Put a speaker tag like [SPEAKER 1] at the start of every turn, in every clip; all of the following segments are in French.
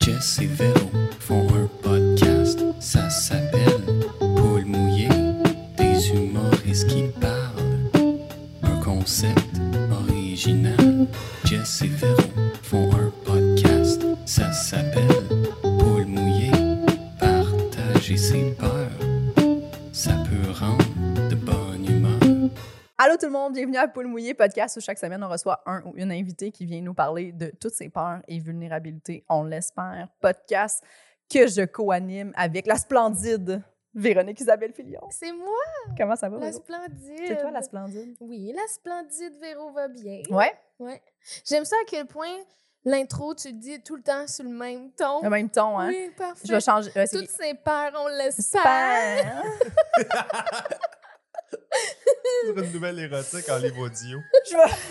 [SPEAKER 1] Jess et Véro font un podcast, ça s'appelle Paul mouillé, des humoristes qui parlent. Un concept original. Jess et Véro font un podcast, ça s'appelle Paul mouillé, partager ses peurs. Ça peut rendre de bonne humeur.
[SPEAKER 2] Allô tout le monde, bienvenue à Poule Mouillée Podcast où chaque semaine on reçoit un ou une invitée qui vient nous parler de toutes ses peurs et vulnérabilités, on l'espère. Podcast que je co-anime avec la splendide Véronique Isabelle Fillon.
[SPEAKER 3] C'est moi,
[SPEAKER 2] Comment ça va?
[SPEAKER 3] la
[SPEAKER 2] Véro?
[SPEAKER 3] splendide.
[SPEAKER 2] Oh, C'est toi la splendide?
[SPEAKER 3] Oui, la splendide Véro va bien.
[SPEAKER 2] Ouais,
[SPEAKER 3] Ouais. J'aime ça à quel point l'intro, tu le dis tout le temps sur le même ton.
[SPEAKER 2] le même ton, hein?
[SPEAKER 3] Oui, parfait.
[SPEAKER 2] Je vais changer. euh, c'est-
[SPEAKER 3] Toutes ses peurs, on l'espère.
[SPEAKER 2] Super.
[SPEAKER 4] Sur une nouvelle érotique en livre audio.
[SPEAKER 2] je, vais-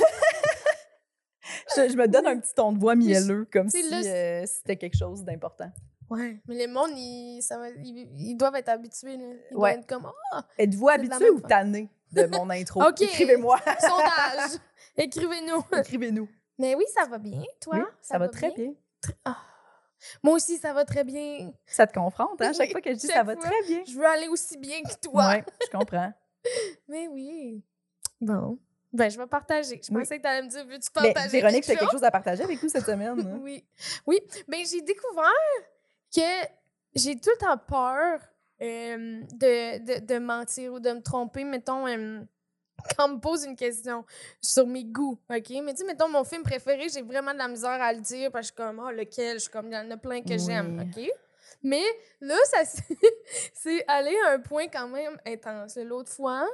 [SPEAKER 2] je- je me donne un petit ton de voix mielleux comme
[SPEAKER 3] C'est
[SPEAKER 2] si
[SPEAKER 3] le-
[SPEAKER 2] euh, c'était quelque chose d'important.
[SPEAKER 3] Ouais. Mais les mondes, ils, ça va- ils- ils doivent être habitués. Là. Ils
[SPEAKER 2] Ouais.
[SPEAKER 3] doivent être comme oh,
[SPEAKER 2] Êtes-vous
[SPEAKER 3] de la
[SPEAKER 2] habitué
[SPEAKER 3] même
[SPEAKER 2] ou
[SPEAKER 3] fa-
[SPEAKER 2] tanné de mon intro?
[SPEAKER 3] Ok.
[SPEAKER 2] Écrivez-moi.
[SPEAKER 3] sondage. Écrivez-nous.
[SPEAKER 2] Écrivez-nous.
[SPEAKER 3] Mais oui, ça va bien, toi.
[SPEAKER 2] Oui, ça, va, très bien.
[SPEAKER 3] Moi aussi, ça va très bien.
[SPEAKER 2] Ça te confronte, hein? Chaque
[SPEAKER 3] Oui,
[SPEAKER 2] fois que je dis
[SPEAKER 3] chaque
[SPEAKER 2] ça va
[SPEAKER 3] fois.
[SPEAKER 2] très bien.
[SPEAKER 3] Je veux aller aussi bien que toi.
[SPEAKER 2] Ouais, je comprends.
[SPEAKER 3] Mais oui. Bon. Ben, je vais partager. Je
[SPEAKER 2] Oui.
[SPEAKER 3] pensais que tu allais me dire, veux-tu
[SPEAKER 2] Mais
[SPEAKER 3] partager
[SPEAKER 2] Véronique, t'as
[SPEAKER 3] quelque
[SPEAKER 2] quelque chose à partager avec nous cette semaine.
[SPEAKER 3] chose?
[SPEAKER 2] hein?
[SPEAKER 3] Oui. Oui. Ben, j'ai découvert que j'ai tout le temps peur euh, de, de, de mentir ou de me tromper. Mettons, euh, quand on me pose une question sur mes goûts, OK? Mais tu sais, mettons, mon film préféré, j'ai vraiment de la misère à le dire parce que je suis comme, oh, lequel? Je suis comme, il y en a plein que
[SPEAKER 2] Oui.
[SPEAKER 3] j'aime, OK? Mais là, ça s'est- c'est allé à un point quand même intense. L'autre fois,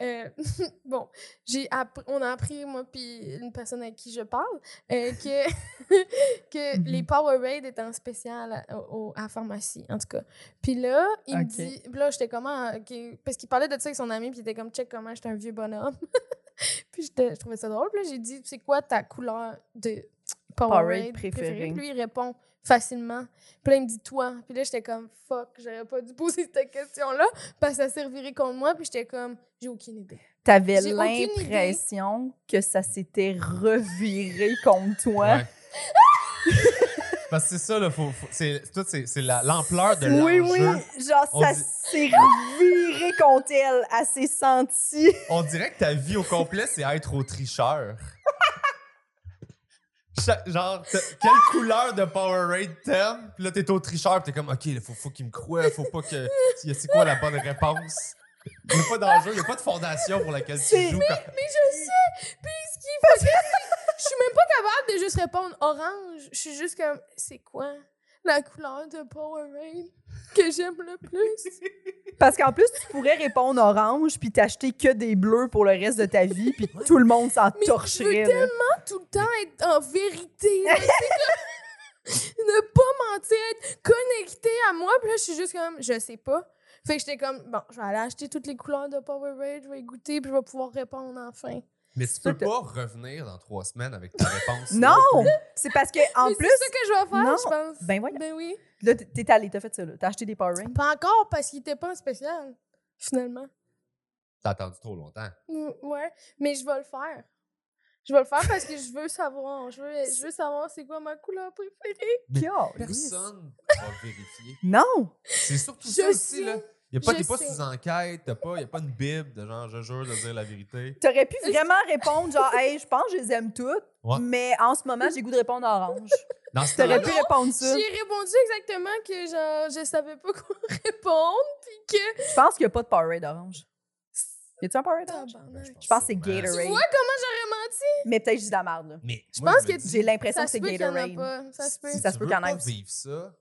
[SPEAKER 3] euh, bon, j'ai appr- on a appris, moi puis une personne à qui je parle, euh, que, que
[SPEAKER 2] Mhm.
[SPEAKER 3] les Powerade étaient en spécial à, au- à la pharmacie, en tout cas. Puis là, il
[SPEAKER 2] Ok.
[SPEAKER 3] me dit, puis là, j'étais comment, parce qu'il parlait de ça avec son ami, puis il était comme, check comment j'étais un vieux bonhomme. puis j'étais- je trouvais ça drôle. Puis là, j'ai dit, c'est quoi ta couleur de Powerade,
[SPEAKER 2] Powerade
[SPEAKER 3] préférée?
[SPEAKER 2] préférée.
[SPEAKER 3] Puis lui, il répond facilement. Puis là, il me dit, toi. Puis là, j'étais comme, fuck, j'aurais pas dû poser cette question-là, parce que ça servirait contre moi. Puis j'étais comme, j'ai aucune idée.
[SPEAKER 2] T'avais
[SPEAKER 3] J'ai aucune idée.
[SPEAKER 2] l'impression que ça s'était reviré contre toi.
[SPEAKER 4] Ouais. Parce que c'est ça, là, faut, faut- c'est tout, c'est c'est la- l'ampleur de l'enjeu.
[SPEAKER 2] Oui, oui, genre
[SPEAKER 4] On
[SPEAKER 2] ça
[SPEAKER 4] dit-
[SPEAKER 2] s'est reviré contre elle, elle s'est sentie.
[SPEAKER 4] On dirait que ta vie au complet, c'est être au tricheur. Cha- Genre, t'as- quelle couleur de Powerade t'aimes? Puis là, t'es au tricheur, puis t'es comme, OK, là, faut, faut qu'il me croie, faut pas que. C'est quoi la bonne réponse? Il n'y a pas d'enjeu, il n'y a pas de fondation pour laquelle
[SPEAKER 2] C'est-
[SPEAKER 4] tu joues. quand-
[SPEAKER 3] Mais je sais! Puis ce qui fait que c'est- je suis même pas capable de juste répondre orange. Je suis juste comme, c'est quoi la couleur de Powerade que j'aime le plus?
[SPEAKER 2] Parce qu'en plus, tu pourrais répondre orange puis t'acheter que des bleus pour le reste de ta vie puis tout le monde s'en
[SPEAKER 3] Mais je veux
[SPEAKER 2] torcherait. là.
[SPEAKER 3] Tout le temps être en vérité. là, tu sais, comme, ne pas mentir, être connecté à moi. Puis là, je suis juste comme, je sais pas. Fait que j'étais comme, bon, je vais aller acheter toutes les couleurs de Powerade, je vais y goûter, puis je vais pouvoir répondre enfin.
[SPEAKER 4] Mais tu peux pas revenir dans trois semaines avec ta réponse. là.
[SPEAKER 2] Non, c'est parce que en
[SPEAKER 3] Mais
[SPEAKER 2] plus,
[SPEAKER 3] C'est ça que je vais faire,
[SPEAKER 2] non.
[SPEAKER 3] je pense.
[SPEAKER 2] Ben voyons.
[SPEAKER 3] Ben oui.
[SPEAKER 2] là t- t'es allé, t'as fait ça là, t'as acheté des Power Rangers.
[SPEAKER 3] Pas encore, parce qu'il était pas en spécial, finalement.
[SPEAKER 4] T'as attendu trop longtemps.
[SPEAKER 3] Mm, Ouais, mais je vais le faire. Je vais le faire parce que je veux savoir. Je veux, je veux savoir c'est quoi ma couleur préférée.
[SPEAKER 4] Mais
[SPEAKER 2] Calisse.
[SPEAKER 4] Personne va vérifier.
[SPEAKER 2] Non.
[SPEAKER 4] C'est surtout
[SPEAKER 3] Je
[SPEAKER 4] ça
[SPEAKER 3] sais.
[SPEAKER 4] aussi, là. Il n'y a pas,
[SPEAKER 3] Je
[SPEAKER 4] t'es pas
[SPEAKER 3] sais.
[SPEAKER 4] sous enquête, t'as pas, y a pas une bible de genre, je jure de dire la vérité.
[SPEAKER 2] T'aurais pu vraiment répondre genre, hey, je pense que je les aime toutes,
[SPEAKER 4] Ouais.
[SPEAKER 2] mais en ce moment, j'ai goût de répondre orange.
[SPEAKER 4] Dans ce
[SPEAKER 2] T'aurais
[SPEAKER 4] temps-là,
[SPEAKER 2] pu répondre ça.
[SPEAKER 3] J'ai répondu exactement que genre, je savais pas quoi répondre, puis que...
[SPEAKER 2] Je pense qu'il n'y a pas de Powerade orange. Y a-tu un Powerade orange?
[SPEAKER 3] Tabarnak.
[SPEAKER 2] Je pense que c'est
[SPEAKER 4] Sûrement.
[SPEAKER 2] Gatorade.
[SPEAKER 3] Tu vois comment j'aurais menti?
[SPEAKER 2] Mais peut-être juste de la merde, là.
[SPEAKER 4] mais
[SPEAKER 3] Je
[SPEAKER 4] moi,
[SPEAKER 3] pense
[SPEAKER 4] me
[SPEAKER 3] que
[SPEAKER 4] dis,
[SPEAKER 2] J'ai l'impression
[SPEAKER 3] Ça
[SPEAKER 2] que
[SPEAKER 3] se
[SPEAKER 2] c'est
[SPEAKER 3] peut qu'il y en a
[SPEAKER 2] Gatorade.
[SPEAKER 3] pas. Ça se peut.
[SPEAKER 2] Ça se
[SPEAKER 4] tu
[SPEAKER 2] peut
[SPEAKER 4] veux
[SPEAKER 2] qu'il y en
[SPEAKER 4] pas
[SPEAKER 2] ait.
[SPEAKER 4] vivre ça,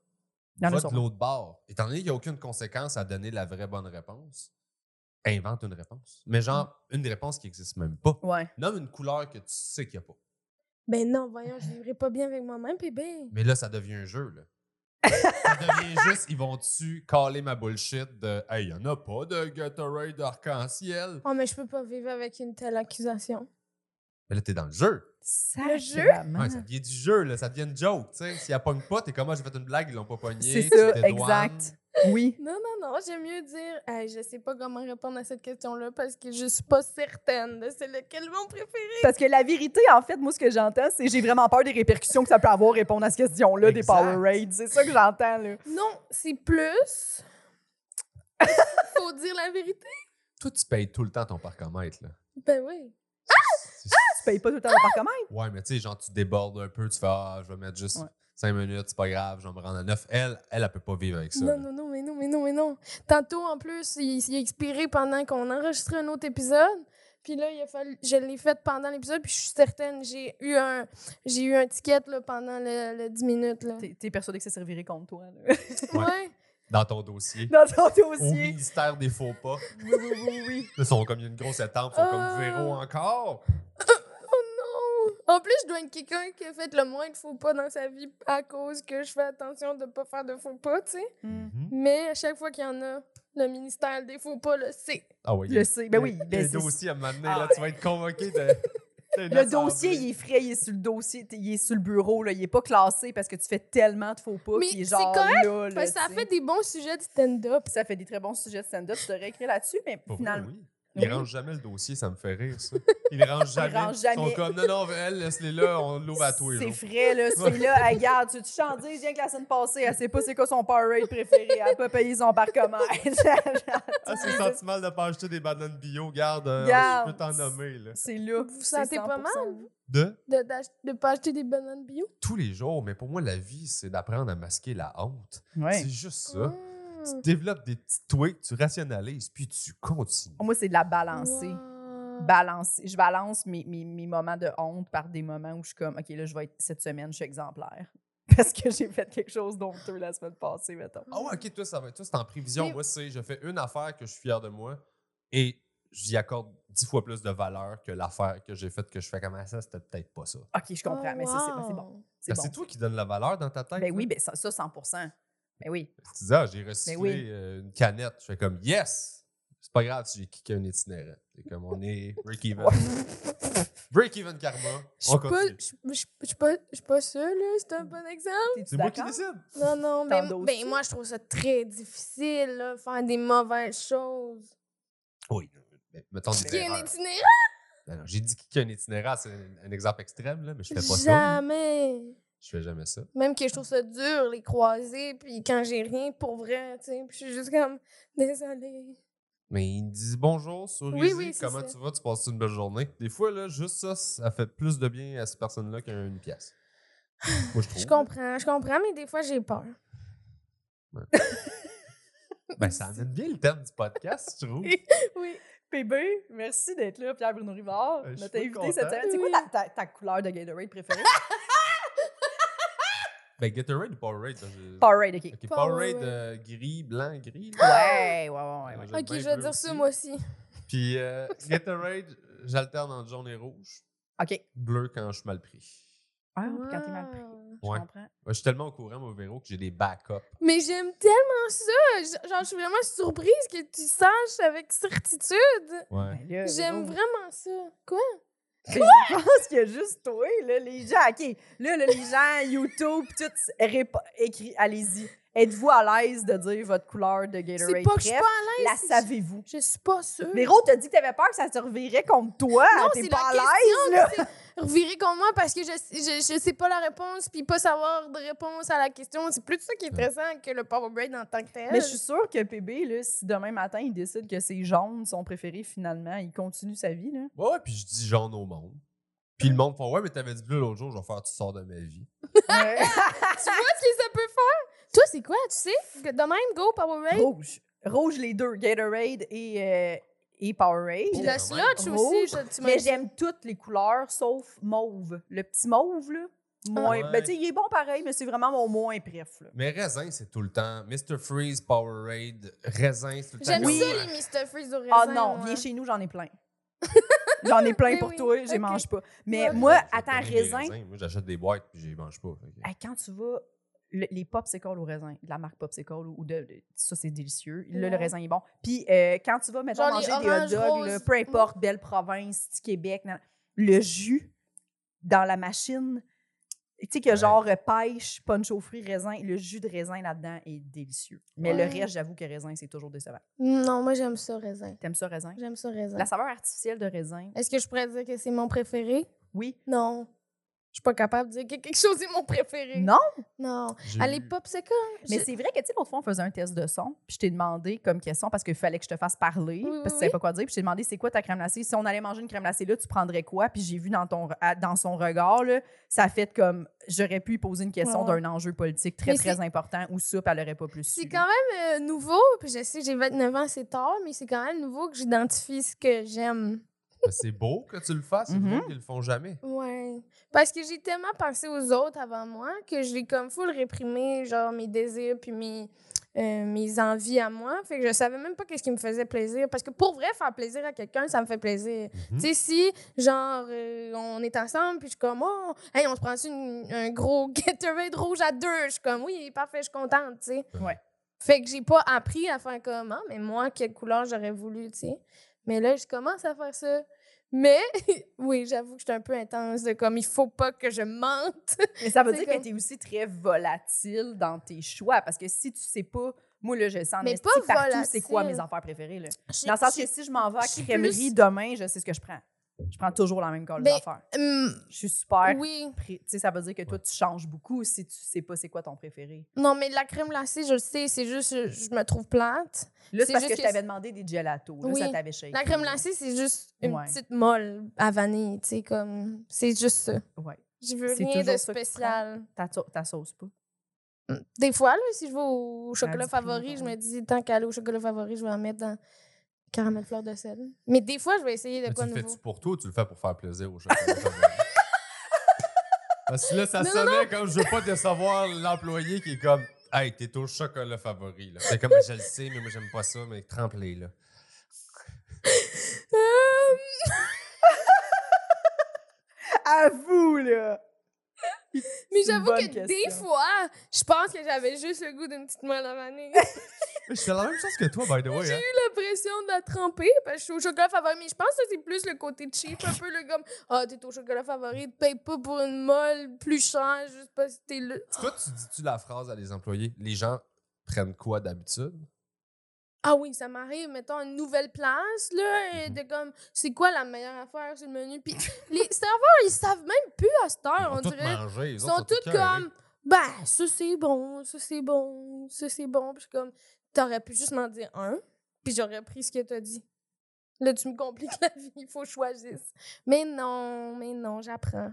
[SPEAKER 2] Il y en a
[SPEAKER 4] va de
[SPEAKER 2] sûrement.
[SPEAKER 4] l'autre bord. Étant donné qu'il n'y a aucune conséquence à donner la vraie bonne réponse, invente une réponse. Mais genre,
[SPEAKER 2] Mm.
[SPEAKER 4] une réponse qui n'existe même pas.
[SPEAKER 2] Ouais.
[SPEAKER 4] Nomme une couleur que tu sais qu'il n'y a pas.
[SPEAKER 3] Ben non, voyons, je vivrai pas bien avec moi-même, ben. bébé.
[SPEAKER 4] Mais là, ça devient un jeu, là. ça devient juste, ils vont-tu caler ma bullshit de « Hey, il n'y en a pas de Gatorade arc-en-ciel!
[SPEAKER 3] Oh, mais je peux pas vivre avec une telle accusation. »
[SPEAKER 4] Mais là, t'es dans le jeu.
[SPEAKER 2] Sacrément.
[SPEAKER 4] Ouais, ça devient du jeu, là. Ça devient une joke, tu sais. S'ils la pognent pas, t'es comme « Ah, j'ai fait une blague, ils l'ont pas pogné.
[SPEAKER 2] C'est
[SPEAKER 4] tu
[SPEAKER 2] ça,
[SPEAKER 4] t'es douane.
[SPEAKER 2] exact. Oui.
[SPEAKER 3] Non, non, non, j'aime mieux dire Hey, je sais pas comment répondre à cette question-là parce que je suis pas certaine de c'est lequel mon préféré.
[SPEAKER 2] Parce que la vérité, en fait, moi, ce que j'entends, c'est j'ai vraiment peur des répercussions que ça peut avoir répondre à cette question-là des
[SPEAKER 4] Exact.
[SPEAKER 2] Powerades. C'est ça que j'entends, là.
[SPEAKER 3] Non, c'est plus. Faut dire la vérité.
[SPEAKER 4] Toi, tu payes tout le temps ton parcomètre, là.
[SPEAKER 3] Ben oui.
[SPEAKER 4] C'est-
[SPEAKER 2] Ah! Tu payes pas tout le temps le parcomètre.
[SPEAKER 4] Ouais, mais tu sais, genre, tu débordes un peu, tu fais Ah, je vais mettre juste
[SPEAKER 2] Ouais.
[SPEAKER 4] 5 minutes, c'est pas grave, je vais me rendre à 9. Elle, elle, elle peut pas vivre avec ça.
[SPEAKER 3] Non,
[SPEAKER 4] là.
[SPEAKER 3] non, non, mais non, mais non, mais non. Tantôt, en plus, il, il a expiré pendant qu'on enregistrait un autre épisode. Puis là, il a fallu, je l'ai fait pendant l'épisode, puis je suis certaine, j'ai eu un, j'ai eu un ticket là, pendant le, le 10 minutes. Là.
[SPEAKER 2] T'es- T'es persuadé que ça servirait contre toi, là.
[SPEAKER 4] Ouais.
[SPEAKER 3] Ouais.
[SPEAKER 4] Dans ton dossier.
[SPEAKER 2] Dans ton
[SPEAKER 4] Au
[SPEAKER 2] dossier.
[SPEAKER 4] ministère des faux pas.
[SPEAKER 2] Oui, oui, oui, oui.
[SPEAKER 4] Là, ils sont comme il y a une grosse étampe, ils sont
[SPEAKER 3] Ah.
[SPEAKER 4] comme Véro encore.
[SPEAKER 3] Oh non! En plus, je dois être quelqu'un qui a fait le moins de faux pas dans sa vie à cause que je fais attention de pas faire de faux pas, tu sais.
[SPEAKER 2] Mm.
[SPEAKER 3] Mais à chaque fois qu'il y en a, le ministère des faux pas le sait.
[SPEAKER 4] Ah ouais, il y a-
[SPEAKER 2] Je sais. Ben oui,
[SPEAKER 4] il y a
[SPEAKER 2] ben
[SPEAKER 4] un
[SPEAKER 2] c'est-
[SPEAKER 4] dossier à me mener,
[SPEAKER 2] Ah
[SPEAKER 4] là, tu vas être convoqué de.
[SPEAKER 2] Le dossier, il est frais, il est sur le dossier, t- il est sur le bureau, là, il est pas classé parce que tu fais tellement de faux pas.
[SPEAKER 3] Mais
[SPEAKER 2] puis
[SPEAKER 3] c'est
[SPEAKER 2] genre,
[SPEAKER 3] correct,
[SPEAKER 2] là, là,
[SPEAKER 3] Parce que ça
[SPEAKER 2] tu sais.
[SPEAKER 3] fait des bons sujets de stand-up.
[SPEAKER 2] Ça fait des très bons sujets de stand-up, je devrais écrire là-dessus, mais
[SPEAKER 4] Pour vrai,
[SPEAKER 2] finalement.
[SPEAKER 4] oui. Il
[SPEAKER 2] Oui.
[SPEAKER 4] range jamais le dossier, ça me fait rire, ça. Il range jamais.
[SPEAKER 2] range jamais.
[SPEAKER 4] Ils sont comme, non, non, elle, laisse-les là, on l'ouvre à tous les
[SPEAKER 2] C'est
[SPEAKER 4] jours.
[SPEAKER 2] frais, là. C'est là, elle garde. Tu te chantes, je viens que la semaine passée, elle sait pas c'est quoi son Powerade préféré. Elle a pas payé son parcomètre.
[SPEAKER 4] Ah, c'est sentiment de pas acheter des bananes bio, garde, euh,
[SPEAKER 2] Garde.
[SPEAKER 4] je peux t'en nommer, là.
[SPEAKER 2] c'est là.
[SPEAKER 3] Vous sentez pas mal?
[SPEAKER 4] De
[SPEAKER 3] De, d'ach- de pas acheter des bananes bio.
[SPEAKER 4] tous les jours, mais pour moi, la vie, c'est d'apprendre à masquer la honte.
[SPEAKER 2] Oui.
[SPEAKER 4] C'est juste ça.
[SPEAKER 3] Mmh.
[SPEAKER 4] Tu développes des petits tweaks, tu rationalises, puis tu continues.
[SPEAKER 2] Moi, c'est de la balancer.
[SPEAKER 3] Wow.
[SPEAKER 2] Balancer. Je balance mes, mes, mes moments de honte par des moments où je suis comme, OK, là, je vais être cette semaine, je suis exemplaire. Parce que j'ai fait quelque chose d'honteux la semaine passée, mettons.
[SPEAKER 4] Ah ouais, ok, toi, ça va. Toi, c'est en prévision.
[SPEAKER 3] Mais-
[SPEAKER 4] Moi, c'est je fais une affaire que je suis fier de moi et j'y accorde dix fois plus de valeur que l'affaire que j'ai faite que je fais comme Ah, ça, c'était peut-être pas ça.
[SPEAKER 2] OK, je comprends,
[SPEAKER 3] Oh,
[SPEAKER 2] mais ça, c'est bon. C'est bon.
[SPEAKER 3] wow.
[SPEAKER 2] C'est
[SPEAKER 4] Ben,
[SPEAKER 2] bon.
[SPEAKER 4] C'est toi qui donne la valeur dans ta tête.
[SPEAKER 2] Ben
[SPEAKER 4] là.
[SPEAKER 2] oui, ben ça, ça 100 Ben oui.
[SPEAKER 4] Tu dis, ah, j'ai recyclé
[SPEAKER 2] Ben oui.
[SPEAKER 4] euh, une canette. Je fais comme, yes! C'est pas grave si j'ai kické un itinérant. C'est comme, on est break-even. break-even karma.
[SPEAKER 3] Je
[SPEAKER 4] On
[SPEAKER 3] suis pas-
[SPEAKER 4] continue.
[SPEAKER 3] je- je- je suis pas, je suis pas sûre, là. C'est un bon exemple.
[SPEAKER 2] T'es-tu
[SPEAKER 4] C'est moi qui
[SPEAKER 2] d'accord?
[SPEAKER 4] décide.
[SPEAKER 3] Non, non, mais
[SPEAKER 2] T'endosses-tu?
[SPEAKER 3] ben, moi, je trouve ça très difficile, là, faire des mauvaises choses.
[SPEAKER 4] Oui. Mais Ben, Mettons des
[SPEAKER 3] Qui est un
[SPEAKER 4] erreurs.
[SPEAKER 3] itinéraire?
[SPEAKER 4] Ben non, J'ai dit kicker un itinérant, c'est un, un exemple extrême, là, mais je fais pas ça.
[SPEAKER 3] Jamais.
[SPEAKER 4] Je fais jamais ça.
[SPEAKER 3] Même que je trouve ça dur, les croiser, puis quand j'ai rien, pour vrai, tu sais. Puis je suis juste comme, désolée.
[SPEAKER 4] Mais ils me disent bonjour, souris,
[SPEAKER 3] Oui, oui, c'est
[SPEAKER 4] comment
[SPEAKER 3] ça.
[SPEAKER 4] tu vas, tu passes une belle journée. Des fois, là, juste ça, ça fait plus de bien à cette personne-là qu'une pièce. Moi, je trouve.
[SPEAKER 3] Je comprends, je comprends, mais des fois, j'ai peur.
[SPEAKER 4] Ben, ça amène bien le thème du podcast, je trouve.
[SPEAKER 3] Oui.
[SPEAKER 2] PB, merci d'être là, Pierre-Bruno Rivard.
[SPEAKER 4] Euh, je suis
[SPEAKER 2] notre
[SPEAKER 4] pas
[SPEAKER 2] invité
[SPEAKER 4] content.
[SPEAKER 2] cette semaine. C'est quoi ta, ta- ta couleur de Gatorade préférée?
[SPEAKER 4] Ben, Gatorade ou Powerade? là, je-
[SPEAKER 2] Powerade, OK.
[SPEAKER 4] Ok,
[SPEAKER 3] Powerade.
[SPEAKER 4] Powerade euh, gris, blanc, gris.
[SPEAKER 2] Ah!
[SPEAKER 4] là.
[SPEAKER 2] Ouais, ouais, ouais, ouais.
[SPEAKER 4] J'aime
[SPEAKER 3] Ok,
[SPEAKER 4] bien
[SPEAKER 3] je vais
[SPEAKER 4] bleu
[SPEAKER 3] dire
[SPEAKER 4] aussi.
[SPEAKER 3] ça, moi aussi.
[SPEAKER 4] Puis euh, Gatorade, j'alterne entre jaune et rouge.
[SPEAKER 2] OK.
[SPEAKER 4] Bleu quand je suis mal pris.
[SPEAKER 2] Ah, Quand t'es mal pris,
[SPEAKER 3] Wow.
[SPEAKER 2] je
[SPEAKER 4] Ouais.
[SPEAKER 2] comprends.
[SPEAKER 4] Moi, je suis tellement au courant, mon véro, que j'ai des backups.
[SPEAKER 3] Mais j'aime tellement ça. J- Genre, je suis vraiment surprise que tu saches avec certitude.
[SPEAKER 4] Ouais.
[SPEAKER 2] Ben là,
[SPEAKER 3] J'aime
[SPEAKER 2] Bruno,
[SPEAKER 3] vraiment ça. Quoi?
[SPEAKER 2] Je pense qu'il y a juste toi, là, les gens. OK, là, là, les gens, YouTube, tout, répo- écrit, allez-y. Êtes-vous à l'aise de dire votre couleur de
[SPEAKER 3] C'est
[SPEAKER 2] Gatorade
[SPEAKER 3] pas que je suis
[SPEAKER 2] préf?
[SPEAKER 3] pas à
[SPEAKER 2] La
[SPEAKER 3] l'aise. c'est-
[SPEAKER 2] savez-vous?
[SPEAKER 3] Je suis pas sûre.
[SPEAKER 2] Véro, t'as dit que t'avais peur que ça se revirait contre toi. hein,
[SPEAKER 3] Non,
[SPEAKER 2] T'es
[SPEAKER 3] c'est
[SPEAKER 2] pas
[SPEAKER 3] la
[SPEAKER 2] à l'aise, là.
[SPEAKER 3] Revirez comme moi parce que je, je, je sais pas la réponse, puis pas savoir de réponse à la question. C'est plus ça qui est stressant que le power brain en tant que tel.
[SPEAKER 2] Mais je suis sûre que PB, là, si demain matin, il décide que c'est jaune son préféré, finalement, il continue sa vie. Là.
[SPEAKER 4] Ouais, ouais, puis je dis jaune au monde. Puis le monde font Ouais, mais t'avais dit bleu l'autre jour, je vais faire Tu sors de ma vie.
[SPEAKER 3] Tu vois ce que ça peut faire? Toi, c'est quoi? Tu sais? Que De même, go power brain.
[SPEAKER 2] Rouge. Rouge, les deux. Gatorade et, euh, et Powerade.
[SPEAKER 3] Puis
[SPEAKER 4] Oh,
[SPEAKER 3] la
[SPEAKER 4] quand
[SPEAKER 3] sludge
[SPEAKER 4] même.
[SPEAKER 3] aussi.
[SPEAKER 2] Rouge.
[SPEAKER 3] je- tu m'as
[SPEAKER 2] Mais
[SPEAKER 3] dit.
[SPEAKER 2] j'aime toutes les couleurs sauf mauve. Le petit mauve, là. Moins.
[SPEAKER 4] Ah, Ouais.
[SPEAKER 2] Ben, tu sais, il est bon pareil, mais c'est vraiment mon moins préf. Là.
[SPEAKER 4] Mais raisin, c'est tout le temps. Mr. Freeze, Powerade, raisin, c'est tout le temps.
[SPEAKER 3] J'aime
[SPEAKER 4] comme-
[SPEAKER 3] ça, les Mr. Freeze au raisin.
[SPEAKER 2] Ah non,
[SPEAKER 3] moi.
[SPEAKER 2] viens chez nous, j'en ai plein. j'en ai plein
[SPEAKER 3] Mais
[SPEAKER 2] pour
[SPEAKER 3] Ben oui,
[SPEAKER 2] toi, je les
[SPEAKER 3] ok.
[SPEAKER 2] mange pas. Mais
[SPEAKER 3] Ouais.
[SPEAKER 2] moi,
[SPEAKER 4] Je vais
[SPEAKER 2] attends,
[SPEAKER 4] donner des
[SPEAKER 2] raisin,
[SPEAKER 4] raisins. Moi, j'achète des boîtes, puis je les mange pas. Fait que-
[SPEAKER 2] Hey, quand tu vas, le- les popsicles au raisin, de la marque popsicle, ou de, de- ça, c'est délicieux. Là, le
[SPEAKER 3] Ouais.
[SPEAKER 2] raisin est bon. Puis, euh, quand tu vas, mettons,
[SPEAKER 3] Genre les
[SPEAKER 2] manger des hot
[SPEAKER 3] oranges
[SPEAKER 2] dogs, là,
[SPEAKER 3] roses.
[SPEAKER 2] peu importe, belle province, petit Québec, nan- le jus dans la machine, Tu sais, que genre euh, pêche, punch aux fruits, raisin, le jus de raisin là-dedans est délicieux. Mais
[SPEAKER 3] Ouais.
[SPEAKER 2] le reste, j'avoue que raisin, c'est toujours décevant.
[SPEAKER 3] Non, moi, j'aime ça, raisin.
[SPEAKER 2] T'aimes ça, raisin?
[SPEAKER 3] J'aime ça, raisin.
[SPEAKER 2] La saveur artificielle de raisin,
[SPEAKER 3] Est-ce que je pourrais dire que c'est mon préféré?
[SPEAKER 2] oui.
[SPEAKER 3] Non. Je suis pas capable de dire que quelque chose est mon préféré.
[SPEAKER 2] Non,
[SPEAKER 3] Non.
[SPEAKER 4] J'ai
[SPEAKER 3] À
[SPEAKER 4] eu-
[SPEAKER 3] l'époque, c'est quoi?
[SPEAKER 2] mais
[SPEAKER 3] Je-
[SPEAKER 2] c'est vrai que, tu sais, l'autre fois, on faisait un test de son, puis je t'ai demandé comme question, parce qu'il fallait que je te fasse parler,
[SPEAKER 3] Oui, oui,
[SPEAKER 2] parce que tu savais
[SPEAKER 3] oui.
[SPEAKER 2] pas quoi dire, puis je t'ai demandé, c'est quoi ta crème glacée? Si on allait manger une crème glacée là, tu prendrais quoi? Puis j'ai vu dans, ton, à- dans son regard, là, ça a fait comme, j'aurais pu poser une question
[SPEAKER 3] Ouais, ouais.
[SPEAKER 2] d'un enjeu politique très,
[SPEAKER 3] Mais
[SPEAKER 2] très
[SPEAKER 3] c'est-
[SPEAKER 2] important, ou ça, puis elle aurait pas plus su.
[SPEAKER 3] C'est
[SPEAKER 2] là.
[SPEAKER 3] quand même euh, nouveau, puis je sais, j'ai 29 ans, c'est tard, mais c'est quand même nouveau que j'identifie ce que j'aime.
[SPEAKER 4] Ben, c'est beau que tu le fasses, c'est
[SPEAKER 2] Mhm.
[SPEAKER 4] drôle qu'ils le font jamais.
[SPEAKER 3] Ouais. Parce que j'ai tellement pensé aux autres avant moi que j'ai comme full réprimé, genre mes désirs puis mes, euh, mes envies à moi. Fait que je savais même pas qu'est-ce qui me faisait plaisir. Parce que pour vrai, faire plaisir à quelqu'un, ça me fait plaisir.
[SPEAKER 4] Mhm.
[SPEAKER 3] Tu sais, si, genre, euh, on est ensemble, puis je suis comme, oh, hey, on se prend un gros Gatorade rouge à deux? Je suis comme, oui, parfait, je suis contente, tu sais.
[SPEAKER 2] Ouais.
[SPEAKER 3] Fait que j'ai pas appris à faire comme, Ah, mais moi, quelle couleur j'aurais voulu, tu sais. Mais là, je commence à faire ça. Mais, oui, j'avoue que je suis un peu intense, de comme, il faut pas que je mente.
[SPEAKER 2] Mais ça veut
[SPEAKER 3] C'est
[SPEAKER 2] dire que
[SPEAKER 3] comme-
[SPEAKER 2] tu es aussi très volatile dans tes choix parce que si tu sais pas, moi là je sens en
[SPEAKER 3] Mais
[SPEAKER 2] esti
[SPEAKER 3] pas
[SPEAKER 2] partout c'est quoi mes
[SPEAKER 3] volatile.
[SPEAKER 2] affaires préférées là.
[SPEAKER 3] Je-
[SPEAKER 2] Dans le sens
[SPEAKER 3] je-
[SPEAKER 2] que si je m'en vais à
[SPEAKER 3] je suis
[SPEAKER 2] crèmerie
[SPEAKER 3] plus-
[SPEAKER 2] demain, je sais ce que je prends. Je prends toujours la même colle
[SPEAKER 3] Ben,
[SPEAKER 2] d'affaires.
[SPEAKER 3] Hum,
[SPEAKER 2] Je suis super
[SPEAKER 3] oui.
[SPEAKER 2] pré- tu sais ça veut dire que toi tu changes beaucoup si tu sais pas c'est quoi ton préféré.
[SPEAKER 3] Non, mais la crème glacée, je le sais, c'est juste, je, je me trouve plate.
[SPEAKER 2] Là
[SPEAKER 3] C'est
[SPEAKER 2] c'est parce
[SPEAKER 3] juste
[SPEAKER 2] que je
[SPEAKER 3] que
[SPEAKER 2] t'avais demandé des gelatos, là
[SPEAKER 3] Oui.
[SPEAKER 2] ça t'avait shaké.
[SPEAKER 3] La crème
[SPEAKER 2] là.
[SPEAKER 3] glacée, c'est juste une
[SPEAKER 2] Ouais.
[SPEAKER 3] petite molle à vanille, tu sais, comme. C'est juste ça.
[SPEAKER 2] Ouais.
[SPEAKER 3] Je veux
[SPEAKER 2] C'est
[SPEAKER 3] rien de
[SPEAKER 2] toujours ça que tu
[SPEAKER 3] spécial.
[SPEAKER 2] Ta, to- ta sauce pas.
[SPEAKER 3] Des fois, là, si je vais au chocolat
[SPEAKER 2] Radis primo,
[SPEAKER 3] favori, je
[SPEAKER 2] ouais.
[SPEAKER 3] me dis, tant qu'à aller au chocolat favori, je vais en mettre dans caramel fleur de sel. Mais des fois, je vais essayer de
[SPEAKER 4] Mais
[SPEAKER 3] quoi
[SPEAKER 4] tu le
[SPEAKER 3] de nouveau.
[SPEAKER 4] fais-tu pour toi ou tu le fais pour faire plaisir aux gens? Parce que là, ça
[SPEAKER 3] Non, non,
[SPEAKER 4] sonnait comme je veux pas décevoir l'employé qui est comme Hey, t'es au chocolat favori. là. C'est comme je le sais, mais moi j'aime pas ça, mais trempe-les là.
[SPEAKER 3] Euh,
[SPEAKER 2] À vous là.
[SPEAKER 3] Mais
[SPEAKER 2] C'est une
[SPEAKER 3] j'avoue que
[SPEAKER 2] bonne
[SPEAKER 3] des
[SPEAKER 2] question.
[SPEAKER 3] fois, je pense que j'avais juste le goût d'une petite molle à vanille.
[SPEAKER 4] Mais je fais la même chose que toi, by the way.
[SPEAKER 3] J'ai
[SPEAKER 4] hein.
[SPEAKER 3] l'impression de la tremper parce que je suis au chocolat favori. Mais je pense que c'est plus le côté cheap, un peu le gomme. Ah, t'es au chocolat favori, paye pas pour une molle plus chère, juste parce que t'es là.
[SPEAKER 4] Toi, tu dis-tu la phrase à les employés? Les gens prennent quoi d'habitude?
[SPEAKER 3] Ah oui, ça m'arrive, mettons, une nouvelle place, là,
[SPEAKER 4] Mmh
[SPEAKER 3] et de comme, c'est quoi la meilleure affaire sur le menu? Puis les serveurs, ils savent même plus à cette
[SPEAKER 4] Ils
[SPEAKER 3] heure, Ah, on
[SPEAKER 4] ont tous
[SPEAKER 3] dirait.
[SPEAKER 4] mangé. Ils
[SPEAKER 3] Ils sont tous comme, ben, ça c'est bon, ça c'est bon, ça c'est bon. Puis je suis comme, t'aurais pu juste m'en dire un, puis j'aurais pris ce que t'as dit. Là, tu me compliques la vie, il faut choisir. Mais non, mais non, j'apprends.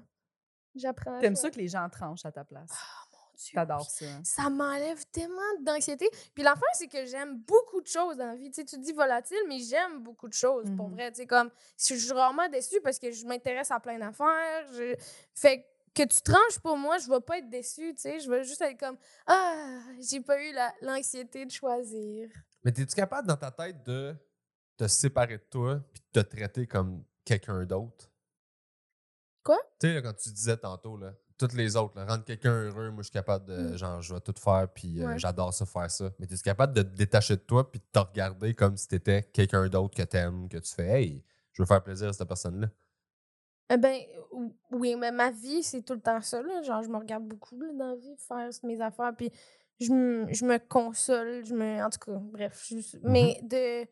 [SPEAKER 3] J'apprends. à
[SPEAKER 2] T'aimes ça
[SPEAKER 3] choisir.
[SPEAKER 2] que les gens tranchent à ta place.
[SPEAKER 3] Mon Dieu,
[SPEAKER 2] T'adores ça. hein.
[SPEAKER 3] ça m'enlève tellement d'anxiété. Puis l'affaire, c'est que j'aime beaucoup de choses dans la vie. Tu sais, tu dis volatile, mais j'aime beaucoup de choses, pour
[SPEAKER 2] Mhm.
[SPEAKER 3] vrai. Tu sais, comme, je suis rarement déçue parce que je m'intéresse à plein d'affaires. Je- Fait que tu tranches pour moi, je vais pas être déçue, tu sais. Je vais juste être comme, ah, j'ai pas eu la- l'anxiété de choisir.
[SPEAKER 4] Mais es-tu capable dans ta tête de te séparer de toi puis de te traiter comme quelqu'un d'autre?
[SPEAKER 3] Quoi?
[SPEAKER 4] Tu sais, là, quand tu disais tantôt, là, toutes les autres, là, rendre quelqu'un heureux, moi je suis capable de,
[SPEAKER 3] Mm.
[SPEAKER 4] genre, je vais tout faire puis euh,
[SPEAKER 3] Ouais.
[SPEAKER 4] j'adore ça faire ça. Mais es-tu capable de te détacher de toi puis de te regarder comme si t'étais quelqu'un d'autre que t'aimes, que tu fais, hey, je veux faire plaisir à cette personne-là?
[SPEAKER 3] Eh ben, ou- oui, mais ma vie, c'est tout le temps ça, là. Genre, je me regarde beaucoup, là, dans la vie, faire mes affaires, puis je me, je me console, je me... En tout cas, bref. je
[SPEAKER 4] Mmh
[SPEAKER 3] suis- Mais de,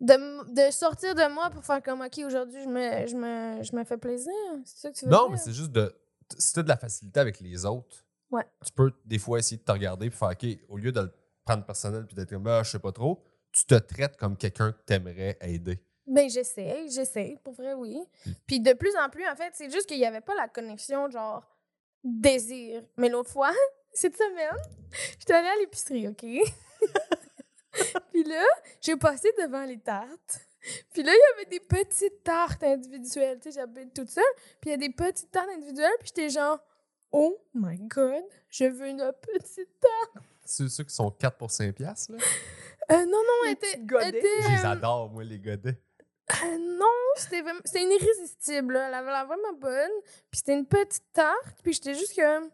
[SPEAKER 3] de... m- De sortir de moi pour faire comme, OK, aujourd'hui, je me, je, me, je me fais plaisir. C'est ça que tu veux
[SPEAKER 4] Non,
[SPEAKER 3] dire?
[SPEAKER 4] mais c'est juste de. t- Si tu de la facilité avec les autres,
[SPEAKER 3] Ouais.
[SPEAKER 4] tu peux des fois essayer de te regarder puis faire OK, au lieu de le prendre personnel puis d'être comme ah, je sais pas trop, tu te traites comme quelqu'un que t'aimerais aider.
[SPEAKER 3] Ben, j'essaie, j'essaie, pour vrai, oui.
[SPEAKER 4] Mmh.
[SPEAKER 3] Puis de plus en plus, en fait, c'est juste qu'il n'y avait pas la connexion, genre, désir. Mais l'autre fois, cette semaine, j'étais allée à l'épicerie, OK? Puis là, j'ai passé devant les tartes. Puis là, il y avait des petites tartes individuelles. Tu sais, j'habite toute seule. Puis il y a des petites tartes individuelles. Puis j'étais genre, oh my God, je veux une petite tarte.
[SPEAKER 4] Ceux, ceux qui sont 4 pour 5 piastres, là.
[SPEAKER 3] Euh, non, non,
[SPEAKER 2] Les
[SPEAKER 3] elle était.
[SPEAKER 2] petites godets.
[SPEAKER 3] elle était,
[SPEAKER 4] je les
[SPEAKER 3] euh,
[SPEAKER 4] adore, moi, les godets.
[SPEAKER 3] Euh, non, c'était vraiment- c'était une irrésistible. là. Elle avait l'air vraiment bonne. Puis c'était une petite tarte. Puis j'étais juste comme,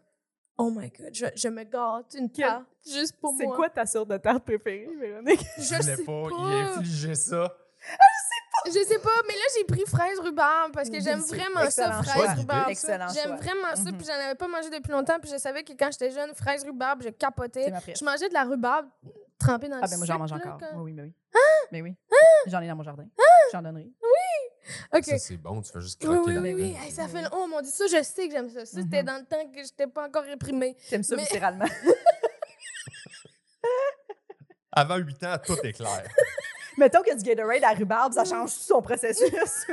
[SPEAKER 3] oh my god, je, je me gâte une
[SPEAKER 2] Quel-
[SPEAKER 3] tarte juste pour
[SPEAKER 2] C'est
[SPEAKER 3] moi.
[SPEAKER 2] quoi ta sorte de tarte préférée, Véronique?
[SPEAKER 3] Je sais
[SPEAKER 4] y
[SPEAKER 3] pas.
[SPEAKER 4] infliger ça.
[SPEAKER 3] Je sais pas, mais là, j'ai pris fraise rhubarbe parce que
[SPEAKER 2] Mm,
[SPEAKER 3] j'aime
[SPEAKER 2] délicieux.
[SPEAKER 3] vraiment
[SPEAKER 2] Excellent
[SPEAKER 3] ça,
[SPEAKER 2] choix.
[SPEAKER 3] fraise rhubarbe.
[SPEAKER 2] Excellent choix.
[SPEAKER 3] J'aime vraiment ça,
[SPEAKER 2] Mhm.
[SPEAKER 3] puis j'en avais pas mangé depuis longtemps, puis je savais que quand j'étais jeune, fraise rhubarbe, je
[SPEAKER 2] C'est
[SPEAKER 3] capotais.
[SPEAKER 2] ma préf.
[SPEAKER 3] Je mangeais de la rhubarbe trempée dans
[SPEAKER 2] Ah,
[SPEAKER 3] le
[SPEAKER 2] ben moi, j'en
[SPEAKER 3] sucre,
[SPEAKER 2] mange
[SPEAKER 3] là, Ah!
[SPEAKER 2] encore.
[SPEAKER 3] quand-
[SPEAKER 2] Oui, oui, mais oui. Mais oui. J'en ai dans mon jardin.
[SPEAKER 3] Ah!
[SPEAKER 2] J'en donnerai. Oh,
[SPEAKER 3] OK.
[SPEAKER 4] Ça, c'est bon, tu fais juste
[SPEAKER 3] Oui,
[SPEAKER 4] croquer
[SPEAKER 3] oui,
[SPEAKER 4] la
[SPEAKER 3] oui, oui.
[SPEAKER 4] dedans
[SPEAKER 3] Hey, ça fait... Oh mon dieu, ça, je sais que j'aime ça. Ça, c'était
[SPEAKER 2] Mhm.
[SPEAKER 3] dans le temps que j'étais pas encore réprimée.
[SPEAKER 2] T'aimes ça
[SPEAKER 3] Mais-
[SPEAKER 2] viscéralement.
[SPEAKER 4] Avant 8 ans, tout est clair.
[SPEAKER 2] Mettons que du Gatorade à rhubarbe,
[SPEAKER 3] Mm.
[SPEAKER 2] ça change son processus.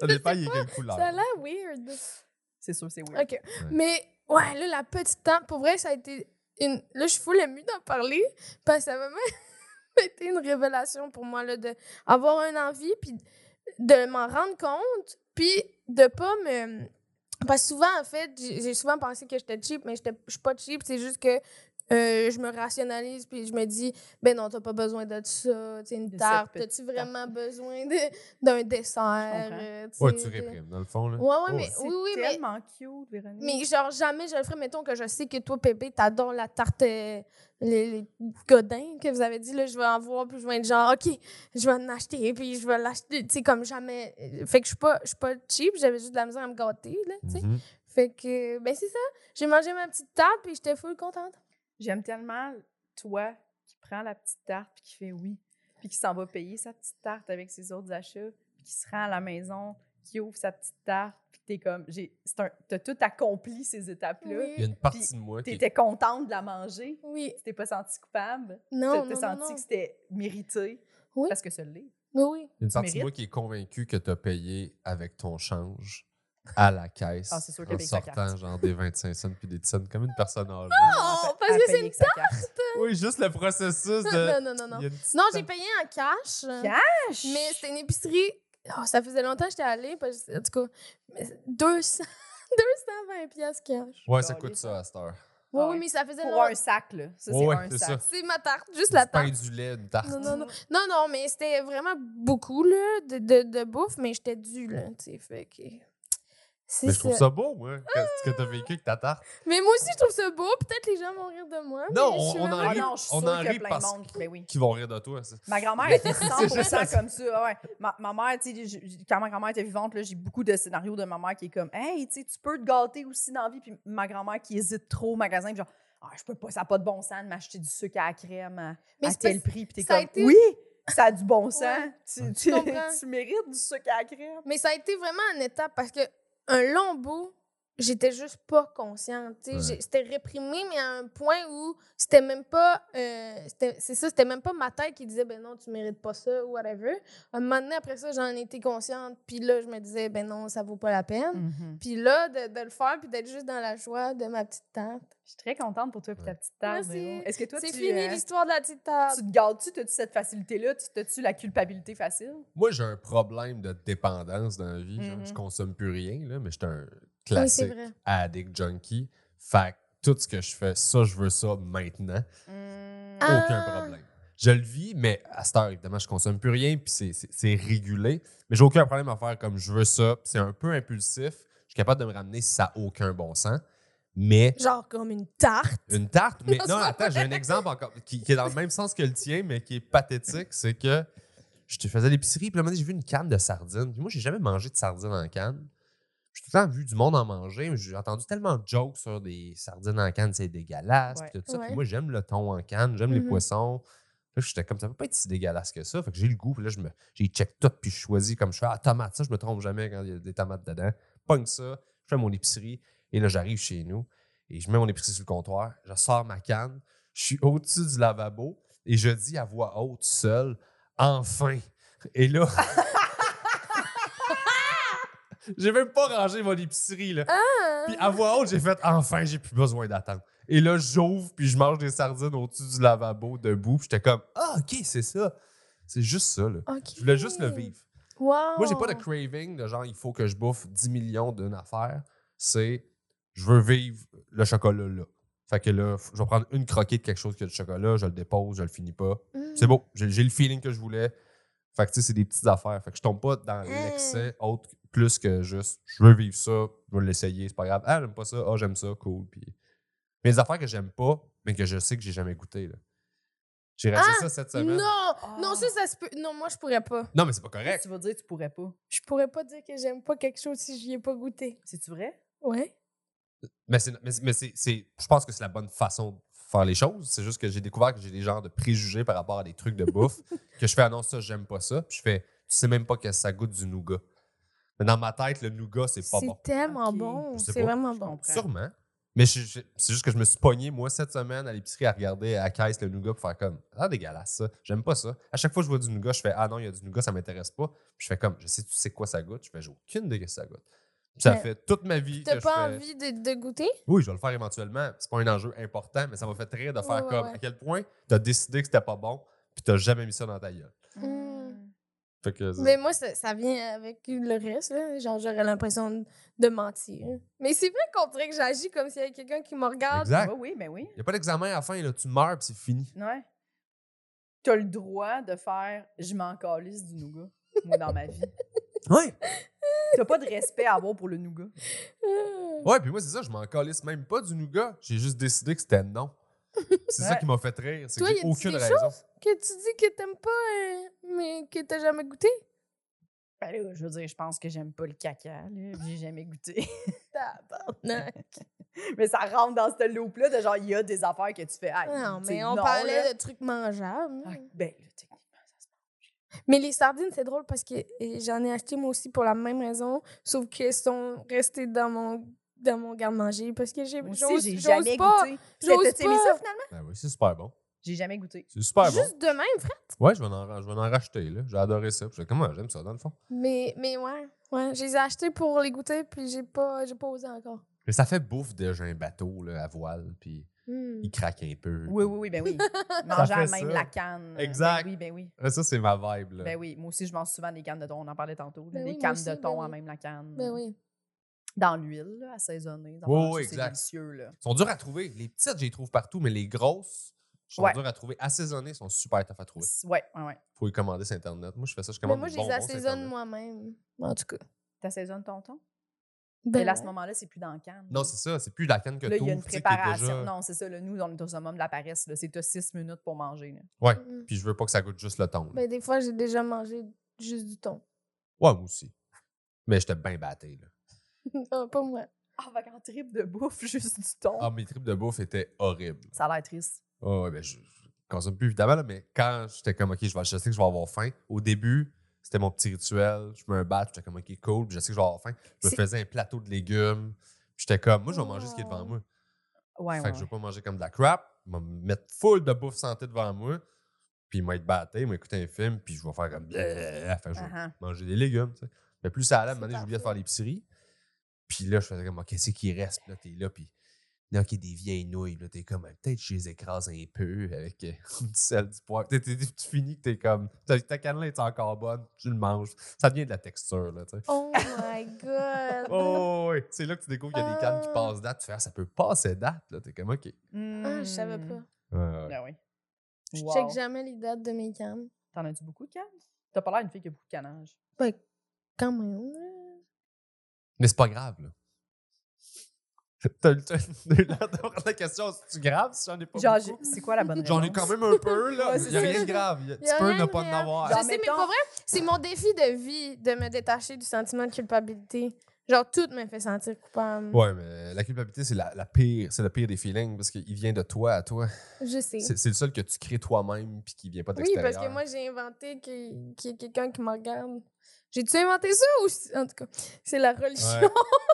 [SPEAKER 4] Ça dépend, il y a quelle
[SPEAKER 3] Ça a
[SPEAKER 4] couleur.
[SPEAKER 3] l'air weird.
[SPEAKER 2] c'est sûr, c'est weird.
[SPEAKER 3] OK. Mais ouais, là, la petite tente, pour vrai, ça a été une. Là, je suis full émue d'en parler parce que ça a vraiment été une révélation pour moi, là, d'avoir un envie, puis de m'en rendre compte, puis de pas me. Parce que souvent, en fait, j'ai j'ai souvent pensé que j'étais cheap, mais j'étais- je suis pas cheap, c'est juste que. euh, je me rationalise puis je me dis ben non t'as pas besoin de ça tu sais, une
[SPEAKER 2] De cette
[SPEAKER 3] tarte
[SPEAKER 2] petite
[SPEAKER 3] t'as-tu vraiment besoin de- d'un dessert
[SPEAKER 2] comprends.
[SPEAKER 3] euh,
[SPEAKER 4] Ouais, tu
[SPEAKER 3] sais, de-
[SPEAKER 4] réprimes, dans le fond. Là.
[SPEAKER 3] ouais ouais
[SPEAKER 4] Oh,
[SPEAKER 3] mais
[SPEAKER 2] C'est
[SPEAKER 3] oui oui mais
[SPEAKER 2] tellement cute, Véronique.
[SPEAKER 3] mais genre, jamais je le ferais. Mettons que je sais que toi, bébé, t'adores la tarte, euh, les, les godins que vous avez dit. Là, je vais en voir, puis je vais être genre, OK, je vais en acheter, puis je vais l'acheter. Tu sais, comme jamais. Euh, Fait que je suis pas, je suis pas cheap, j'avais juste de la misère à me gâter, là, tu sais.
[SPEAKER 4] Mhm.
[SPEAKER 3] Fait que, euh, ben c'est ça. J'ai mangé ma petite tarte, puis j'étais full contente.
[SPEAKER 2] J'aime tellement toi qui prends la petite tarte puis qui fait oui, puis qui s'en va payer sa petite tarte avec ses autres achats, puis qui se rend à la maison, qui ouvre sa petite tarte, puis t'es comme, j'ai, c'est un, t'as tout accompli ces étapes-là.
[SPEAKER 4] Il y a
[SPEAKER 3] Oui.
[SPEAKER 4] une partie de moi qui est
[SPEAKER 2] T'étais contente de la manger,
[SPEAKER 3] Oui.
[SPEAKER 2] tu t'es pas senti coupable,
[SPEAKER 3] Non,
[SPEAKER 2] t'as, t'as senti
[SPEAKER 3] non, non, non.
[SPEAKER 2] que c'était mérité,
[SPEAKER 3] Oui.
[SPEAKER 2] parce que ça l'est.
[SPEAKER 3] Oui, oui.
[SPEAKER 4] Il y a une partie de
[SPEAKER 2] mérites.
[SPEAKER 4] moi qui est convaincue que tu as payé avec ton change à la caisse
[SPEAKER 2] Ah, c'est sûr
[SPEAKER 4] en
[SPEAKER 2] qu'avec ta carte.
[SPEAKER 4] sortant genre des 25 cents puis des 10 cents comme une personne âgée.
[SPEAKER 3] Oh,
[SPEAKER 2] À-
[SPEAKER 3] parce
[SPEAKER 2] à
[SPEAKER 3] que c'est
[SPEAKER 2] payer
[SPEAKER 3] une
[SPEAKER 2] avec sa carte.
[SPEAKER 4] Oui, juste le processus
[SPEAKER 3] Non,
[SPEAKER 4] de...
[SPEAKER 3] non, non, non.
[SPEAKER 4] Il y a une petite-
[SPEAKER 3] Non, j'ai payé en cash. euh, Mais c'était une épicerie. Ah, ça faisait longtemps que j'étais allée. Parce, que- en tout cas, mais c'est 200, 220 piastres cash.
[SPEAKER 4] Ouais, ça
[SPEAKER 2] Calé,
[SPEAKER 4] coûte ça à cette heure.
[SPEAKER 3] Oui,
[SPEAKER 2] Ah ouais.
[SPEAKER 3] oui, mais ça faisait
[SPEAKER 2] Pour
[SPEAKER 3] longtemps.
[SPEAKER 2] un sac, là. Ça,
[SPEAKER 4] Ouais,
[SPEAKER 2] c'est un
[SPEAKER 4] c'est
[SPEAKER 2] sac.
[SPEAKER 4] ça.
[SPEAKER 3] C'est ma tarte, juste la
[SPEAKER 4] du pain
[SPEAKER 3] tarte.
[SPEAKER 4] du lait, une tarte.
[SPEAKER 3] Non, non, non. Non, non, mais c'était vraiment beaucoup là, de, de, de bouffe, mais j'étais due, là, tu sais, fait que... C'est
[SPEAKER 4] Mais je
[SPEAKER 3] ça.
[SPEAKER 4] trouve ça beau, moi, que- ce que t'as vécu avec ta tarte.
[SPEAKER 3] Mais moi aussi, je trouve ça beau. Peut-être les gens vont rire de moi.
[SPEAKER 4] Non,
[SPEAKER 3] mais je suis
[SPEAKER 4] on- on en
[SPEAKER 3] vraiment-
[SPEAKER 2] Ah
[SPEAKER 4] rit.
[SPEAKER 2] non, je suis
[SPEAKER 4] On
[SPEAKER 2] sûre
[SPEAKER 4] en
[SPEAKER 2] qu'il y
[SPEAKER 4] rit
[SPEAKER 2] a plein de
[SPEAKER 4] parce
[SPEAKER 2] monde. Ben oui.
[SPEAKER 4] Qui vont rire de toi, ça.
[SPEAKER 2] Ma grand-mère était 100
[SPEAKER 4] juste-
[SPEAKER 2] comme ça. Ah Ouais. Ma, ma mère, tu sais, j'ai- j'ai- quand ma grand-mère était vivante, là, j'ai beaucoup de scénarios de ma mère qui est comme Hey, tu sais, tu peux te gâter aussi dans la vie. Puis ma grand-mère qui hésite trop au magasin, puis genre Ah, je peux pas, ça n'a pas de bon sens de m'acheter du sucre à la crème à,
[SPEAKER 3] Mais
[SPEAKER 2] à
[SPEAKER 3] c'est
[SPEAKER 2] tel
[SPEAKER 3] parce-
[SPEAKER 2] prix. Puis t'es
[SPEAKER 3] ça a
[SPEAKER 2] comme
[SPEAKER 3] été-
[SPEAKER 2] Oui, ça a du bon sens.
[SPEAKER 3] Ouais.
[SPEAKER 2] Tu,
[SPEAKER 3] Je
[SPEAKER 2] tu-
[SPEAKER 3] comprends.
[SPEAKER 2] tu mérites du sucre à la crème.
[SPEAKER 3] Mais ça a été vraiment une étape parce que un long bout, j'étais juste pas consciente. tu sais.
[SPEAKER 4] Ouais.
[SPEAKER 3] J'ai- C'était réprimé, mais à un point où c'était même pas. euh, c'était- c'est ça, c'était même pas ma tête qui disait, ben non, tu mérites pas ça ou whatever. Un moment donné, après ça, j'en étais consciente. Puis là, je me disais, ben non, ça vaut pas la peine.
[SPEAKER 4] Mm.
[SPEAKER 3] Puis là, de, de le faire, puis d'être juste dans la joie de ma petite tante.
[SPEAKER 2] Je suis très contente pour toi et ta petite table.
[SPEAKER 3] Merci.
[SPEAKER 2] Véro. Est-ce que toi, tu,
[SPEAKER 3] C'est fini
[SPEAKER 2] euh,
[SPEAKER 3] l'histoire de la petite tante.
[SPEAKER 2] tu te gâtes-tu? T'as-tu cette facilité-là? Tu- T'as-tu la culpabilité facile?
[SPEAKER 4] Moi, j'ai un problème de dépendance dans la vie. genre,
[SPEAKER 2] Mhm.
[SPEAKER 4] je consomme plus rien, là, mais j'étais un
[SPEAKER 3] Mm-hmm. Oui, c'est
[SPEAKER 4] classique
[SPEAKER 3] vrai.
[SPEAKER 4] addict junkie. Fait que tout ce que je fais, ça, je veux ça maintenant.
[SPEAKER 2] Hmm.
[SPEAKER 3] Ah.
[SPEAKER 4] Aucun problème. Je le vis, mais à cette heure, évidemment, je consomme plus rien, puis c'est- c'est c'est régulé. Mais j'ai aucun problème à faire comme je veux ça. puis C'est un peu impulsif. Je suis capable de me ramener si ça n'a aucun bon sens. Mais
[SPEAKER 3] Genre comme une tarte.
[SPEAKER 4] une tarte, mais
[SPEAKER 3] Non, c'est
[SPEAKER 4] non,
[SPEAKER 3] pas
[SPEAKER 4] attends, j'ai un exemple encore qui, qui est dans le même sens que le tien, mais qui est pathétique, c'est que je te faisais l'épicerie, puis à un moment donné, j'ai vu une canne de sardines. Puis moi, j'ai jamais mangé de sardines en canne. J'ai tout le temps vu du monde en manger, mais j'ai entendu tellement de jokes sur des sardines en canne, c'est dégueulasse,
[SPEAKER 2] Ouais.
[SPEAKER 4] puis tout ça. Puis
[SPEAKER 3] Ouais.
[SPEAKER 4] moi, j'aime le thon en canne, j'aime les
[SPEAKER 3] Mhm.
[SPEAKER 4] poissons. Là, j'étais comme, ça peut pas être si dégueulasse que ça. Fait que j'ai le goût, puis là, je me, j'ai check tout, puis je choisis comme je fais, ah, tomate, ça, je me trompe jamais quand il y a des tomates dedans. Pogne ça, je fais mon épicerie, et là, j'arrive chez nous et je mets mon épicerie sur le comptoir, je sors ma canne, je suis au-dessus du lavabo et je dis à voix haute seul enfin. Et là J'ai même pas rangé mon épicerie là.
[SPEAKER 3] Ah!
[SPEAKER 4] Puis à voix haute, j'ai fait enfin, j'ai plus besoin d'attendre. Et là, j'ouvre puis je mange des sardines au-dessus du lavabo debout, puis j'étais comme ah OK, c'est ça. C'est juste ça là.
[SPEAKER 3] Ok.
[SPEAKER 4] Je voulais juste le vivre.
[SPEAKER 3] Wow.
[SPEAKER 4] Moi, j'ai pas de craving de genre, il faut que je bouffe 10 millions d'une affaire. C'est, je veux vivre le chocolat là. Fait que là, f- je vais prendre une croquette de quelque chose qui a du chocolat, je le dépose, je le finis pas.
[SPEAKER 3] Mm.
[SPEAKER 4] C'est beau, j'ai j'ai le feeling que je voulais. Fait que tu sais, c'est des petites affaires. Fait que je tombe pas dans
[SPEAKER 3] Mmh.
[SPEAKER 4] l'excès autre plus que juste, je veux vivre ça, je veux l'essayer, c'est pas grave. Ah, j'aime pas ça, ah, j'aime ça, cool. Puis... Mais des affaires que j'aime pas, mais que je sais que j'ai jamais goûté. Là. J'ai raté
[SPEAKER 3] Ah!
[SPEAKER 4] ça cette semaine. Non,
[SPEAKER 3] Non,
[SPEAKER 2] Ah.
[SPEAKER 3] non, ça, ça se peut. Non, moi, je pourrais pas.
[SPEAKER 4] mais c'est pas correct.
[SPEAKER 2] Tu vas dire que tu pourrais pas.
[SPEAKER 3] Je pourrais pas dire que j'aime pas quelque chose si j'y ai pas goûté.
[SPEAKER 2] C'est-tu vrai?
[SPEAKER 3] Ouais.
[SPEAKER 4] Mais, c'est, mais, c'est- mais c'est, c'est- je pense que c'est la bonne façon de faire les choses. C'est juste que j'ai découvert que j'ai des genres de préjugés par rapport à des trucs de bouffe. que je fais, ah non, ça, j'aime pas ça. Puis je fais, tu sais même pas que ça goûte du nougat. Mais dans ma tête, le nougat, c'est pas
[SPEAKER 3] C'est
[SPEAKER 4] bon.
[SPEAKER 3] tellement
[SPEAKER 2] Ok.
[SPEAKER 3] bon.
[SPEAKER 4] Je sais
[SPEAKER 3] C'est
[SPEAKER 4] pas.
[SPEAKER 3] vraiment
[SPEAKER 2] Je
[SPEAKER 3] bon.
[SPEAKER 2] comprends.
[SPEAKER 4] Sûrement. Mais je- je- c'est juste que je me suis pogné, moi, cette semaine, à l'épicerie, à regarder à la caisse le nougat pour faire comme, ah, dégueulasse, ça. J'aime pas ça. À chaque fois que je vois du nougat, je fais, ah non, il y a du nougat, ça m'intéresse pas. Puis je fais comme, je sais, tu sais quoi ça goûte. Je fais, j'ai aucune idée que ça goûte. Puis ça
[SPEAKER 3] Mais
[SPEAKER 4] fait toute ma vie. que
[SPEAKER 3] T'as
[SPEAKER 4] je
[SPEAKER 3] pas
[SPEAKER 4] fais-
[SPEAKER 3] envie de, de goûter?
[SPEAKER 4] Oui, je vais le faire éventuellement. C'est pas un enjeu important, mais ça m'a fait rire de faire
[SPEAKER 3] Ouais, ouais,
[SPEAKER 4] comme
[SPEAKER 3] ouais.
[SPEAKER 4] à quel point t'as décidé que c'était pas bon, puis t'as jamais mis ça dans ta gueule.
[SPEAKER 2] Mmh.
[SPEAKER 3] Mm.
[SPEAKER 4] Fait que c'est-
[SPEAKER 3] Mais moi, ça, ça vient avec le reste. là. Genre, j'aurais l'impression de, de mentir. Mais c'est vrai qu'on dirait que j'agis comme s'il y avait quelqu'un qui me regarde.
[SPEAKER 4] Exact.
[SPEAKER 2] Oui, oui, ben oui.
[SPEAKER 4] Il a pas d'examen à la fin, là, tu meurs, puis c'est fini.
[SPEAKER 2] Ouais. T'as le droit de faire je m'en calisse du nougat, moi, dans ma vie.
[SPEAKER 4] Ouais.
[SPEAKER 2] T'as pas de respect à avoir pour le nougat.
[SPEAKER 3] Euh,
[SPEAKER 4] Ouais, puis moi, c'est ça, je m'en calisse même pas du nougat. J'ai juste décidé que c'était non. C'est ça
[SPEAKER 2] Ouais.
[SPEAKER 4] qui m'a fait rire. C'est que
[SPEAKER 3] Toi, y
[SPEAKER 4] j'ai
[SPEAKER 3] a-tu
[SPEAKER 4] aucune
[SPEAKER 3] des
[SPEAKER 4] raison.
[SPEAKER 3] Que tu dis que t'aimes pas, euh, mais que t'as jamais goûté?
[SPEAKER 2] Ben là, je veux dire, je pense que j'aime pas le caca, là, puis j'ai jamais goûté.
[SPEAKER 3] Tabarnak.
[SPEAKER 2] mais ça rentre dans cette loupe-là de genre, il y a des affaires que tu fais. hey,
[SPEAKER 3] Ah Non,
[SPEAKER 2] tu sais,
[SPEAKER 3] mais on
[SPEAKER 2] non,
[SPEAKER 3] parlait
[SPEAKER 2] là.
[SPEAKER 3] de trucs mangeables.
[SPEAKER 2] Ah, ben là, techniquement, ça se
[SPEAKER 3] Mais les sardines, c'est drôle parce que euh, j'en ai acheté moi aussi pour la même raison, sauf qu'elles sont restées dans mon dans mon garde-manger parce que j'ai
[SPEAKER 2] Moi
[SPEAKER 3] j'ose-
[SPEAKER 2] aussi, j'ai
[SPEAKER 3] j'ose
[SPEAKER 2] jamais
[SPEAKER 3] pas.
[SPEAKER 2] goûté.
[SPEAKER 3] j'ose
[SPEAKER 2] T'as-tu aimé
[SPEAKER 3] pas.
[SPEAKER 2] ça, finalement?
[SPEAKER 4] Ben oui, c'est super bon.
[SPEAKER 2] J'ai jamais goûté.
[SPEAKER 4] C'est super
[SPEAKER 3] Juste de même, frère.
[SPEAKER 4] bon. Ouais, je vais en, je vais en racheter, là. J'ai adoré ça. Puis je fais, comment j'aime ça, dans le fond.
[SPEAKER 3] Mais mais ouais, ouais, je les ai achetées pour les goûter puis j'ai pas j'ai pas osé encore.
[SPEAKER 4] Mais ça fait bouffe déjà un bateau, là, à voile, puis
[SPEAKER 3] Hmm.
[SPEAKER 4] il craque un peu.
[SPEAKER 2] Oui, oui, oui, ben oui. Manger à
[SPEAKER 4] fait
[SPEAKER 2] même
[SPEAKER 4] ça.
[SPEAKER 2] la canne. euh,
[SPEAKER 4] Exact.
[SPEAKER 2] Ben oui, ben oui.
[SPEAKER 4] Ouais, Ça, c'est ma vibe, là.
[SPEAKER 2] Ben oui, moi aussi, je mange souvent des cannes de thon. On en parlait tantôt. là,
[SPEAKER 3] Ben
[SPEAKER 2] des
[SPEAKER 3] oui, moi
[SPEAKER 2] cannes
[SPEAKER 3] aussi,
[SPEAKER 2] de
[SPEAKER 3] ben
[SPEAKER 2] thon à
[SPEAKER 3] oui.
[SPEAKER 2] même la canne.
[SPEAKER 3] Ben oui.
[SPEAKER 2] Dans l'huile, là, assaisonnée. dans
[SPEAKER 4] Oui,
[SPEAKER 2] la-
[SPEAKER 4] oui,
[SPEAKER 2] ça,
[SPEAKER 4] exact.
[SPEAKER 2] C'est délicieux, là.
[SPEAKER 4] Ils sont durs à trouver. Les petites, je les trouve partout, mais les grosses sont
[SPEAKER 2] Ouais.
[SPEAKER 4] dures à trouver. Assaisonnées sont super tough à trouver.
[SPEAKER 2] C- Ouais, ouais, ouais.
[SPEAKER 4] Faut les commander sur Internet. Moi, je fais ça, je
[SPEAKER 3] Mais
[SPEAKER 4] commande
[SPEAKER 3] moi
[SPEAKER 4] des
[SPEAKER 3] je les
[SPEAKER 4] bonbons sur
[SPEAKER 3] assaisonne
[SPEAKER 4] Internet.
[SPEAKER 3] moi-même. En tout cas.
[SPEAKER 2] T'assaisonnes ton thon?
[SPEAKER 3] Ben
[SPEAKER 2] Mais là, à ce
[SPEAKER 3] ouais.
[SPEAKER 2] moment-là, c'est plus dans la canne.
[SPEAKER 4] Non, c'est ça. C'est plus la canne que
[SPEAKER 2] Là, il y a une
[SPEAKER 4] t'ouvres, tu sais, qui est
[SPEAKER 2] préparation.
[SPEAKER 4] déjà-
[SPEAKER 2] Non, c'est ça. Là, nous, on est au summum de la paresse. là. C'est t'as six minutes pour manger. là.
[SPEAKER 3] Mm.
[SPEAKER 4] Puis je veux pas que ça goûte juste le thon. là.
[SPEAKER 3] Ben des fois j'ai déjà mangé juste du thon.
[SPEAKER 4] Ouais, moi aussi. Mais j'étais bien batté, là.
[SPEAKER 3] non, pas moi.
[SPEAKER 2] Ah, va qu'en trip de bouffe, juste du thon.
[SPEAKER 4] Ah, mes tripes de bouffe étaient horribles.
[SPEAKER 2] Ça a l'air triste.
[SPEAKER 4] Ah ouais, ben je, je consomme plus évidemment, là, mais quand j'étais comme OK, je, vais, je sais que je vais avoir faim, au début, c'était mon petit rituel. Je me bats, j'étais comme OK, cool, puis je sais que je vais avoir faim. Je me
[SPEAKER 2] C'est-
[SPEAKER 4] faisais un plateau de légumes. puis J'étais comme, moi, je vais manger ce qui est devant moi.
[SPEAKER 2] Ouais,
[SPEAKER 4] fait
[SPEAKER 2] Oh! ouais.
[SPEAKER 4] que je
[SPEAKER 2] ouais.
[SPEAKER 4] vais pas manger comme de la crap. Je vais me mettre full de bouffe santé devant moi. Puis il m'a batté, il m'a écouté un film, puis je vais faire comme. Bleh. Fait que je vais
[SPEAKER 2] Ah, ah.
[SPEAKER 4] manger des légumes, tu sais. Mais plus ça allait, à un
[SPEAKER 3] C'est
[SPEAKER 4] moment donné, j'ai oublié de
[SPEAKER 3] parfait.
[SPEAKER 4] faire l'épicerie. Puis là, je faisais comme, OK, qu'est-ce qui reste? Puis là, t'es là, puis. Là, OK, des vieilles nouilles, là, t'es comme, Ah, peut-être je les écrase un peu avec euh, du sel, du poivre. T'es- t'es- t'es- Tu finis que t'es comme, ta, ta cannelée est encore bonne, tu le manges. Ça devient de la texture, là, tu sais.
[SPEAKER 3] Oh my god.
[SPEAKER 4] Oh, oui. C'est là que tu découvres qu'il y a des cannes qui
[SPEAKER 3] Ah.
[SPEAKER 4] passent date. Tu fais, Ah, ça peut passer date, là. T'es comme, OK.
[SPEAKER 3] Ah, je savais pas.
[SPEAKER 4] Ouais, ouais.
[SPEAKER 2] Hmm. Ben oui.
[SPEAKER 3] Je
[SPEAKER 2] Wow.
[SPEAKER 3] check jamais les dates de mes cannes.
[SPEAKER 2] T'en as-tu beaucoup de cannes? T'as pas l'air d'une fille qui a beaucoup de canage.
[SPEAKER 3] Ben, quand même. là.
[SPEAKER 4] Mais c'est pas grave, là. T'as eu le temps de d'avoir la question, c'est-tu grave si j'en ai pas
[SPEAKER 2] Genre,
[SPEAKER 4] beaucoup?
[SPEAKER 2] j'ai- c'est quoi la bonne
[SPEAKER 4] J'en ai
[SPEAKER 2] réponse?
[SPEAKER 4] quand même un peu, là.
[SPEAKER 2] Ouais,
[SPEAKER 4] Il
[SPEAKER 2] c'est
[SPEAKER 4] n'y a
[SPEAKER 2] ça.
[SPEAKER 4] rien de grave. Y a-
[SPEAKER 3] Y a
[SPEAKER 4] Tu peux
[SPEAKER 3] rien
[SPEAKER 4] ne
[SPEAKER 3] de
[SPEAKER 4] pas en
[SPEAKER 3] grave.
[SPEAKER 4] avoir.
[SPEAKER 3] Je
[SPEAKER 2] Genre,
[SPEAKER 3] sais, mais
[SPEAKER 2] mettons-
[SPEAKER 3] pour vrai, c'est mon défi de vie de me détacher du sentiment de culpabilité. Genre, tout me fait sentir coupable.
[SPEAKER 4] Ouais, mais la culpabilité, c'est la, la pire, c'est le pire des feelings parce qu'il vient de toi à toi.
[SPEAKER 3] Je sais.
[SPEAKER 4] C'est, c'est le seul que tu crées toi-même puis qui vient pas de
[SPEAKER 3] Oui,
[SPEAKER 4] l'extérieur.
[SPEAKER 3] parce que moi, j'ai inventé qu'il qu'il y a quelqu'un qui me regarde. J'ai-tu inventé ça ou... c'est- En tout cas, c'est la religion.
[SPEAKER 4] Ouais.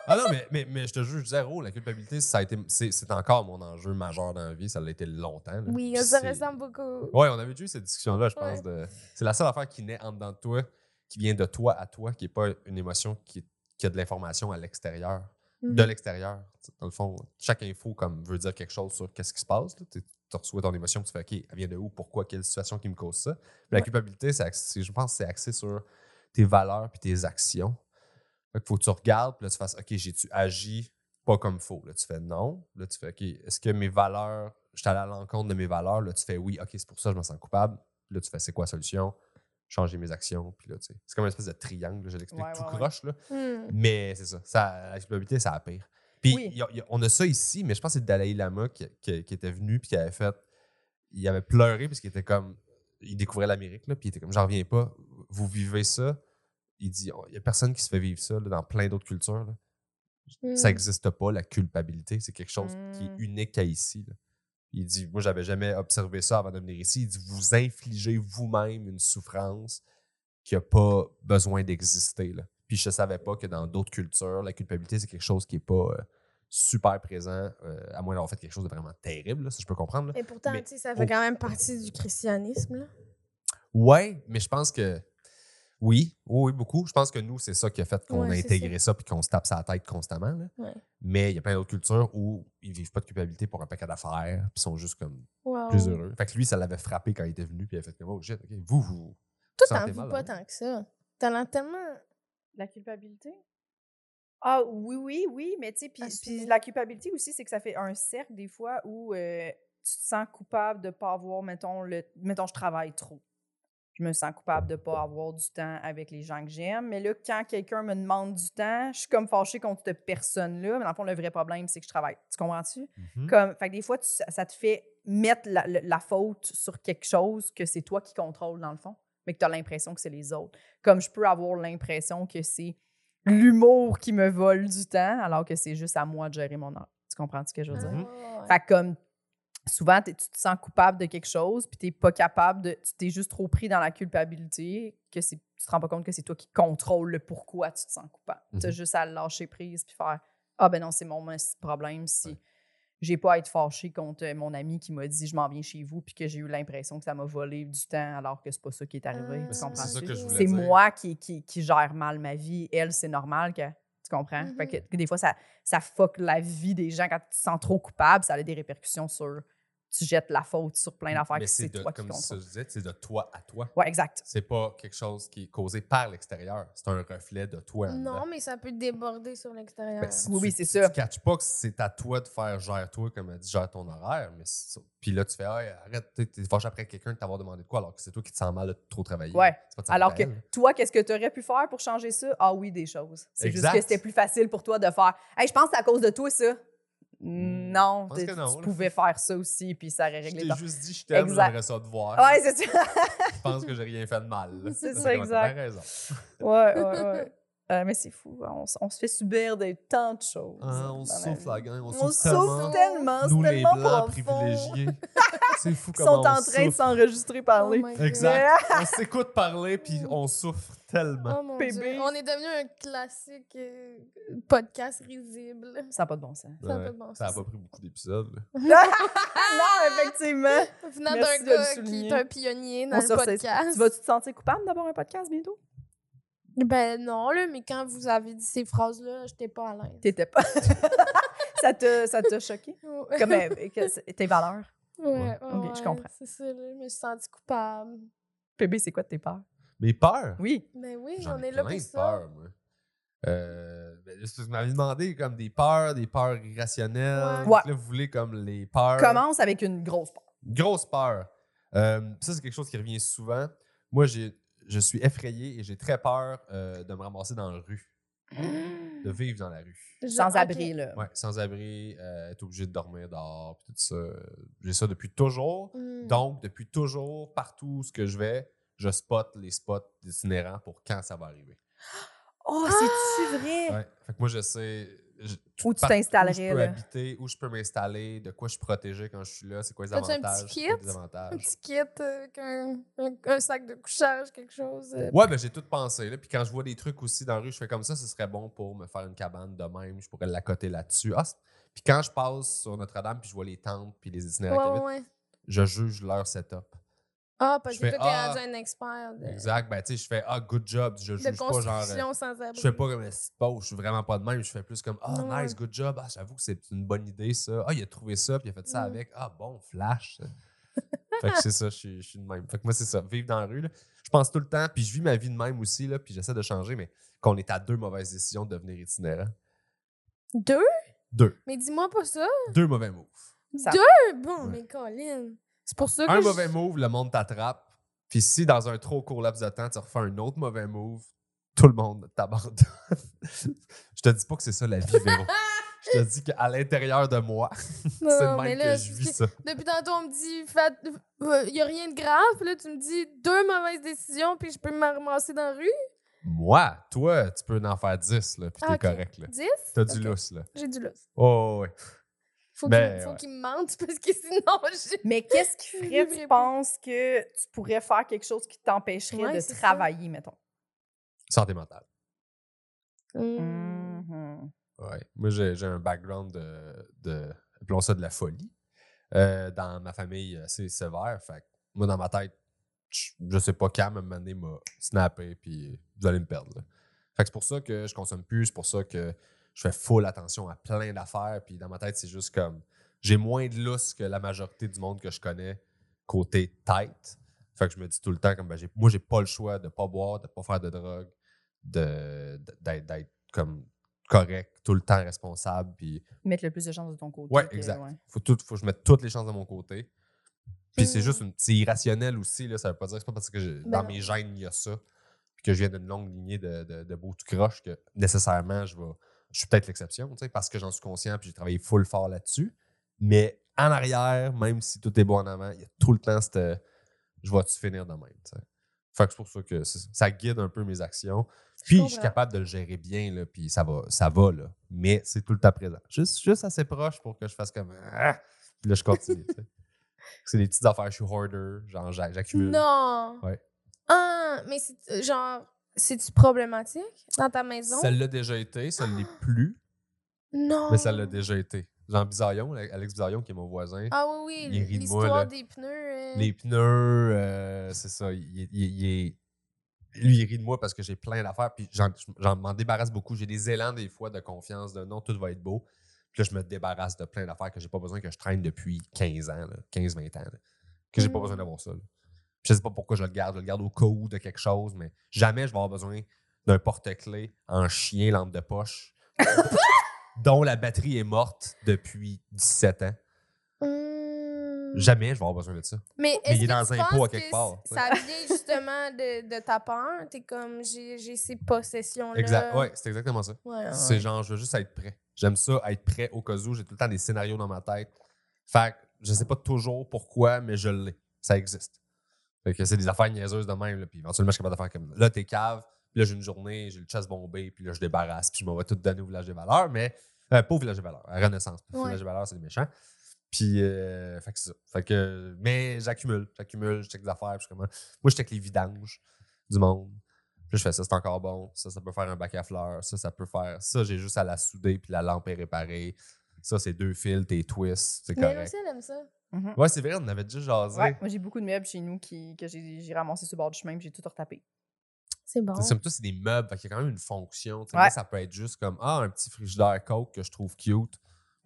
[SPEAKER 4] ah non, mais, mais, mais je te juge zéro. La culpabilité, ça a été, c'est, c'est encore mon enjeu majeur dans la vie. Ça l'a été longtemps. là.
[SPEAKER 3] Oui,
[SPEAKER 4] Puis
[SPEAKER 3] ça
[SPEAKER 4] c'est-
[SPEAKER 3] ressemble beaucoup.
[SPEAKER 4] Ouais, on avait déjà eu cette discussion-là, je pense. de- C'est la seule affaire qui naît en dedans de toi, qui vient de toi à toi, qui n'est pas une émotion qui, est- qui a de l'information à l'extérieur.
[SPEAKER 3] Mm.
[SPEAKER 4] de
[SPEAKER 2] Hmm.
[SPEAKER 4] l'extérieur. Tu sais, Dans le fond, chaque info comme veut dire quelque chose sur qu'est-ce qui se passe. là. Tu tu reçois ton émotion, tu fais OK, elle vient de où, pourquoi, quelle situation qui me cause ça. Mais la
[SPEAKER 2] Ouais.
[SPEAKER 4] culpabilité, c'est axé- je pense que c'est axé sur tes valeurs puis tes actions. Fait qu'il faut que tu regardes, puis là, tu fasses OK, j'ai-tu agi pas comme faux? Là, tu fais non. Là, tu fais OK, est-ce que mes valeurs, je suis allé à l'encontre de mes valeurs? Là, tu fais oui, OK, c'est pour ça que je me sens coupable. Là, tu fais c'est quoi la solution? Changer mes actions. Puis là, tu sais, c'est comme une espèce de triangle, là, je l'explique
[SPEAKER 2] Ouais,
[SPEAKER 4] tout
[SPEAKER 2] ouais, ouais.
[SPEAKER 4] croche. Là.
[SPEAKER 3] Hmm.
[SPEAKER 4] Mais c'est ça, ça. La culpabilité, c'est la pire. Puis
[SPEAKER 2] Oui.
[SPEAKER 4] il y a- il y a- on a ça ici, mais je pense que c'est le Dalai Lama qui, qui- qui était venu puis qui avait fait. il avait pleuré parce qu'il était comme. Il découvrait l'Amérique, là, puis il était comme J'en reviens pas, vous vivez ça. Il dit Il n'y a personne qui se fait vivre ça là, dans plein d'autres cultures. là.
[SPEAKER 3] Mm. Mmh.
[SPEAKER 4] Ça n'existe pas, la culpabilité. C'est quelque chose qui est
[SPEAKER 2] Mm.
[SPEAKER 4] unique à ici. là. Il dit Moi, j'avais jamais observé ça avant de venir ici. Il dit Vous infligez vous-même une souffrance qui n'a pas besoin d'exister. là. Puis je ne savais pas que dans d'autres cultures, la culpabilité, c'est quelque chose qui n'est pas euh, super présent, euh, à moins d'avoir fait quelque chose de vraiment terrible, là, ça je peux comprendre. là.
[SPEAKER 3] Mm. Et pourtant,
[SPEAKER 4] Mais-
[SPEAKER 3] tu sais, ça fait
[SPEAKER 4] Oh.
[SPEAKER 3] quand même partie du christianisme. Là.
[SPEAKER 4] Ouais, mais je pense que oui, oui, oui, beaucoup. Je pense que nous, c'est ça qui a fait qu'on
[SPEAKER 3] Ouais,
[SPEAKER 4] a
[SPEAKER 3] c'est
[SPEAKER 4] intégré ça puis qu'on se tape sa tête constamment. là.
[SPEAKER 3] Ouais.
[SPEAKER 4] Mais il y a plein d'autres cultures où ils vivent pas de culpabilité pour un paquet d'affaires puis sont juste comme
[SPEAKER 2] Oh.
[SPEAKER 3] Wow.
[SPEAKER 4] plus heureux. Fait que lui, ça l'avait frappé quand il était venu puis il a fait comme oh shit, ok, vous, vous.
[SPEAKER 3] Toi,
[SPEAKER 4] Sentez
[SPEAKER 3] t'en vis
[SPEAKER 4] mal,
[SPEAKER 3] pas
[SPEAKER 4] hein?
[SPEAKER 3] tant que ça. T'en as tellement.
[SPEAKER 2] La culpabilité? Ah oui, oui, oui, mais tu sais, puis
[SPEAKER 3] Assumer.
[SPEAKER 2] puis la culpabilité aussi, c'est que ça fait un cercle des fois où euh, tu te sens coupable de pas avoir, mettons, le, mettons, je travaille trop. Je me sens coupable de pas avoir du temps avec les gens que j'aime. Mais là, quand quelqu'un me demande du temps, je suis comme fâchée contre cette personne-là. Mais dans le fond, le vrai problème, c'est que je travaille. Tu comprends-tu?
[SPEAKER 4] Mhm.
[SPEAKER 2] Comme, fait que des fois, tu- ça- ça te fait mettre la, la- la faute sur quelque chose que c'est toi qui contrôle, dans le fond, mais que tu as l'impression que c'est les autres. Comme je peux avoir l'impression que c'est l'humour qui me vole du temps, alors que c'est juste à moi de gérer mon heure. Tu comprends ce que je veux dire? hein?
[SPEAKER 4] Mhm.
[SPEAKER 3] Ah,
[SPEAKER 2] Fait que comme souvent, t'es- tu te sens coupable de quelque chose, puis t'es pas capable de. Tu t'es juste trop pris dans la culpabilité que c'est, tu te rends pas compte que c'est toi qui contrôle le pourquoi tu te sens coupable.
[SPEAKER 4] Mhm.
[SPEAKER 2] Tu as juste à lâcher prise puis faire Ah ben non, c'est mon mince problème si
[SPEAKER 4] Ouais.
[SPEAKER 2] j'ai pas à être fâché contre euh, mon ami qui m'a dit je m'en viens chez vous puis que j'ai eu l'impression que ça m'a volé du temps alors que c'est pas ça qui est arrivé.
[SPEAKER 3] Ah.
[SPEAKER 2] Tu
[SPEAKER 4] C'est ça
[SPEAKER 2] comprends-tu?
[SPEAKER 4] que je voulais
[SPEAKER 2] C'est
[SPEAKER 4] dire.
[SPEAKER 2] moi qui, qui, qui gère mal ma vie. Elle, c'est normal que. Tu comprends? Fait
[SPEAKER 4] Mm-hmm.
[SPEAKER 2] que, que des fois, ça, ça fuck la vie des gens quand tu te sens trop coupable. Ça a des répercussions sur. Tu jettes la faute sur plein d'affaires
[SPEAKER 4] Mais
[SPEAKER 2] que c'est
[SPEAKER 4] c'est de,
[SPEAKER 2] toi qui
[SPEAKER 4] comme ça,
[SPEAKER 2] contrôle.
[SPEAKER 4] je disais, c'est de toi à toi.
[SPEAKER 2] Ouais, exact.
[SPEAKER 4] C'est pas quelque chose qui est causé par l'extérieur. C'est un reflet de toi. en dedans.
[SPEAKER 3] Non, mais ça peut déborder sur l'extérieur. Oh
[SPEAKER 4] Ben, si
[SPEAKER 2] euh, Oui,
[SPEAKER 4] tu-
[SPEAKER 2] oui, c'est
[SPEAKER 4] si
[SPEAKER 2] ça.
[SPEAKER 4] Tu catches pas que c'est à toi de faire gère-toi, comme elle dit, gère ton horaire. Mais c'est ça. Puis là, tu fais, Hey, arrête, t'es t'es fâché après quelqu'un de t'avoir demandé de quoi, alors que c'est toi qui te sens mal de trop travailler.
[SPEAKER 2] Ouais.
[SPEAKER 4] C'est pas de sa faute
[SPEAKER 2] Alors
[SPEAKER 4] à
[SPEAKER 2] que
[SPEAKER 4] elle.
[SPEAKER 2] toi, qu'est-ce que tu aurais pu faire pour changer ça? Ah oui, des choses. C'est juste
[SPEAKER 4] Exact.
[SPEAKER 2] que c'était plus facile pour toi de faire. Hey, je pense que c'est à cause de toi, ça.
[SPEAKER 4] Hmm,
[SPEAKER 2] Non,
[SPEAKER 4] je pense
[SPEAKER 2] tu-
[SPEAKER 4] que
[SPEAKER 2] tu
[SPEAKER 4] non, là.
[SPEAKER 2] pouvais faire ça aussi, puis ça aurait
[SPEAKER 4] Je
[SPEAKER 2] réglé
[SPEAKER 4] t'ai
[SPEAKER 2] ton.
[SPEAKER 4] juste dit, je t'aime,
[SPEAKER 2] Exact.
[SPEAKER 4] j'aimerais ça te voir.
[SPEAKER 2] Ouais, c'est ça.
[SPEAKER 4] Je pense que j'ai rien fait de mal.
[SPEAKER 2] C'est
[SPEAKER 4] Là,
[SPEAKER 2] ça,
[SPEAKER 4] comme, t'as
[SPEAKER 2] exact.
[SPEAKER 4] bien raison.
[SPEAKER 2] Ouais, ouais, ouais. Euh, mais c'est fou, on, s- on se fait subir des tant de choses. hein,
[SPEAKER 4] Ah, on
[SPEAKER 2] dans la
[SPEAKER 4] souffle
[SPEAKER 2] vie.
[SPEAKER 4] la gang, on,
[SPEAKER 2] On
[SPEAKER 4] souffle
[SPEAKER 2] souffre
[SPEAKER 4] tellement.
[SPEAKER 2] tellement, c'est
[SPEAKER 4] Nous, les
[SPEAKER 2] tellement
[SPEAKER 4] blancs
[SPEAKER 2] profond.
[SPEAKER 4] privilégiés. c'est fou
[SPEAKER 2] Ils
[SPEAKER 4] comment
[SPEAKER 2] sont en
[SPEAKER 4] on
[SPEAKER 2] train de
[SPEAKER 4] souffre.
[SPEAKER 2] s'enregistrer
[SPEAKER 3] Oh
[SPEAKER 2] parler.
[SPEAKER 3] my God.
[SPEAKER 4] Exact. on s'écoute parler, puis on souffre tellement.
[SPEAKER 3] Oh mon
[SPEAKER 2] Bébé.
[SPEAKER 3] Dieu. On est devenu un classique euh, podcast risible.
[SPEAKER 2] Ça n'a pas de bon sens.
[SPEAKER 3] Ça a pas
[SPEAKER 4] Ouais.
[SPEAKER 3] de bon
[SPEAKER 4] Ça a
[SPEAKER 3] sens.
[SPEAKER 4] pas pris beaucoup d'épisodes. là.
[SPEAKER 2] non, effectivement.
[SPEAKER 3] Venant
[SPEAKER 2] Merci
[SPEAKER 3] d'un
[SPEAKER 2] de le
[SPEAKER 3] gars qui
[SPEAKER 2] souligner.
[SPEAKER 3] est un pionnier dans
[SPEAKER 2] On
[SPEAKER 3] le
[SPEAKER 2] sort- c'est-
[SPEAKER 3] podcast.
[SPEAKER 2] Tu vas-tu te sentir coupable d'avoir un podcast bientôt?
[SPEAKER 3] Ben non, là, mais quand vous avez dit ces phrases-là, j'étais pas à l'aise.
[SPEAKER 2] T'étais pas. ça t'a ça t'a choqué?
[SPEAKER 3] Ouais,
[SPEAKER 2] Comme euh, que c'est- tes valeurs.
[SPEAKER 3] ouais,
[SPEAKER 2] Ok, je comprends.
[SPEAKER 3] C'est ça, là, je me suis sentie coupable.
[SPEAKER 2] Bébé, c'est quoi tes peurs?
[SPEAKER 4] Mais peur.
[SPEAKER 2] Oui.
[SPEAKER 3] Ben oui,
[SPEAKER 4] J'en
[SPEAKER 3] on
[SPEAKER 4] ai
[SPEAKER 3] est là
[SPEAKER 4] plein
[SPEAKER 3] pour
[SPEAKER 4] de
[SPEAKER 3] ça.
[SPEAKER 4] peurs, moi. Euh, ben, c'est parce que vous m'avez demandé comme des peurs, des peurs irrationnelles.
[SPEAKER 2] Ouais. Ouais.
[SPEAKER 4] Là, vous voulez comme les peurs.
[SPEAKER 2] Commence avec une grosse peur.
[SPEAKER 4] Grosse peur. Euh, ça, c'est quelque chose qui revient souvent. Moi, j'ai, je suis effrayé et j'ai très peur euh, de me ramasser dans la rue, de vivre dans la rue.
[SPEAKER 3] Genre,
[SPEAKER 2] Sans abri,
[SPEAKER 3] ok.
[SPEAKER 2] là.
[SPEAKER 4] Ouais, sans abri, euh, être obligé de dormir dehors, puis tout ça. J'ai ça depuis toujours.
[SPEAKER 3] Mm.
[SPEAKER 4] Donc, depuis toujours, partout où ce que je vais, je spot les spots itinérants pour quand ça va arriver.
[SPEAKER 2] Oh, c'est-tu vrai?
[SPEAKER 4] Ouais. Fait que moi, je sais. je-
[SPEAKER 2] Où tu
[SPEAKER 4] partout
[SPEAKER 2] t'installerais,
[SPEAKER 4] Où je peux
[SPEAKER 2] là.
[SPEAKER 4] habiter, où je peux m'installer, de quoi je suis protégé quand je suis là, c'est quoi les
[SPEAKER 3] T'as-tu un
[SPEAKER 4] avantages.
[SPEAKER 3] petit kit?
[SPEAKER 4] c'est quoi les
[SPEAKER 3] Un
[SPEAKER 4] désavantages.
[SPEAKER 3] petit kit euh, avec un, un- un sac de couchage, quelque chose. euh,
[SPEAKER 4] Ouais, ben j'ai tout pensé. Là. Puis quand je vois des trucs aussi dans la rue, je fais comme ça, ce serait bon pour me faire une cabane de même, je pourrais l'accoter là-dessus. Ah, c'est- puis quand je passe sur Notre-Dame, puis je vois les temples, puis les
[SPEAKER 3] Ouais,
[SPEAKER 4] itinéraires qui
[SPEAKER 3] ouais,
[SPEAKER 4] habitent,
[SPEAKER 3] ouais.
[SPEAKER 4] je juge leur setup.
[SPEAKER 3] Ah, parce
[SPEAKER 4] Je
[SPEAKER 3] que
[SPEAKER 4] fais,
[SPEAKER 3] toi, t'es
[SPEAKER 4] ah,
[SPEAKER 3] rendu un expert de,
[SPEAKER 4] Exact. Ben tu sais, je fais Ah, good job. Je
[SPEAKER 3] de
[SPEAKER 4] juge pas genre. euh,
[SPEAKER 3] construction sans abri.
[SPEAKER 4] Je fais pas comme un petit pauvre, je suis vraiment pas de même. Je fais plus comme Ah,
[SPEAKER 3] Non,
[SPEAKER 4] nice,
[SPEAKER 3] ouais.
[SPEAKER 4] good job. Ah, j'avoue que c'est une bonne idée, ça. Ah, il a trouvé ça, puis il a fait ça
[SPEAKER 3] Mm.
[SPEAKER 4] avec. Ah, bon, flash. fait que c'est ça, je suis, je suis de même. Fait que moi, c'est ça, vivre dans la rue. là. Je pense tout le temps, puis je vis ma vie de même aussi, là, puis j'essaie de changer, mais qu'on est à deux mauvaises décisions de devenir itinérant.
[SPEAKER 3] Hmm. Deux?
[SPEAKER 4] Deux.
[SPEAKER 3] Mais dis-moi pas ça.
[SPEAKER 4] Deux mauvais moves.
[SPEAKER 2] Ça-
[SPEAKER 3] Deux? Bon,
[SPEAKER 4] Ouais.
[SPEAKER 3] mais Colin. C'est pour ça que.
[SPEAKER 4] Un
[SPEAKER 3] je-
[SPEAKER 4] mauvais move, le monde t'attrape. Puis si dans un trop court laps de temps, tu refais un autre mauvais move, tout le monde t'abandonne. je te dis pas que c'est ça la vie, Véro. Je te dis qu'à l'intérieur de moi, c'est
[SPEAKER 3] Non,
[SPEAKER 4] le
[SPEAKER 3] mais
[SPEAKER 4] même
[SPEAKER 3] là,
[SPEAKER 4] que je
[SPEAKER 3] c'est
[SPEAKER 4] vis
[SPEAKER 3] parce
[SPEAKER 4] ça.
[SPEAKER 3] Depuis tantôt, on me dit, il y a rien de grave. Puis là, tu me dis deux mauvaises décisions, puis je peux me ramasser dans la rue.
[SPEAKER 4] Moi, toi, tu peux en faire 10, là, puis t'es
[SPEAKER 3] Ah, ok.
[SPEAKER 4] correct, là.
[SPEAKER 3] Dix,
[SPEAKER 4] T'as du
[SPEAKER 3] Ok.
[SPEAKER 4] lousse, là.
[SPEAKER 3] j'ai du lousse.
[SPEAKER 4] Oh, ouais.
[SPEAKER 3] Faut
[SPEAKER 4] Ben,
[SPEAKER 3] qu'il faut
[SPEAKER 4] ouais.
[SPEAKER 3] qu'il me mente, parce que sinon, je...
[SPEAKER 2] Mais qu'est-ce qui
[SPEAKER 3] Je
[SPEAKER 2] ferait,
[SPEAKER 3] vivrais
[SPEAKER 2] tu
[SPEAKER 3] pas.
[SPEAKER 2] penses que tu pourrais faire quelque chose qui t'empêcherait
[SPEAKER 3] Ouais,
[SPEAKER 2] de
[SPEAKER 3] c'est ça.
[SPEAKER 2] travailler, mettons?
[SPEAKER 4] Santé mentale.
[SPEAKER 3] Hmm.
[SPEAKER 2] Mm-hmm.
[SPEAKER 4] Ouais. Moi, j'ai j'ai un background de, de. Appelons ça de la folie. euh, dans ma famille assez sévère. Fait que moi, dans ma tête, je je sais pas quand, à un moment donné, m'a snappé, puis vous allez me perdre. là. Fait que c'est pour ça que je consomme plus, c'est pour ça que je fais full attention à plein d'affaires. Puis dans ma tête, c'est juste comme. J'ai moins de lousse que la majorité du monde que je connais côté tête. Fait que je me dis tout le temps, comme, ben, j'ai- moi, j'ai pas le choix de pas boire, de pas faire de drogue, de- d'être d'être comme correct, tout le temps responsable. Puis
[SPEAKER 2] Mettre le plus de chance de ton côté.
[SPEAKER 4] Ouais,
[SPEAKER 2] que-
[SPEAKER 4] exact.
[SPEAKER 2] ouais.
[SPEAKER 4] faut, tout, faut que je mette toutes les chances de mon côté. Puis c'est
[SPEAKER 3] Mm.
[SPEAKER 4] juste une c'est irrationnel aussi, là, ça veut pas dire c'est pas parce que j'ai-
[SPEAKER 3] Ben
[SPEAKER 4] dans
[SPEAKER 3] non.
[SPEAKER 4] mes gènes, il y a ça, puis que je viens d'une longue lignée de, de, de beaux tout croche que nécessairement je vais. Je suis peut-être l'exception, tu sais, parce que j'en suis conscient puis j'ai travaillé full fort là-dessus. Mais en arrière, même si tout est bon en avant, il y a tout le temps cette je vais-tu finir de même. tu sais. Fait que c'est pour ça que c'est- ça guide un peu mes actions. Puis je suis
[SPEAKER 3] comprends.
[SPEAKER 4] capable de le gérer bien, là, puis ça va, ça va, là. Mais c'est tout le temps présent. Juste, juste assez proche pour que je fasse comme. Ah! Puis là, je continue. tu sais. c'est des petites affaires, je suis hoarder, genre j'a- j'accumule.
[SPEAKER 3] Non.
[SPEAKER 4] Ouais.
[SPEAKER 3] Ah, mais c'est euh, genre, c'est-tu problématique dans ta maison?
[SPEAKER 4] Ça l'a déjà été, ça ne l'est plus,
[SPEAKER 3] Non.
[SPEAKER 4] mais ça l'a déjà été. Jean Bizarion, Alex Bizarion, qui est mon voisin,
[SPEAKER 3] Ah oui,
[SPEAKER 4] Il
[SPEAKER 3] oui,
[SPEAKER 4] rit de moi, là.
[SPEAKER 3] l'histoire des pneus. euh,
[SPEAKER 4] Les pneus, euh, c'est ça. Il, il- il- il est- lui, il rit de moi parce que j'ai plein d'affaires. Puis j'en- j'en m'en débarrasse beaucoup. J'ai des élans des fois de confiance, de non, tout va être beau. Puis là, je me débarrasse de plein d'affaires que j'ai pas besoin, que je traîne depuis 15 ans, 15-20 ans. là. que j'ai pas
[SPEAKER 3] Mm.
[SPEAKER 4] besoin d'avoir ça. là. Je sais pas pourquoi je le garde. Je le garde au cas où de quelque chose, mais jamais je vais avoir besoin d'un porte-clés en chien lampe de poche dont la batterie est morte depuis 17 ans.
[SPEAKER 3] Hmm.
[SPEAKER 4] Jamais je vais avoir besoin de ça.
[SPEAKER 3] Mais
[SPEAKER 4] Mais
[SPEAKER 3] est-ce
[SPEAKER 4] il est
[SPEAKER 3] que
[SPEAKER 4] dans
[SPEAKER 3] tu
[SPEAKER 4] un
[SPEAKER 3] penses
[SPEAKER 4] pot à
[SPEAKER 3] que
[SPEAKER 4] quelque part,
[SPEAKER 3] c- Ça vient justement de, de ta peur. T'es comme, j'ai j'ai ces possessions-là.
[SPEAKER 4] Exact. Ouais, c'est exactement ça.
[SPEAKER 3] Ouais, hein. ouais.
[SPEAKER 4] C'est genre, je veux juste être prêt. J'aime ça, être prêt au cas où. J'ai tout le temps des scénarios dans ma tête. Fait que je sais pas toujours pourquoi, mais je l'ai. Ça existe. Fait que c'est des affaires niaiseuses de même. là, Puis éventuellement, je suis capable de faire comme là, t'es cave. Puis là, j'ai une journée, j'ai le chest bombé. Puis là, je débarrasse. Puis je m'en vais tout donner au village des valeurs. Mais euh, pas au village des valeurs, à Renaissance.
[SPEAKER 3] Ouais.
[SPEAKER 4] Parce que Le village des valeurs, c'est des méchants. Puis, euh, fait que c'est ça. Fait que, mais j'accumule, j'accumule, je check des affaires. puis je suis comme, ah. moi, je check les vidanges du monde. Puis là, je fais ça, c'est encore bon. Ça, ça peut faire un bac à fleurs. Ça, ça peut faire. Ça, j'ai juste à la souder, puis la lampe est réparée. Ça, c'est deux fils, tes twists, c'est
[SPEAKER 3] Mais elle
[SPEAKER 4] correct.
[SPEAKER 3] aussi, elle aime ça.
[SPEAKER 2] Mhm.
[SPEAKER 4] Ouais, c'est vrai, on en avait déjà jasé.
[SPEAKER 2] Ouais, Moi, j'ai beaucoup de meubles chez nous qui, que j'ai j'ai ramassés sur le bord du chemin puis j'ai tout retapé.
[SPEAKER 3] C'est bon.
[SPEAKER 4] C'est Somme toute, c'est des meubles, fait qu'il y a quand même une fonction. tu sais.
[SPEAKER 2] Ouais.
[SPEAKER 4] Moi, ça peut être juste comme Ah, un petit frigidaire Coke que je trouve cute.
[SPEAKER 2] Et
[SPEAKER 4] Là,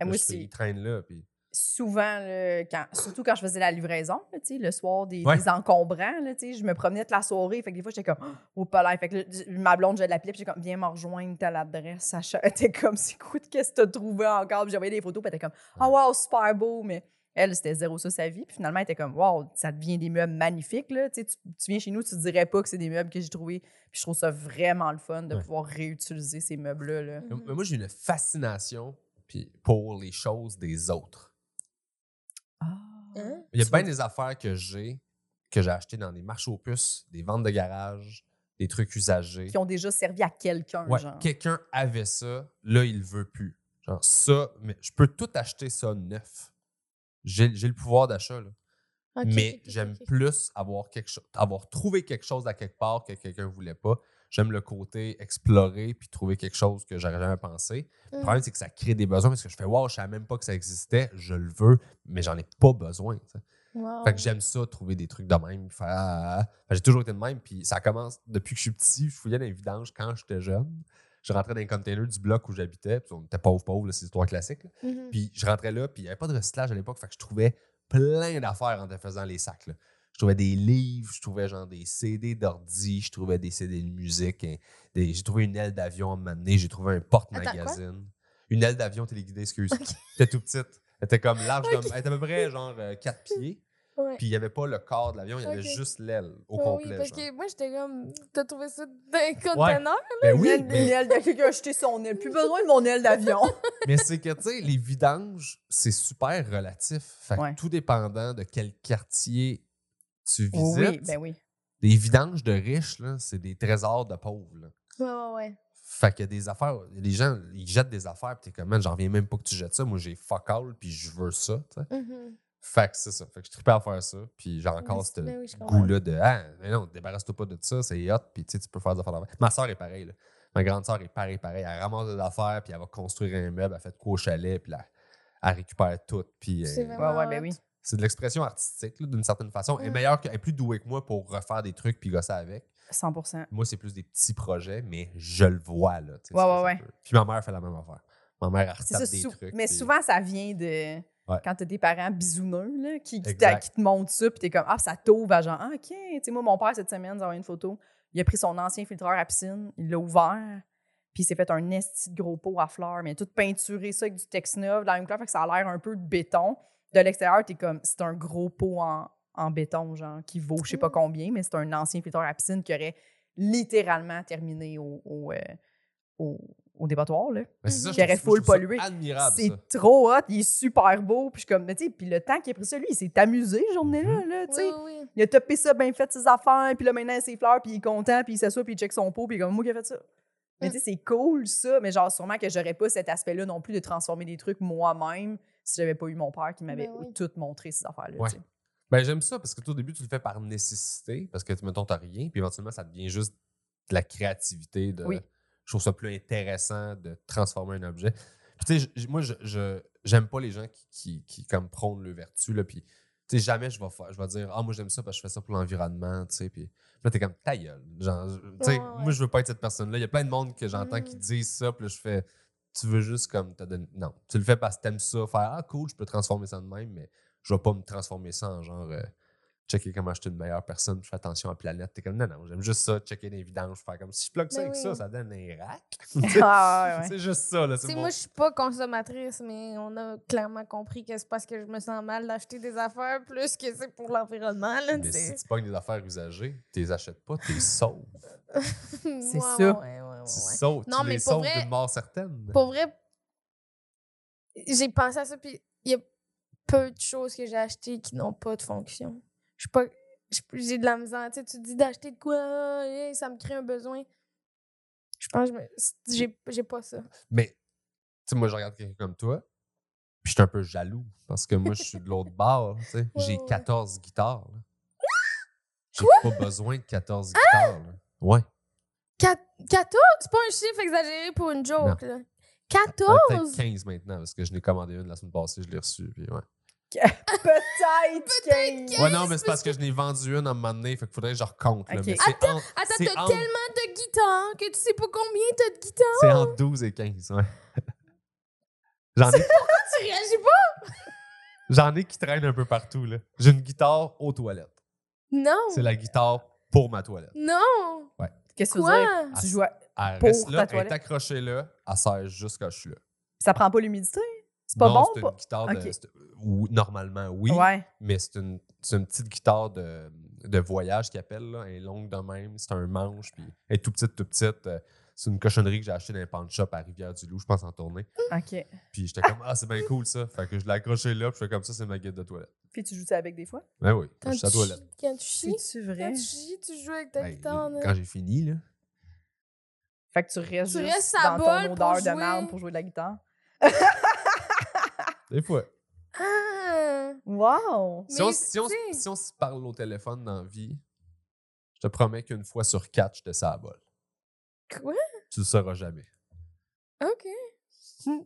[SPEAKER 2] Ah, moi,
[SPEAKER 4] je fais, il
[SPEAKER 2] c'est
[SPEAKER 4] traîne là. Puis...
[SPEAKER 2] souvent, là, quand, surtout quand je faisais la livraison, là, tu sais, le soir des,
[SPEAKER 4] Ouais.
[SPEAKER 2] des encombrants, là, tu sais, je me promenais toute la soirée. Fait que des fois, j'étais comme, oh, pas l'air. Fait que là, du- ma blonde, j'ai de la puis j'ai comme, viens me rejoindre, t'as l'adresse. Sacha Elle était comme, c'est quoi, qu'est-ce que t'as trouvé encore? Puis j'envoyais des photos, puis elle était comme, ah, wow, super beau, mais. Elle, c'était zéro ça sa vie. Puis finalement, elle était comme, wow, ça devient des meubles magnifiques. Là. Tu, sais, tu- tu viens chez nous, tu te dirais pas que c'est des meubles que j'ai trouvés. Puis je trouve ça vraiment le fun de
[SPEAKER 4] Ouais.
[SPEAKER 2] pouvoir réutiliser ces meubles-là. là.
[SPEAKER 3] Mhm.
[SPEAKER 4] Mais Moi, j'ai une fascination puis pour les choses des autres.
[SPEAKER 3] Hein?
[SPEAKER 4] Il y a
[SPEAKER 2] Tu
[SPEAKER 4] bien
[SPEAKER 2] veux-
[SPEAKER 4] des affaires que j'ai, que j'ai achetées dans des marchés aux puces, des ventes de garage, des trucs usagés.
[SPEAKER 2] Qui ont déjà servi à quelqu'un.
[SPEAKER 4] Ouais,
[SPEAKER 2] genre.
[SPEAKER 4] quelqu'un avait ça, là, il le veut plus. Genre, ça, mais je peux tout acheter ça neuf. J'ai j'ai le pouvoir d'achat, là.
[SPEAKER 3] Ok,
[SPEAKER 4] mais
[SPEAKER 3] ok, ok,
[SPEAKER 4] j'aime
[SPEAKER 3] ok.
[SPEAKER 4] plus avoir quelque chose, avoir trouvé quelque chose à quelque part que quelqu'un voulait pas. J'aime le côté explorer puis trouver quelque chose que j'aurais jamais pensé. Le
[SPEAKER 3] Mm.
[SPEAKER 4] problème, c'est que ça crée des besoins parce que je fais, wow, je savais même pas que ça existait, je le veux, mais j'en ai pas besoin. tu sais.
[SPEAKER 3] Wow.
[SPEAKER 4] Fait que j'aime ça, trouver des trucs de même. faire, ah, ah. Fait que j'ai toujours été de même. Puis ça commence depuis que je suis petit. Je fouillais dans les vidanges quand j'étais jeune. Je rentrais dans les containers du bloc où j'habitais. Puis on était pauvres, pauvres, là, c'est l'histoire classique. là.
[SPEAKER 3] Mhm.
[SPEAKER 4] Puis je rentrais là, puis il n'y avait pas de recyclage à l'époque. Fait que je trouvais plein d'affaires en faisant les sacs. là. Je trouvais des livres, je trouvais genre des CD d'ordi, je trouvais des CD de musique. hein, des- J'ai trouvé une aile d'avion à un moment donné, j'ai trouvé un porte-magazine. Une aile d'avion téléguidée, excuse. Elle était tout petite. Elle était comme large, comme- elle était à peu près genre 4 euh, pieds.
[SPEAKER 3] Ouais.
[SPEAKER 4] Puis il n'y avait pas le corps de l'avion, il y avait
[SPEAKER 3] Ok.
[SPEAKER 4] juste l'aile au
[SPEAKER 3] Ouais,
[SPEAKER 4] complet.
[SPEAKER 3] oui, parce
[SPEAKER 4] genre.
[SPEAKER 3] que moi, j'étais comme, t'as trouvé ça dans un conteneur?
[SPEAKER 4] Ben oui,
[SPEAKER 2] L'aile-
[SPEAKER 4] mais-
[SPEAKER 2] l'aile de quelqu'un a jeté son aile. Plus besoin de mon aile d'avion.
[SPEAKER 4] Mais c'est que, tu sais, les vidanges, c'est super relatif. Fait que
[SPEAKER 2] Ouais.
[SPEAKER 4] tout dépendant de quel quartier tu visites,
[SPEAKER 2] Oui, ben oui.
[SPEAKER 4] les vidanges de riches, là, c'est des trésors de pauvres. là.
[SPEAKER 3] Ouais, ouais, ouais.
[SPEAKER 4] Fait que des affaires, les gens, ils jettent des affaires, pis t'es comme, man, j'en reviens même pas que tu jettes ça. Moi, j'ai fuck all, puis je veux ça, tu sais.
[SPEAKER 3] Mhm.
[SPEAKER 4] Fait que c'est ça. Fait que je tripais à faire ça, puis
[SPEAKER 2] Ah,
[SPEAKER 4] j'ai encore
[SPEAKER 3] Ouais,
[SPEAKER 4] ce
[SPEAKER 3] ben oui, je comprends.
[SPEAKER 4] goût-là de, ah, mais non, débarrasse-toi pas de ça, c'est hot, puis tu sais, tu peux faire des affaires d'affaires. Ma soeur est pareille, là. Ma grande soeur est pareille, pareille. Elle ramasse des affaires, puis elle va construire un meuble, elle fait de quoi au chalet, puis là, elle récupère tout, puis.
[SPEAKER 3] C'est
[SPEAKER 4] euh,
[SPEAKER 3] vraiment-
[SPEAKER 2] Ouais, ouais, ben oui.
[SPEAKER 4] c'est de l'expression artistique, là, d'une certaine façon. Elle est
[SPEAKER 3] Mm.
[SPEAKER 4] meilleure, que- elle est plus douée que moi pour refaire des trucs puis gosser avec.
[SPEAKER 2] 100
[SPEAKER 4] Moi, c'est plus des petits projets, mais je le vois, là. tu sais,
[SPEAKER 2] Ouais,
[SPEAKER 4] ce que
[SPEAKER 2] ouais,
[SPEAKER 4] ça
[SPEAKER 2] ouais.
[SPEAKER 4] peut. Puis ma mère fait la même affaire. Ma mère, elle
[SPEAKER 2] C'est ça,
[SPEAKER 4] retape des
[SPEAKER 2] sou-
[SPEAKER 4] trucs.
[SPEAKER 2] mais
[SPEAKER 4] puis-
[SPEAKER 2] souvent, ça vient de.
[SPEAKER 4] Ouais.
[SPEAKER 2] Quand t'as des parents bisouneux là, qui, qui, t'a-
[SPEAKER 4] Exact.
[SPEAKER 2] qui te montrent ça, puis t'es comme, ah, ça t'ouvre à genre, ah, OK. Tu sais, moi, mon père, cette semaine, j'ai envoyé une photo. Il a pris son ancien filtreur à piscine, il l'a ouvert, puis il s'est fait un esti de gros pot à fleurs, mais tout peinturé, ça, avec du Tex Neuf, de la même couleur, fait que ça a l'air un peu de béton. De l'extérieur, t'es comme, c'est un gros pot en, en béton, genre, qui vaut je sais
[SPEAKER 4] Mmh.
[SPEAKER 2] pas
[SPEAKER 3] Mm.
[SPEAKER 2] combien, mais c'est un ancien filtreur à piscine qui aurait littéralement terminé au, au, euh, au, au débattoir, là.
[SPEAKER 4] Mais c'est ça, je
[SPEAKER 2] qui aurait
[SPEAKER 4] trouve-
[SPEAKER 2] full
[SPEAKER 4] je trouve ça
[SPEAKER 2] pollué.
[SPEAKER 4] admirable, ça.
[SPEAKER 2] C'est trop hot, il est super beau. Puis je suis comme, mais tu sais, puis le temps qu'il a pris ça, lui, il s'est amusé, cette journée-là,
[SPEAKER 4] Mm-hmm.
[SPEAKER 2] là, tu
[SPEAKER 3] Oui,
[SPEAKER 2] sais.
[SPEAKER 3] oui, oui.
[SPEAKER 2] Il a topé ça, bien fait ses affaires, puis là, maintenant, il a ses fleurs, puis il est content, puis il s'assoit, puis il check son pot, puis il est comme, moi qui ai fait ça. Mais
[SPEAKER 3] Mm.
[SPEAKER 2] tu sais, c'est cool, ça, mais genre, sûrement que j'aurais pas cet aspect-là non plus de transformer des trucs moi-même si j'avais pas eu mon père qui m'avait
[SPEAKER 3] Ben oui.
[SPEAKER 2] tout montré ces affaires-là.
[SPEAKER 4] Ouais.
[SPEAKER 2] tu sais.
[SPEAKER 4] Ben, j'aime ça parce que toi, au début, tu le fais par nécessité, parce que, mettons, t'as rien, puis éventuellement, ça devient juste de la créativité. De,
[SPEAKER 2] Oui.
[SPEAKER 4] Je trouve ça plus intéressant de transformer un objet. Puis, tu sais, je- moi, je- je j'aime pas les gens qui, qui, qui, comme, prônent le vertu, là, puis, tu sais, jamais je vais, faire, je vais dire, ah, moi, j'aime ça parce que je fais ça pour l'environnement, tu sais, puis là, t'es comme, ta gueule. Genre, je- tu sais,
[SPEAKER 3] Ouais, ouais.
[SPEAKER 4] moi, je veux pas être cette personne-là. Il y a plein de monde que j'entends
[SPEAKER 3] Mhm.
[SPEAKER 4] qui disent ça, puis là, je fais, tu veux juste, comme, te donner. Non, tu le fais parce que t'aimes ça, faire, ah, cool, je peux transformer ça de même, mais je vais pas me transformer ça en genre euh, checker comment je suis une meilleure personne, je fais attention à la planète. T'es comme non, non, j'aime juste ça, checker les vidanges, faire comme si je plug ça
[SPEAKER 3] Ben
[SPEAKER 4] avec
[SPEAKER 3] oui.
[SPEAKER 4] ça, ça donne un rack.
[SPEAKER 2] Ah, ouais, ouais.
[SPEAKER 4] C'est juste ça, là.
[SPEAKER 3] Tu
[SPEAKER 4] C'est
[SPEAKER 3] sais,
[SPEAKER 4] mon-
[SPEAKER 3] moi, je suis pas consommatrice, mais on a clairement compris que c'est parce que je me sens mal d'acheter des affaires plus que c'est pour l'environnement. là,
[SPEAKER 4] Mais
[SPEAKER 3] tu
[SPEAKER 4] si
[SPEAKER 3] sais.
[SPEAKER 4] tu pognes des affaires usagées, tu les achètes pas, tu les sauves.
[SPEAKER 3] Ouais,
[SPEAKER 2] C'est
[SPEAKER 3] ouais,
[SPEAKER 2] ça.
[SPEAKER 3] ouais, ouais, ouais,
[SPEAKER 4] Tu
[SPEAKER 3] ouais.
[SPEAKER 4] sauves,
[SPEAKER 3] Non,
[SPEAKER 4] tu
[SPEAKER 3] mais
[SPEAKER 4] les
[SPEAKER 3] pour
[SPEAKER 4] sauves
[SPEAKER 3] vrai-
[SPEAKER 4] d'une mort certaine.
[SPEAKER 3] Pour vrai, j'ai pensé à ça, puis il y a peu de choses que j'ai achetées qui n'ont pas de fonction. Je suis pas. je- J'ai de la misère. Tu sais, tu te dis d'acheter de quoi, ah, eh, ça me crée un besoin. Je pense que je me- j'ai j'ai pas ça.
[SPEAKER 4] Mais, tu sais, moi, je regarde quelqu'un comme toi, puis je suis un peu jaloux parce que moi, je suis de l'autre bord. tu sais.
[SPEAKER 3] Ouais,
[SPEAKER 4] J'ai
[SPEAKER 3] ouais.
[SPEAKER 4] 14 guitares. là. J'ai pas besoin de 14 guitares. là. Ouais.
[SPEAKER 3] 14, c'est pas un chiffre exagéré pour une joke, là.
[SPEAKER 4] Ben, Peut-être
[SPEAKER 3] 14?
[SPEAKER 4] 15 maintenant, parce que je n'ai commandé une la semaine passée, je l'ai reçue. Puis ouais.
[SPEAKER 2] Peut-être qu'il-
[SPEAKER 4] ouais, non, mais c'est parce que je n'ai vendu une à un moment donné, fait qu'il faudrait que je recompte. là,
[SPEAKER 2] Ok.
[SPEAKER 4] mais c'est en-
[SPEAKER 3] Attends,
[SPEAKER 4] c'est
[SPEAKER 3] t'as
[SPEAKER 4] en-
[SPEAKER 3] tellement de guitares que tu sais pas combien t'as de guitares.
[SPEAKER 4] C'est entre 12 et 15, ouais. J'en ai,
[SPEAKER 2] Ah,
[SPEAKER 3] Tu réagis pas?
[SPEAKER 4] j'en ai qui traînent un peu partout, là. J'ai une guitare aux toilettes.
[SPEAKER 3] Non.
[SPEAKER 4] C'est la guitare pour ma toilette.
[SPEAKER 3] Non.
[SPEAKER 2] Qu'est-ce que tu veux dire?
[SPEAKER 3] Quoi?
[SPEAKER 4] Ah,
[SPEAKER 2] Tu joues à-
[SPEAKER 4] Elle
[SPEAKER 2] Pour
[SPEAKER 4] reste
[SPEAKER 2] ta
[SPEAKER 4] là, elle
[SPEAKER 2] toilette?
[SPEAKER 4] est accrochée là, elle sert juste quand je suis là.
[SPEAKER 2] Ça prend pas l'humidité? C'est pas
[SPEAKER 4] non,
[SPEAKER 2] bon?
[SPEAKER 4] c'est
[SPEAKER 2] pas-
[SPEAKER 4] une guitare de...
[SPEAKER 2] Ok.
[SPEAKER 4] c'est- ou- normalement, oui,
[SPEAKER 2] Ouais.
[SPEAKER 4] mais c'est une, c'est une petite guitare de, de voyage qui appelle. Là. Elle est longue de même, c'est un manche, puis elle est tout petite, tout petite. Euh, C'est une cochonnerie que j'ai achetée dans un pan shop à Rivière-du-Loup, je pense, en tournée.
[SPEAKER 2] OK.
[SPEAKER 4] Puis j'étais comme, ah, c'est bien cool ça. Fait que je l'ai accroché là, puis je fais comme ça, c'est ma guide de toilette.
[SPEAKER 2] Puis tu joues ça avec des fois?
[SPEAKER 4] Ben oui, quand
[SPEAKER 3] Quand
[SPEAKER 4] je suis à la
[SPEAKER 3] tu,
[SPEAKER 4] toilette.
[SPEAKER 3] quand tu chies,
[SPEAKER 2] C'est
[SPEAKER 3] quand
[SPEAKER 2] vrai.
[SPEAKER 3] tu chies, tu joues avec ta
[SPEAKER 4] Ben,
[SPEAKER 3] guitare. là.
[SPEAKER 4] quand j'ai fini, là.
[SPEAKER 2] Fait que tu restes
[SPEAKER 3] Tu
[SPEAKER 2] juste
[SPEAKER 3] restes à
[SPEAKER 2] dans
[SPEAKER 3] bol
[SPEAKER 2] ton
[SPEAKER 3] pour
[SPEAKER 2] odeur de
[SPEAKER 3] jouer.
[SPEAKER 2] merde pour jouer de la guitare.
[SPEAKER 4] Des fois.
[SPEAKER 3] Ah!
[SPEAKER 2] Wow!
[SPEAKER 4] Si on,
[SPEAKER 3] Mais,
[SPEAKER 4] si, on,
[SPEAKER 3] tu sais-
[SPEAKER 4] si on se parle au téléphone dans la vie, je te promets qu'une fois sur quatre, je te sers à la bol.
[SPEAKER 3] Quoi?
[SPEAKER 4] Tu le sauras jamais.
[SPEAKER 3] OK.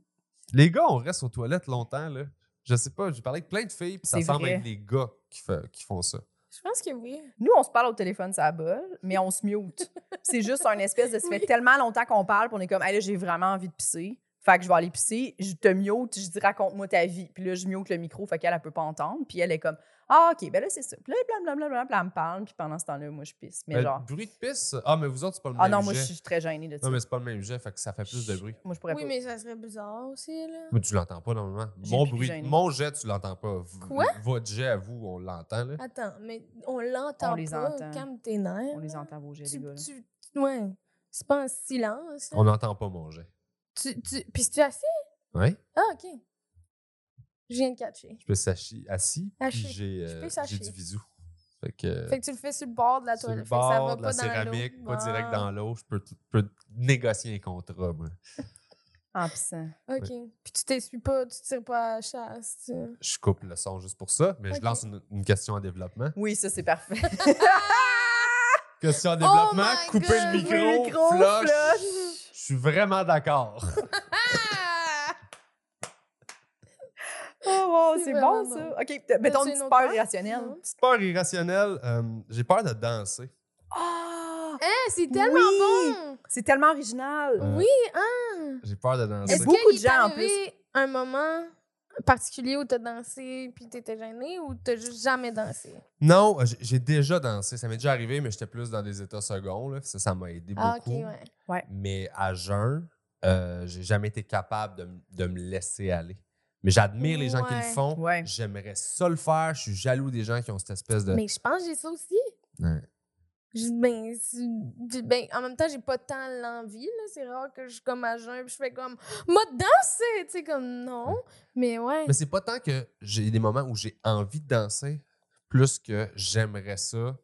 [SPEAKER 4] Les gars, on reste aux toilettes longtemps, là. Je sais pas, j'ai parlé avec plein de filles, puis ça
[SPEAKER 2] C'est
[SPEAKER 4] semble
[SPEAKER 2] vrai.
[SPEAKER 4] être les gars qui, fa- qui font ça.
[SPEAKER 3] Je pense que oui.
[SPEAKER 2] Nous, on se parle au téléphone, ça bol, mais on se mute. c'est juste un espèce de. Ça fait
[SPEAKER 3] Oui.
[SPEAKER 2] tellement longtemps qu'on parle, puis on est comme, hey, là, j'ai vraiment envie de pisser. Fait que je vais à l'épicerie, je te miote, je dis raconte-moi ta vie. Puis là, je miote le micro, fait qu'elle, elle peut pas entendre. Puis elle est comme Ah, OK, ben là, c'est ça. Puis là, blablabla, blablabla, elle me parle. Puis pendant ce temps-là, moi, je pisse. Mais
[SPEAKER 4] Euh,
[SPEAKER 2] genre,
[SPEAKER 4] Bruit de pisse. Ah, mais vous autres, c'est pas le
[SPEAKER 2] ah
[SPEAKER 4] même
[SPEAKER 2] non, moi, je
[SPEAKER 4] jet.
[SPEAKER 2] suis très gênée de ça.
[SPEAKER 4] Non, mais c'est pas le même jet, fait que ça fait plus de bruit.
[SPEAKER 2] Moi, je pourrais
[SPEAKER 3] Oui,
[SPEAKER 2] pas.
[SPEAKER 3] mais ça serait bizarre aussi, là.
[SPEAKER 4] Mais tu l'entends pas normalement.
[SPEAKER 2] J'ai
[SPEAKER 4] Mon
[SPEAKER 2] plus
[SPEAKER 4] bruit,
[SPEAKER 2] gêné.
[SPEAKER 4] mon jet, tu l'entends pas. V-
[SPEAKER 3] Quoi?
[SPEAKER 4] Votre jet à vous, on l'entend. là.
[SPEAKER 3] Attends, mais on l'entend
[SPEAKER 2] On les
[SPEAKER 3] pas.
[SPEAKER 2] entend.
[SPEAKER 3] Calme tes nerfs.
[SPEAKER 2] On les
[SPEAKER 3] là.
[SPEAKER 2] entend vos jets, les
[SPEAKER 3] Tu,
[SPEAKER 2] gars. là.
[SPEAKER 3] tu, ouais. C'est pas en silence. là.
[SPEAKER 4] On n'entend pas mon jet.
[SPEAKER 3] Tu, tu, puis tu assis?
[SPEAKER 4] Oui?
[SPEAKER 3] Ah, OK. Je viens de catcher.
[SPEAKER 4] Je peux s'assis, assis, puis
[SPEAKER 3] Haché.
[SPEAKER 4] j'ai
[SPEAKER 3] Je peux
[SPEAKER 4] euh,
[SPEAKER 3] s'hacher.
[SPEAKER 4] j'ai du visu. Fait que.
[SPEAKER 3] Fait que tu le fais sur le bord de la
[SPEAKER 4] Euh, sur le
[SPEAKER 3] toilette. fait que ça
[SPEAKER 4] bord
[SPEAKER 3] va
[SPEAKER 4] de
[SPEAKER 3] pas
[SPEAKER 4] la
[SPEAKER 3] dans l'eau.
[SPEAKER 4] céramique, pas
[SPEAKER 3] Ah.
[SPEAKER 4] direct dans l'eau. Je peux, t- peux négocier un contrat, moi.
[SPEAKER 2] En pissant.
[SPEAKER 3] OK. Puis tu t'essuies pas, tu tires pas à la chasse. tu-
[SPEAKER 4] Je coupe le son juste pour ça, mais
[SPEAKER 3] Ok.
[SPEAKER 4] je lance une, une question en développement.
[SPEAKER 2] Oui, ça, c'est parfait.
[SPEAKER 3] Ah,
[SPEAKER 4] Question en développement,
[SPEAKER 3] Oh my
[SPEAKER 4] couper
[SPEAKER 3] God,
[SPEAKER 4] le
[SPEAKER 3] oui,
[SPEAKER 4] micro,
[SPEAKER 2] micro,
[SPEAKER 4] flush.
[SPEAKER 2] flush.
[SPEAKER 4] Je suis vraiment d'accord.
[SPEAKER 3] Ah!
[SPEAKER 2] Oh, wow,
[SPEAKER 3] C'est
[SPEAKER 2] c'est
[SPEAKER 3] vraiment
[SPEAKER 2] bon, ça. OK, peut- mettons une
[SPEAKER 3] C'est une
[SPEAKER 2] petite
[SPEAKER 3] autre
[SPEAKER 2] peur
[SPEAKER 3] peur,
[SPEAKER 2] irrationnelle.
[SPEAKER 3] sinon?
[SPEAKER 4] Petite peur irrationnelle, euh, j'ai peur de danser.
[SPEAKER 2] Ah!
[SPEAKER 3] Hey, c'est tellement
[SPEAKER 2] Oui.
[SPEAKER 3] bon!
[SPEAKER 2] C'est tellement original.
[SPEAKER 4] Euh,
[SPEAKER 3] Oui, hein?
[SPEAKER 4] J'ai peur de danser.
[SPEAKER 2] Est-ce Beaucoup
[SPEAKER 3] qu'il
[SPEAKER 2] de gens,
[SPEAKER 3] t'est
[SPEAKER 2] en
[SPEAKER 3] arrivé un moment particulier où t'as dansé puis t'étais gêné ou t'as juste jamais dansé?
[SPEAKER 4] Non, euh, j'ai- j'ai déjà dansé. Ça m'est déjà arrivé, mais j'étais plus dans des états seconds. là. Ça, ça m'a aidé
[SPEAKER 3] Ah, OK,
[SPEAKER 4] beaucoup.
[SPEAKER 3] ouais.
[SPEAKER 4] Mais à jeun, euh, j'ai jamais été capable de, m- de me laisser aller. Mais j'admire les gens qui le
[SPEAKER 3] Ouais.
[SPEAKER 4] font.
[SPEAKER 2] Ouais.
[SPEAKER 4] J'aimerais ça le faire. Je suis jaloux des gens qui ont cette espèce de.
[SPEAKER 3] Mais je pense que j'ai ça aussi.
[SPEAKER 4] Ouais.
[SPEAKER 3] Je- Ben, c'est- ben, en même temps, j'ai pas tant l'envie. là. C'est rare que je suis comme à jeun puis je fais comme « M'a danser! » Tu sais, comme non. Mais ouais.
[SPEAKER 4] Mais c'est pas tant que j'ai des moments où j'ai envie de danser, plus que j'aimerais ça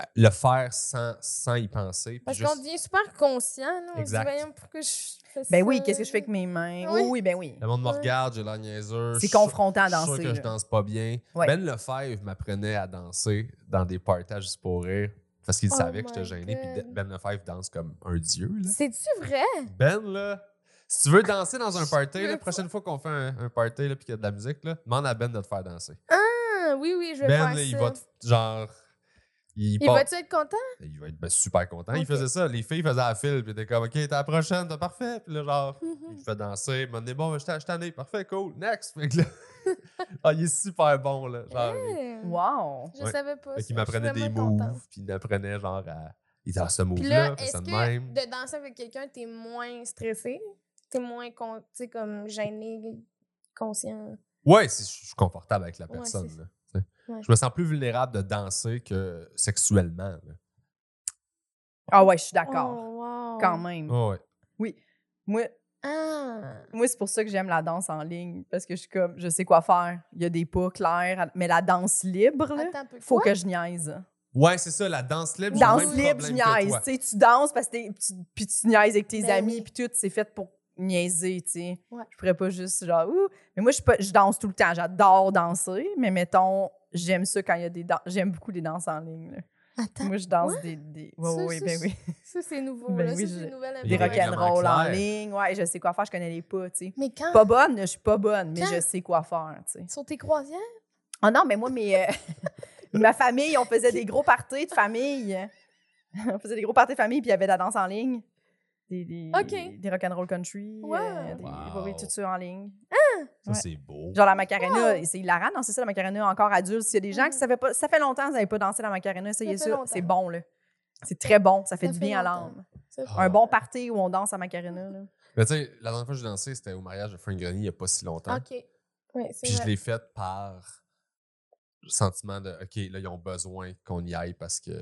[SPEAKER 4] euh, le faire sans, sans y penser. puis
[SPEAKER 3] Parce
[SPEAKER 4] juste-
[SPEAKER 3] qu'on devient super conscient. Là. On se dit «
[SPEAKER 4] Exact.
[SPEAKER 3] Voyons, pourquoi je fais ça? »
[SPEAKER 2] Ben oui, qu'est-ce que je fais avec mes mains? Oui,
[SPEAKER 3] Oui.
[SPEAKER 2] oui, ben oui.
[SPEAKER 4] Le monde me
[SPEAKER 3] Ouais.
[SPEAKER 4] regarde, j'ai l'air niaiseux.
[SPEAKER 2] C'est
[SPEAKER 4] Ah, je-
[SPEAKER 2] confrontant à
[SPEAKER 4] Je suis
[SPEAKER 2] danser.
[SPEAKER 4] sûr que
[SPEAKER 2] là.
[SPEAKER 4] je danse pas bien.
[SPEAKER 2] Ouais.
[SPEAKER 4] Ben Lefebvre m'apprenait à danser dans des partages juste pour rire parce qu'il
[SPEAKER 3] Oh
[SPEAKER 4] savait que j'étais
[SPEAKER 3] my
[SPEAKER 4] gêné. Puis
[SPEAKER 3] God.
[SPEAKER 4] Ben Lefebvre danse comme un dieu. Là.
[SPEAKER 3] C'est-tu vrai?
[SPEAKER 4] Ben, là, si tu veux danser dans un party, la
[SPEAKER 3] veux
[SPEAKER 4] prochaine fois qu'on fait un, un party là, puis qu'il y a de la musique, là, demande à Ben de te faire danser.
[SPEAKER 3] Ah, oui, oui, je vais
[SPEAKER 4] Ben,
[SPEAKER 3] faire
[SPEAKER 4] là, il
[SPEAKER 3] ça.
[SPEAKER 4] va te- genre. Il,
[SPEAKER 3] Il
[SPEAKER 4] part-
[SPEAKER 3] va-tu être content?
[SPEAKER 4] il va être ben, super content. Il
[SPEAKER 3] Ok.
[SPEAKER 4] faisait ça. Les filles faisaient la file. Puis t'es comme, OK, t'es la prochaine, t'es parfait. Puis là, genre,
[SPEAKER 3] Mhm.
[SPEAKER 4] il fait danser. Il m'a dit, bon, ben, je t'en- je t'en ai. Parfait, cool. Next. Fait que là, ah, il est super bon. Là, genre, il-
[SPEAKER 3] Ouais.
[SPEAKER 2] Wow!
[SPEAKER 3] Je
[SPEAKER 4] Bah, Ouais.
[SPEAKER 3] savais pas.
[SPEAKER 4] Fait
[SPEAKER 3] ça.
[SPEAKER 4] qu'il m'apprenait
[SPEAKER 3] Je suis
[SPEAKER 4] des
[SPEAKER 3] vraiment
[SPEAKER 4] moves,
[SPEAKER 3] contente.
[SPEAKER 4] puis il m'apprenait genre à. Il dit, ah, ce
[SPEAKER 3] Puis
[SPEAKER 4] move-là,
[SPEAKER 3] là,
[SPEAKER 4] fais
[SPEAKER 3] est-ce
[SPEAKER 4] ça de
[SPEAKER 3] que
[SPEAKER 4] même.
[SPEAKER 3] de danser avec quelqu'un, t'es moins stressé? T'es moins, con- tu sais, comme gêné, conscient?
[SPEAKER 4] Ouais, si je suis confortable avec la
[SPEAKER 3] Ouais,
[SPEAKER 4] personne.
[SPEAKER 3] c'est
[SPEAKER 4] là, tu sais.
[SPEAKER 3] Ouais.
[SPEAKER 4] Je me sens plus vulnérable de danser que sexuellement. là.
[SPEAKER 2] Ah ouais, je suis d'accord.
[SPEAKER 3] Oh, wow.
[SPEAKER 2] Quand même.
[SPEAKER 4] Ouais, ouais.
[SPEAKER 2] Moi,
[SPEAKER 3] Ah!
[SPEAKER 2] moi c'est pour ça que j'aime la danse en ligne. Parce que je suis comme, je sais quoi faire. Il y a des pas clairs. à- Mais la danse libre, là,
[SPEAKER 3] Attends un peu.
[SPEAKER 2] faut
[SPEAKER 3] Quoi?
[SPEAKER 2] que je niaise.
[SPEAKER 4] Ouais, c'est ça, la danse libre. j'ai le
[SPEAKER 2] Danse
[SPEAKER 4] même
[SPEAKER 2] libre, je
[SPEAKER 4] problème que
[SPEAKER 2] niaise.
[SPEAKER 4] toi.
[SPEAKER 2] Tu sais, tu danses parce que t'es- tu, puis tu niaises avec tes
[SPEAKER 3] Ben
[SPEAKER 2] amis,
[SPEAKER 3] oui.
[SPEAKER 2] puis tout, c'est fait pour niaiser, tu sais.
[SPEAKER 3] Ouais.
[SPEAKER 2] Je pourrais pas juste genre, ouh. Mais moi, je, suis pas- je danse tout le temps. J'adore danser, mais mettons, j'aime ça quand il y a des danses. J'aime beaucoup les danses en ligne. là.
[SPEAKER 3] Attends.
[SPEAKER 2] Moi, je danse des. des... Ouais,
[SPEAKER 3] Ça,
[SPEAKER 2] ouais, ouais,
[SPEAKER 3] ça,
[SPEAKER 2] ben
[SPEAKER 3] ça,
[SPEAKER 2] oui.
[SPEAKER 3] Ça, c'est nouveau.
[SPEAKER 2] Ben
[SPEAKER 3] là.
[SPEAKER 2] oui,
[SPEAKER 3] ça, c'est
[SPEAKER 2] je-
[SPEAKER 3] une nouvelle
[SPEAKER 4] Il y
[SPEAKER 2] Des
[SPEAKER 4] a des
[SPEAKER 3] information.
[SPEAKER 4] règlements
[SPEAKER 2] rock'n'roll en
[SPEAKER 4] clairs.
[SPEAKER 2] ligne. Ouais, je sais quoi faire, je connais les pas, tu sais.
[SPEAKER 3] Mais quand?
[SPEAKER 2] Pas bonne, là, je suis pas bonne, mais
[SPEAKER 3] Quand?
[SPEAKER 2] je sais quoi faire, tu sais.
[SPEAKER 3] Sur tes croisières?
[SPEAKER 2] Ah non, mais moi, mes, euh, ma famille, on faisait des gros parties de famille. on faisait des gros parties de famille, puis il y avait de la danse en ligne. Des, des,
[SPEAKER 3] Ok.
[SPEAKER 2] des rock'n'roll country. euh,
[SPEAKER 3] Wow.
[SPEAKER 2] des,
[SPEAKER 4] Wow.
[SPEAKER 2] oui, tout ça en ligne.
[SPEAKER 4] Ça,
[SPEAKER 2] Ouais.
[SPEAKER 4] c'est beau.
[SPEAKER 2] Genre la
[SPEAKER 3] Oh!
[SPEAKER 2] Macarena, et c'est hilarant. Non, c'est ça, la Macarena encore adulte. S'il y a des gens
[SPEAKER 3] Mhm.
[SPEAKER 2] qui savaient pas, ça fait longtemps que vous n'avez pas dansé la Macarena, essayez
[SPEAKER 3] fait
[SPEAKER 2] ça.
[SPEAKER 3] longtemps.
[SPEAKER 2] C'est bon, là. C'est très bon, ça fait
[SPEAKER 3] Ça
[SPEAKER 2] du
[SPEAKER 3] fait
[SPEAKER 2] bien à
[SPEAKER 3] longtemps.
[SPEAKER 2] l'âme.
[SPEAKER 3] Ça,
[SPEAKER 4] Ah.
[SPEAKER 2] Un bon party où on danse à Macarena. Là.
[SPEAKER 4] Mais tu sais, la dernière fois que j'ai dansé, c'était au mariage de Frank Grenier il n'y a pas si longtemps.
[SPEAKER 3] OK. Oui,
[SPEAKER 4] Puis
[SPEAKER 3] c'est
[SPEAKER 4] je
[SPEAKER 3] vrai.
[SPEAKER 4] l'ai faite par le sentiment de OK, là, ils ont besoin qu'on y aille parce que.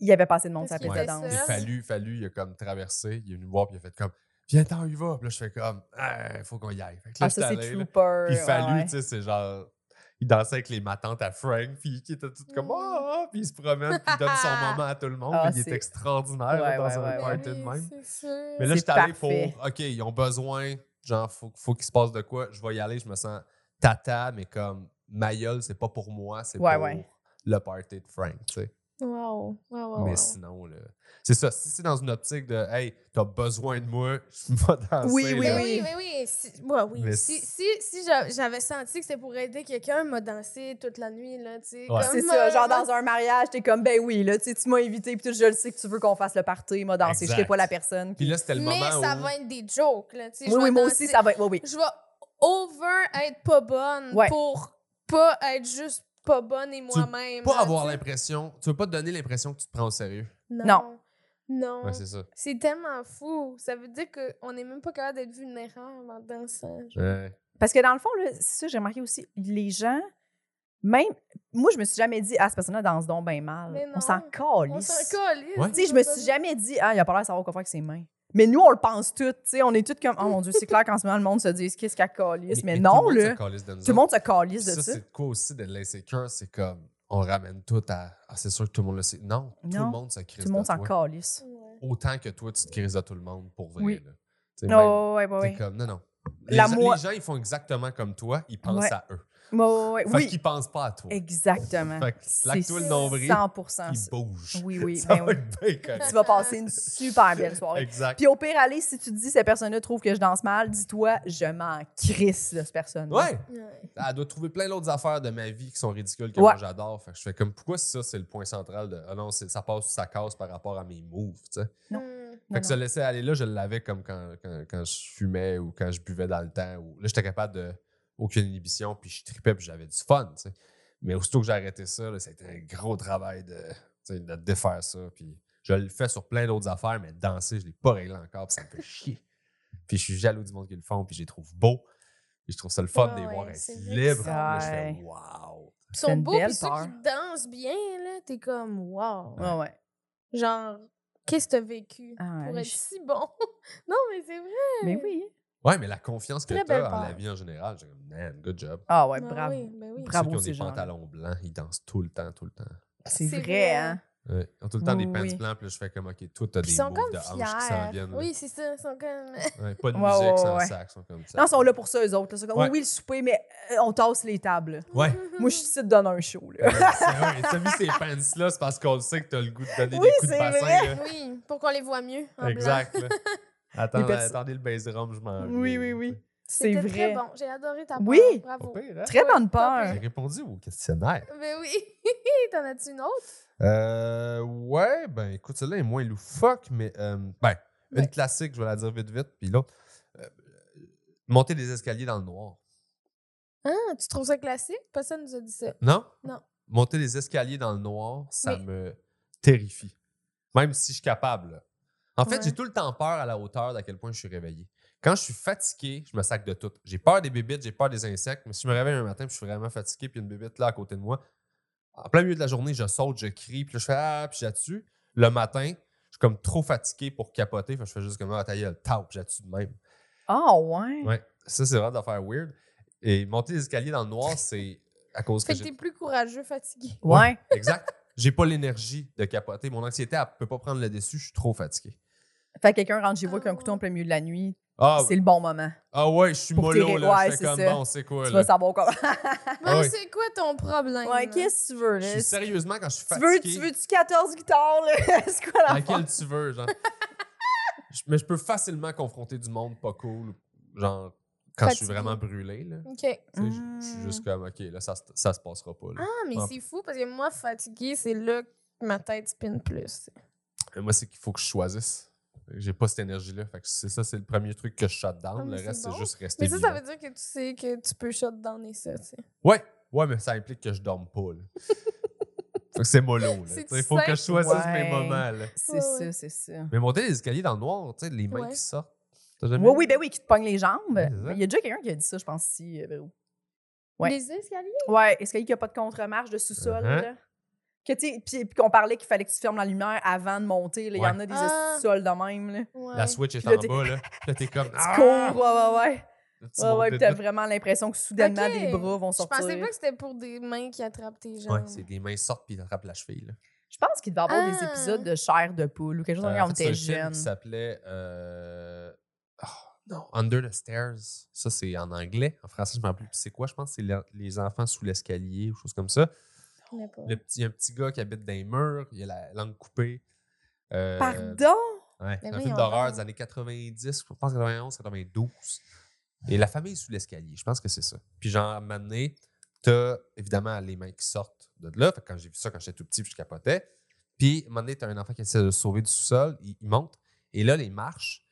[SPEAKER 2] Il y avait pas assez de monde, ça
[SPEAKER 3] Parce
[SPEAKER 2] la
[SPEAKER 3] qu'il
[SPEAKER 2] piste de
[SPEAKER 3] était
[SPEAKER 2] danse.
[SPEAKER 4] Il
[SPEAKER 3] seul.
[SPEAKER 4] fallu, fallu, il a comme traversé, il est venu me voir, puis il a fait comme Viens, t'en, il va. Puis là, je fais comme Ah, faut qu'on y aille. Fait que là,
[SPEAKER 2] Ah,
[SPEAKER 4] j'étais
[SPEAKER 2] ça, c'est
[SPEAKER 4] allé, là.
[SPEAKER 2] Trooper.
[SPEAKER 4] Puis
[SPEAKER 2] ouais,
[SPEAKER 4] Fallu,
[SPEAKER 2] ouais.
[SPEAKER 4] tu sais, c'est genre. Il dansait avec les matantes à Frank, puis qui était tout comme
[SPEAKER 3] Mm.
[SPEAKER 4] Ah, puis il se promène, puis il donne son moment à tout le monde.
[SPEAKER 2] Mmh. Ah,
[SPEAKER 4] puis il
[SPEAKER 2] c'est-
[SPEAKER 4] est extraordinaire
[SPEAKER 2] Ouais,
[SPEAKER 4] là, dans
[SPEAKER 2] ouais,
[SPEAKER 4] un
[SPEAKER 2] ouais, ouais.
[SPEAKER 4] party de
[SPEAKER 3] Ben
[SPEAKER 4] même.
[SPEAKER 3] oui, c'est sûr.
[SPEAKER 4] Mais là,
[SPEAKER 2] C'est
[SPEAKER 4] j'étais allé
[SPEAKER 2] parfait.
[SPEAKER 4] pour OK, ils ont besoin, genre, faut, faut qu'il se passe de quoi. Je vais y aller, je me sens tata, mais comme ma gueule, c'est pas pour moi, c'est
[SPEAKER 2] Ouais, Oh,
[SPEAKER 4] pour
[SPEAKER 2] ouais.
[SPEAKER 4] le party de Frank, tu sais.
[SPEAKER 3] Wow. Wow, wow,
[SPEAKER 4] Mais
[SPEAKER 3] wow.
[SPEAKER 4] sinon, là, c'est ça. Si c'est dans une optique de Hey, t'as besoin de moi, je vais danser.
[SPEAKER 2] Oui, oui,
[SPEAKER 4] là.
[SPEAKER 3] Ben oui, ben oui. Si, ouais, oui.
[SPEAKER 4] Mais
[SPEAKER 3] si,
[SPEAKER 4] c-
[SPEAKER 3] si, si j'a- j'avais senti que c'était pour aider quelqu'un, m'a dansé toute la nuit, là, tu sais. euh,
[SPEAKER 4] Ouais.
[SPEAKER 2] C'est ça, genre dans un mariage, t'es comme, ben oui, là, tu sais, tu m'as invité, puis tout, je le sais que tu veux qu'on fasse le party, moi, danser, je
[SPEAKER 4] Exact.
[SPEAKER 2] sais pas la personne.
[SPEAKER 4] Puis
[SPEAKER 2] Qui...
[SPEAKER 4] là, c'était le
[SPEAKER 3] Mais
[SPEAKER 4] moment
[SPEAKER 3] ça
[SPEAKER 4] où.
[SPEAKER 3] va être des jokes, là, tu sais.
[SPEAKER 2] Oui,
[SPEAKER 3] je vais
[SPEAKER 2] oui, moi
[SPEAKER 3] danser-
[SPEAKER 2] aussi, ça va être, oui, oui.
[SPEAKER 3] Je vais over être pas bonne
[SPEAKER 2] Ouais.
[SPEAKER 3] pour pas être juste pas bonne et moi-même.
[SPEAKER 4] Pas
[SPEAKER 3] là,
[SPEAKER 4] avoir
[SPEAKER 3] tu sais.
[SPEAKER 4] l'impression. Tu veux pas te donner l'impression que tu te prends au sérieux.
[SPEAKER 3] Non. Non.
[SPEAKER 4] Ouais, c'est ça.
[SPEAKER 3] c'est tellement fou. Ça veut dire qu'on n'est même pas capable d'être vulnérable en dansant. genre.
[SPEAKER 4] Ouais.
[SPEAKER 2] Parce que dans le fond, là, c'est ça, j'ai remarqué aussi, les gens, même, moi, je me suis jamais dit, ah, cette personne-là danse donc bien
[SPEAKER 3] Mais
[SPEAKER 2] mal.
[SPEAKER 3] non.
[SPEAKER 2] On s'en
[SPEAKER 3] On
[SPEAKER 2] calisse.
[SPEAKER 3] s'en calisse.
[SPEAKER 4] Ouais.
[SPEAKER 2] Tu sais, je me suis jamais dit, ah, il a pas l'air de savoir quoi faire avec ses mains. Mais nous, on le pense tout, tu sais, on est tous comme, oh mon Dieu, c'est clair qu'en ce moment, le monde se dit, qu'est-ce qu'elle calisse. Mais,
[SPEAKER 4] tout le
[SPEAKER 2] non,
[SPEAKER 4] monde
[SPEAKER 2] là,
[SPEAKER 4] se calisse de nous
[SPEAKER 2] tout le
[SPEAKER 4] autres.
[SPEAKER 2] monde se calisse de
[SPEAKER 4] Ça,
[SPEAKER 2] ça.
[SPEAKER 4] c'est quoi aussi de l'insécure? C'est comme on ramène tout à. Ah, c'est sûr que tout le monde le sait. Non, tout
[SPEAKER 2] Non.
[SPEAKER 4] le monde se crise
[SPEAKER 2] Tout le monde
[SPEAKER 4] de
[SPEAKER 2] s'en
[SPEAKER 4] toi.
[SPEAKER 2] calisse.
[SPEAKER 3] Ouais.
[SPEAKER 4] Autant que toi, tu te crises de tout le monde pour vrai.
[SPEAKER 2] Oui.
[SPEAKER 4] là. Tu sais, même,
[SPEAKER 2] Oh, ouais, ouais,
[SPEAKER 4] t'es
[SPEAKER 2] ouais.
[SPEAKER 4] comme, non, non. Les,
[SPEAKER 2] La
[SPEAKER 4] gens,
[SPEAKER 2] moi-
[SPEAKER 4] les gens, ils font exactement comme toi, ils pensent
[SPEAKER 2] Ouais.
[SPEAKER 4] à eux.
[SPEAKER 2] Ouais, ouais, ouais.
[SPEAKER 4] Fait
[SPEAKER 2] Oui,
[SPEAKER 4] qu'ils pensent pas à toi.
[SPEAKER 2] exactement.
[SPEAKER 4] Fait que
[SPEAKER 2] C'est
[SPEAKER 4] slack-toi le nombril,
[SPEAKER 2] 100
[SPEAKER 4] Ils
[SPEAKER 2] ça.
[SPEAKER 4] bougent.
[SPEAKER 2] Oui, oui,
[SPEAKER 4] Ça
[SPEAKER 2] ben
[SPEAKER 4] va
[SPEAKER 2] oui.
[SPEAKER 4] être bien correct.
[SPEAKER 2] Tu vas passer une super belle soirée.
[SPEAKER 4] Exact.
[SPEAKER 2] Puis au pire, allez, si tu te dis, cette personne-là trouve que je danse mal, dis-toi, je m'en crisse de cette personne.
[SPEAKER 4] Ouais,
[SPEAKER 3] Ouais.
[SPEAKER 4] elle doit trouver plein d'autres affaires de ma vie qui sont ridicules que
[SPEAKER 2] Ouais.
[SPEAKER 4] moi j'adore. Fait que je fais comme pourquoi ça c'est le point central de ah non, c'est- ça passe ou ça casse par rapport à mes moves, tu sais.
[SPEAKER 2] Non.
[SPEAKER 3] Mm.
[SPEAKER 4] Fait que se laisser aller là, je l'avais comme quand, quand, quand je fumais ou quand je buvais dans le temps. Ou, là, j'étais capable de aucune inhibition, puis je tripais, puis j'avais du fun. tu sais. Mais aussitôt que j'ai arrêté ça, là, ça a été un gros travail de, tu sais, de défaire ça. Puis je le fais sur plein d'autres affaires, mais danser, je l'ai pas réglé encore, puis ça me fait chier. Puis je suis jaloux du monde qui le font, puis je les trouve beaux. Puis je trouve ça le fun
[SPEAKER 3] Ouais,
[SPEAKER 4] de les
[SPEAKER 3] ouais,
[SPEAKER 4] voir être
[SPEAKER 3] c'est vrai que
[SPEAKER 4] libres.
[SPEAKER 2] ça-
[SPEAKER 4] Là, je fais
[SPEAKER 2] Ouais.
[SPEAKER 4] wow.
[SPEAKER 3] Ils
[SPEAKER 2] C'est
[SPEAKER 3] sont
[SPEAKER 2] une
[SPEAKER 3] beaux, puis
[SPEAKER 2] belle
[SPEAKER 3] ceux
[SPEAKER 2] peur.
[SPEAKER 3] qui dansent bien, là, t'es comme, wow.
[SPEAKER 2] Ouais, ouais.
[SPEAKER 3] Genre, qu'est-ce que t'as vécu
[SPEAKER 2] Ah ouais,
[SPEAKER 3] pour
[SPEAKER 2] les
[SPEAKER 3] être
[SPEAKER 2] ch-
[SPEAKER 3] si bon? non, mais c'est vrai.
[SPEAKER 2] Mais oui.
[SPEAKER 4] Ouais, mais la confiance que
[SPEAKER 3] Très
[SPEAKER 4] tu
[SPEAKER 3] belle
[SPEAKER 4] as en la
[SPEAKER 3] part.
[SPEAKER 4] vie en général, j'ai comme, man, good job.
[SPEAKER 2] Ah ouais,
[SPEAKER 3] Ben
[SPEAKER 2] bravo.
[SPEAKER 3] oui, ben oui.
[SPEAKER 2] Bravo.
[SPEAKER 4] Ceux qui ont
[SPEAKER 2] ces
[SPEAKER 4] des
[SPEAKER 2] gens-là.
[SPEAKER 4] pantalons blancs, ils dansent tout le temps, tout le temps.
[SPEAKER 2] C'est
[SPEAKER 3] C'est
[SPEAKER 2] vrai,
[SPEAKER 3] vrai.
[SPEAKER 2] hein?
[SPEAKER 4] Ouais. Ils ont tout le temps des
[SPEAKER 2] Oui,
[SPEAKER 4] pants
[SPEAKER 2] oui.
[SPEAKER 4] blancs, puis là, je fais comme, OK, toi, t'as
[SPEAKER 3] Puis
[SPEAKER 4] des
[SPEAKER 3] ils sont
[SPEAKER 4] moves
[SPEAKER 3] comme
[SPEAKER 4] de hanches qui s'en
[SPEAKER 3] fiers.
[SPEAKER 4] viennent. là.
[SPEAKER 3] Oui, c'est ça, ils sont comme...
[SPEAKER 4] Ouais, pas de
[SPEAKER 2] Ouais,
[SPEAKER 4] musique
[SPEAKER 2] ouais,
[SPEAKER 4] sans
[SPEAKER 2] ouais.
[SPEAKER 4] sac, ils sont comme ça.
[SPEAKER 2] Non, ils sont là pour ça, eux autres. là. C'est comme,
[SPEAKER 4] Ouais.
[SPEAKER 2] oui, le souper, mais euh, on tasse les tables.
[SPEAKER 4] Ouais.
[SPEAKER 2] Moi, je suis ici de donner un show, là.
[SPEAKER 4] Ouais, c'est vrai. T'as mis ces pants-là, c'est parce qu'on le sait que t'as le goût de donner
[SPEAKER 2] Oui,
[SPEAKER 4] des coups de
[SPEAKER 2] c'est
[SPEAKER 4] bassin.
[SPEAKER 2] vrai.
[SPEAKER 4] là.
[SPEAKER 3] Oui, pour qu'on les voit mieux. en blanc.
[SPEAKER 4] Exact. là. Attends,
[SPEAKER 2] Les perso-
[SPEAKER 4] attendez le baiser rhum, je m'en
[SPEAKER 2] Oui,
[SPEAKER 4] viens.
[SPEAKER 2] oui, oui. C'est
[SPEAKER 3] C'était
[SPEAKER 2] vrai.
[SPEAKER 3] très bon. J'ai adoré ta part.
[SPEAKER 2] Oui.
[SPEAKER 4] Pas
[SPEAKER 3] Bravo.
[SPEAKER 4] pire, hein?
[SPEAKER 2] Très bonne
[SPEAKER 3] pas
[SPEAKER 2] peur.
[SPEAKER 4] J'ai répondu au questionnaire.
[SPEAKER 3] Ben oui. T'en as-tu une autre?
[SPEAKER 4] Euh, ouais, ben écoute, celle-là est moins loufoque, mais euh, ben, une
[SPEAKER 3] Ouais.
[SPEAKER 4] classique, je vais la dire vite, vite, puis l'autre. euh, monter des escaliers dans le noir.
[SPEAKER 3] Hein? Tu trouves ça classique? Personne nous a dit ça.
[SPEAKER 4] Non?
[SPEAKER 3] Non.
[SPEAKER 4] Monter les escaliers dans le noir, ça
[SPEAKER 3] Oui.
[SPEAKER 4] me terrifie. Même si je suis capable. là. En fait,
[SPEAKER 3] Ouais.
[SPEAKER 4] j'ai tout le temps peur à la hauteur d'à quel point je suis réveillé. Quand je suis fatigué, je me sac de tout. J'ai peur des bébites, j'ai peur des insectes, mais si je me réveille un matin puis je suis vraiment fatigué puis il y a une bébite là à côté de moi, en plein milieu de la journée, je saute, je crie, puis là, je fais ah, puis j'attue. Le matin, je suis comme trop fatigué pour capoter, fait que je fais juste comme ah, ta gueule, tau, puis j'attue de même.
[SPEAKER 2] Ah
[SPEAKER 3] Mm.
[SPEAKER 2] ouais.
[SPEAKER 4] Ouais, ça c'est vraiment d'affaire weird. Et monter les escaliers dans le noir, c'est à cause que
[SPEAKER 3] Fait que
[SPEAKER 4] j'ai
[SPEAKER 3] t'es plus courageux, fatigué.
[SPEAKER 2] Ouais.
[SPEAKER 4] Exact. J'ai pas l'énergie de capoter. Mon anxiété, elle peut pas prendre le dessus. Je suis trop fatigué.
[SPEAKER 2] Fait que quelqu'un rentre chez vous
[SPEAKER 3] Ah
[SPEAKER 2] avec un couteau en
[SPEAKER 3] ouais.
[SPEAKER 2] plein milieu de la nuit,
[SPEAKER 4] Ah,
[SPEAKER 2] c'est le bon moment.
[SPEAKER 4] ah ouais, je suis
[SPEAKER 2] Pour
[SPEAKER 4] mollo.
[SPEAKER 2] tirer-
[SPEAKER 4] Là.
[SPEAKER 2] ouais,
[SPEAKER 4] je fais
[SPEAKER 2] c'est
[SPEAKER 4] comme
[SPEAKER 2] ça.
[SPEAKER 4] bon, c'est quoi?
[SPEAKER 2] Tu
[SPEAKER 4] Là?
[SPEAKER 2] vas savoir comment.
[SPEAKER 3] Bon,
[SPEAKER 4] Ah oui.
[SPEAKER 3] c'est quoi ton problème?
[SPEAKER 2] ouais, qu'est-ce que tu veux,
[SPEAKER 4] Je
[SPEAKER 2] là?
[SPEAKER 4] suis sérieusement, quand je suis
[SPEAKER 2] Tu veux,
[SPEAKER 4] fatigué,
[SPEAKER 2] tu veux du 14 guitares, là? C'est quoi la
[SPEAKER 4] laquelle tu veux, genre. Je- Mais je peux facilement confronter du monde pas cool, genre, quand je suis
[SPEAKER 3] Fatigué.
[SPEAKER 4] vraiment brûlé, là.
[SPEAKER 3] OK.
[SPEAKER 4] Tu sais, je- Je suis juste
[SPEAKER 2] Ah.
[SPEAKER 4] comme, OK, là, ça, se- ça se passera pas, là.
[SPEAKER 3] Ah, mais
[SPEAKER 4] Ah.
[SPEAKER 3] c'est fou parce que moi, fatiguée, c'est là que ma tête spin plus.
[SPEAKER 4] Mais Moi, c'est qu'il faut que je choisisse. J'ai pas cette énergie-là. Fait que c'est ça, c'est le premier truc que je shut down.
[SPEAKER 3] Ah,
[SPEAKER 4] le
[SPEAKER 3] mais c'est
[SPEAKER 4] reste,
[SPEAKER 3] bon.
[SPEAKER 4] c'est juste rester
[SPEAKER 3] Mais ça, ça
[SPEAKER 4] vivant.
[SPEAKER 3] veut dire que tu sais que tu peux shut down et ça, tu sais.
[SPEAKER 4] Ouais, ouais, mais ça implique que je dorme pas. Là. Fait que c'est mollo.
[SPEAKER 3] C'est
[SPEAKER 4] Il faut que je
[SPEAKER 2] simple.
[SPEAKER 4] choisisse mes
[SPEAKER 2] Ouais.
[SPEAKER 4] moments. Là.
[SPEAKER 2] C'est
[SPEAKER 3] Ouais,
[SPEAKER 2] ça,
[SPEAKER 3] ouais.
[SPEAKER 2] c'est ça.
[SPEAKER 4] Mais monter les escaliers dans le noir, tu sais, les mains
[SPEAKER 3] Ouais.
[SPEAKER 4] qui sortent. T'as jamais
[SPEAKER 2] Oui,
[SPEAKER 4] vu?
[SPEAKER 2] oui, ben oui, qui te pogne les jambes.
[SPEAKER 4] Ouais, c'est ça.
[SPEAKER 2] Il y a déjà quelqu'un qui a dit ça, je pense, si. euh, Véro. Ouais.
[SPEAKER 3] Les escaliers?
[SPEAKER 2] Ouais, est-ce qu'il n'y a pas de contre-marche de sous-sol,
[SPEAKER 4] Uh-huh.
[SPEAKER 2] là? Que, tu sais, puis puis qu'on parlait qu'il fallait que tu fermes la lumière avant de monter. là. Il
[SPEAKER 4] Ouais.
[SPEAKER 2] y en a des
[SPEAKER 3] Ah.
[SPEAKER 2] sous-sols de même. Là.
[SPEAKER 3] Ouais.
[SPEAKER 4] La switch est
[SPEAKER 2] Puis là,
[SPEAKER 4] en
[SPEAKER 2] t'es-
[SPEAKER 4] bas, là. Puis là, t'es comme.
[SPEAKER 2] Tu
[SPEAKER 4] Ah!
[SPEAKER 2] cours, ouais, ouais, ouais.
[SPEAKER 4] Là, tu
[SPEAKER 2] Ouais, ouais,
[SPEAKER 4] montes
[SPEAKER 2] puis
[SPEAKER 4] de
[SPEAKER 2] t'as
[SPEAKER 4] tout.
[SPEAKER 2] vraiment l'impression que soudainement,
[SPEAKER 3] Ok.
[SPEAKER 2] des bras vont
[SPEAKER 3] Je
[SPEAKER 2] sortir.
[SPEAKER 3] pensais pas que c'était pour des mains qui attrapent tes jambes.
[SPEAKER 4] Ouais, c'est des mains sortent puis t'attrapes la cheville. Là.
[SPEAKER 2] Je pense qu'il devait y avoir des
[SPEAKER 3] Ah.
[SPEAKER 2] épisodes de chair de poule ou quelque chose comme
[SPEAKER 4] Euh,
[SPEAKER 2] ça quand on
[SPEAKER 4] en fait, c'est
[SPEAKER 2] était
[SPEAKER 4] un film
[SPEAKER 2] jeune.
[SPEAKER 4] qui s'appelait. euh, oh, non, Under the Stairs. Ça, c'est en anglais. En français, je m'en rappelle plus. C'est quoi Je pense que c'est les- Les enfants sous l'escalier ou chose comme ça.
[SPEAKER 3] connais pas.
[SPEAKER 4] Le petit- Il y a un petit gars qui habite dans les murs, il a la langue coupée. Euh,
[SPEAKER 2] Pardon?
[SPEAKER 4] Ouais,
[SPEAKER 3] Mais
[SPEAKER 4] c'est un
[SPEAKER 3] voyons
[SPEAKER 4] film d'horreur
[SPEAKER 3] donc.
[SPEAKER 4] des années 90, je pense 91, 92. Et la famille est sous l'escalier, je pense que c'est ça. Puis genre, à un moment donné, t'as évidemment les mains qui sortent de là. Fait que quand j'ai vu ça quand j'étais tout petit, puis je capotais. Puis à un moment donné, t'as un enfant qui essaie de se sauver du sous-sol, il, il monte. Et là, les marches,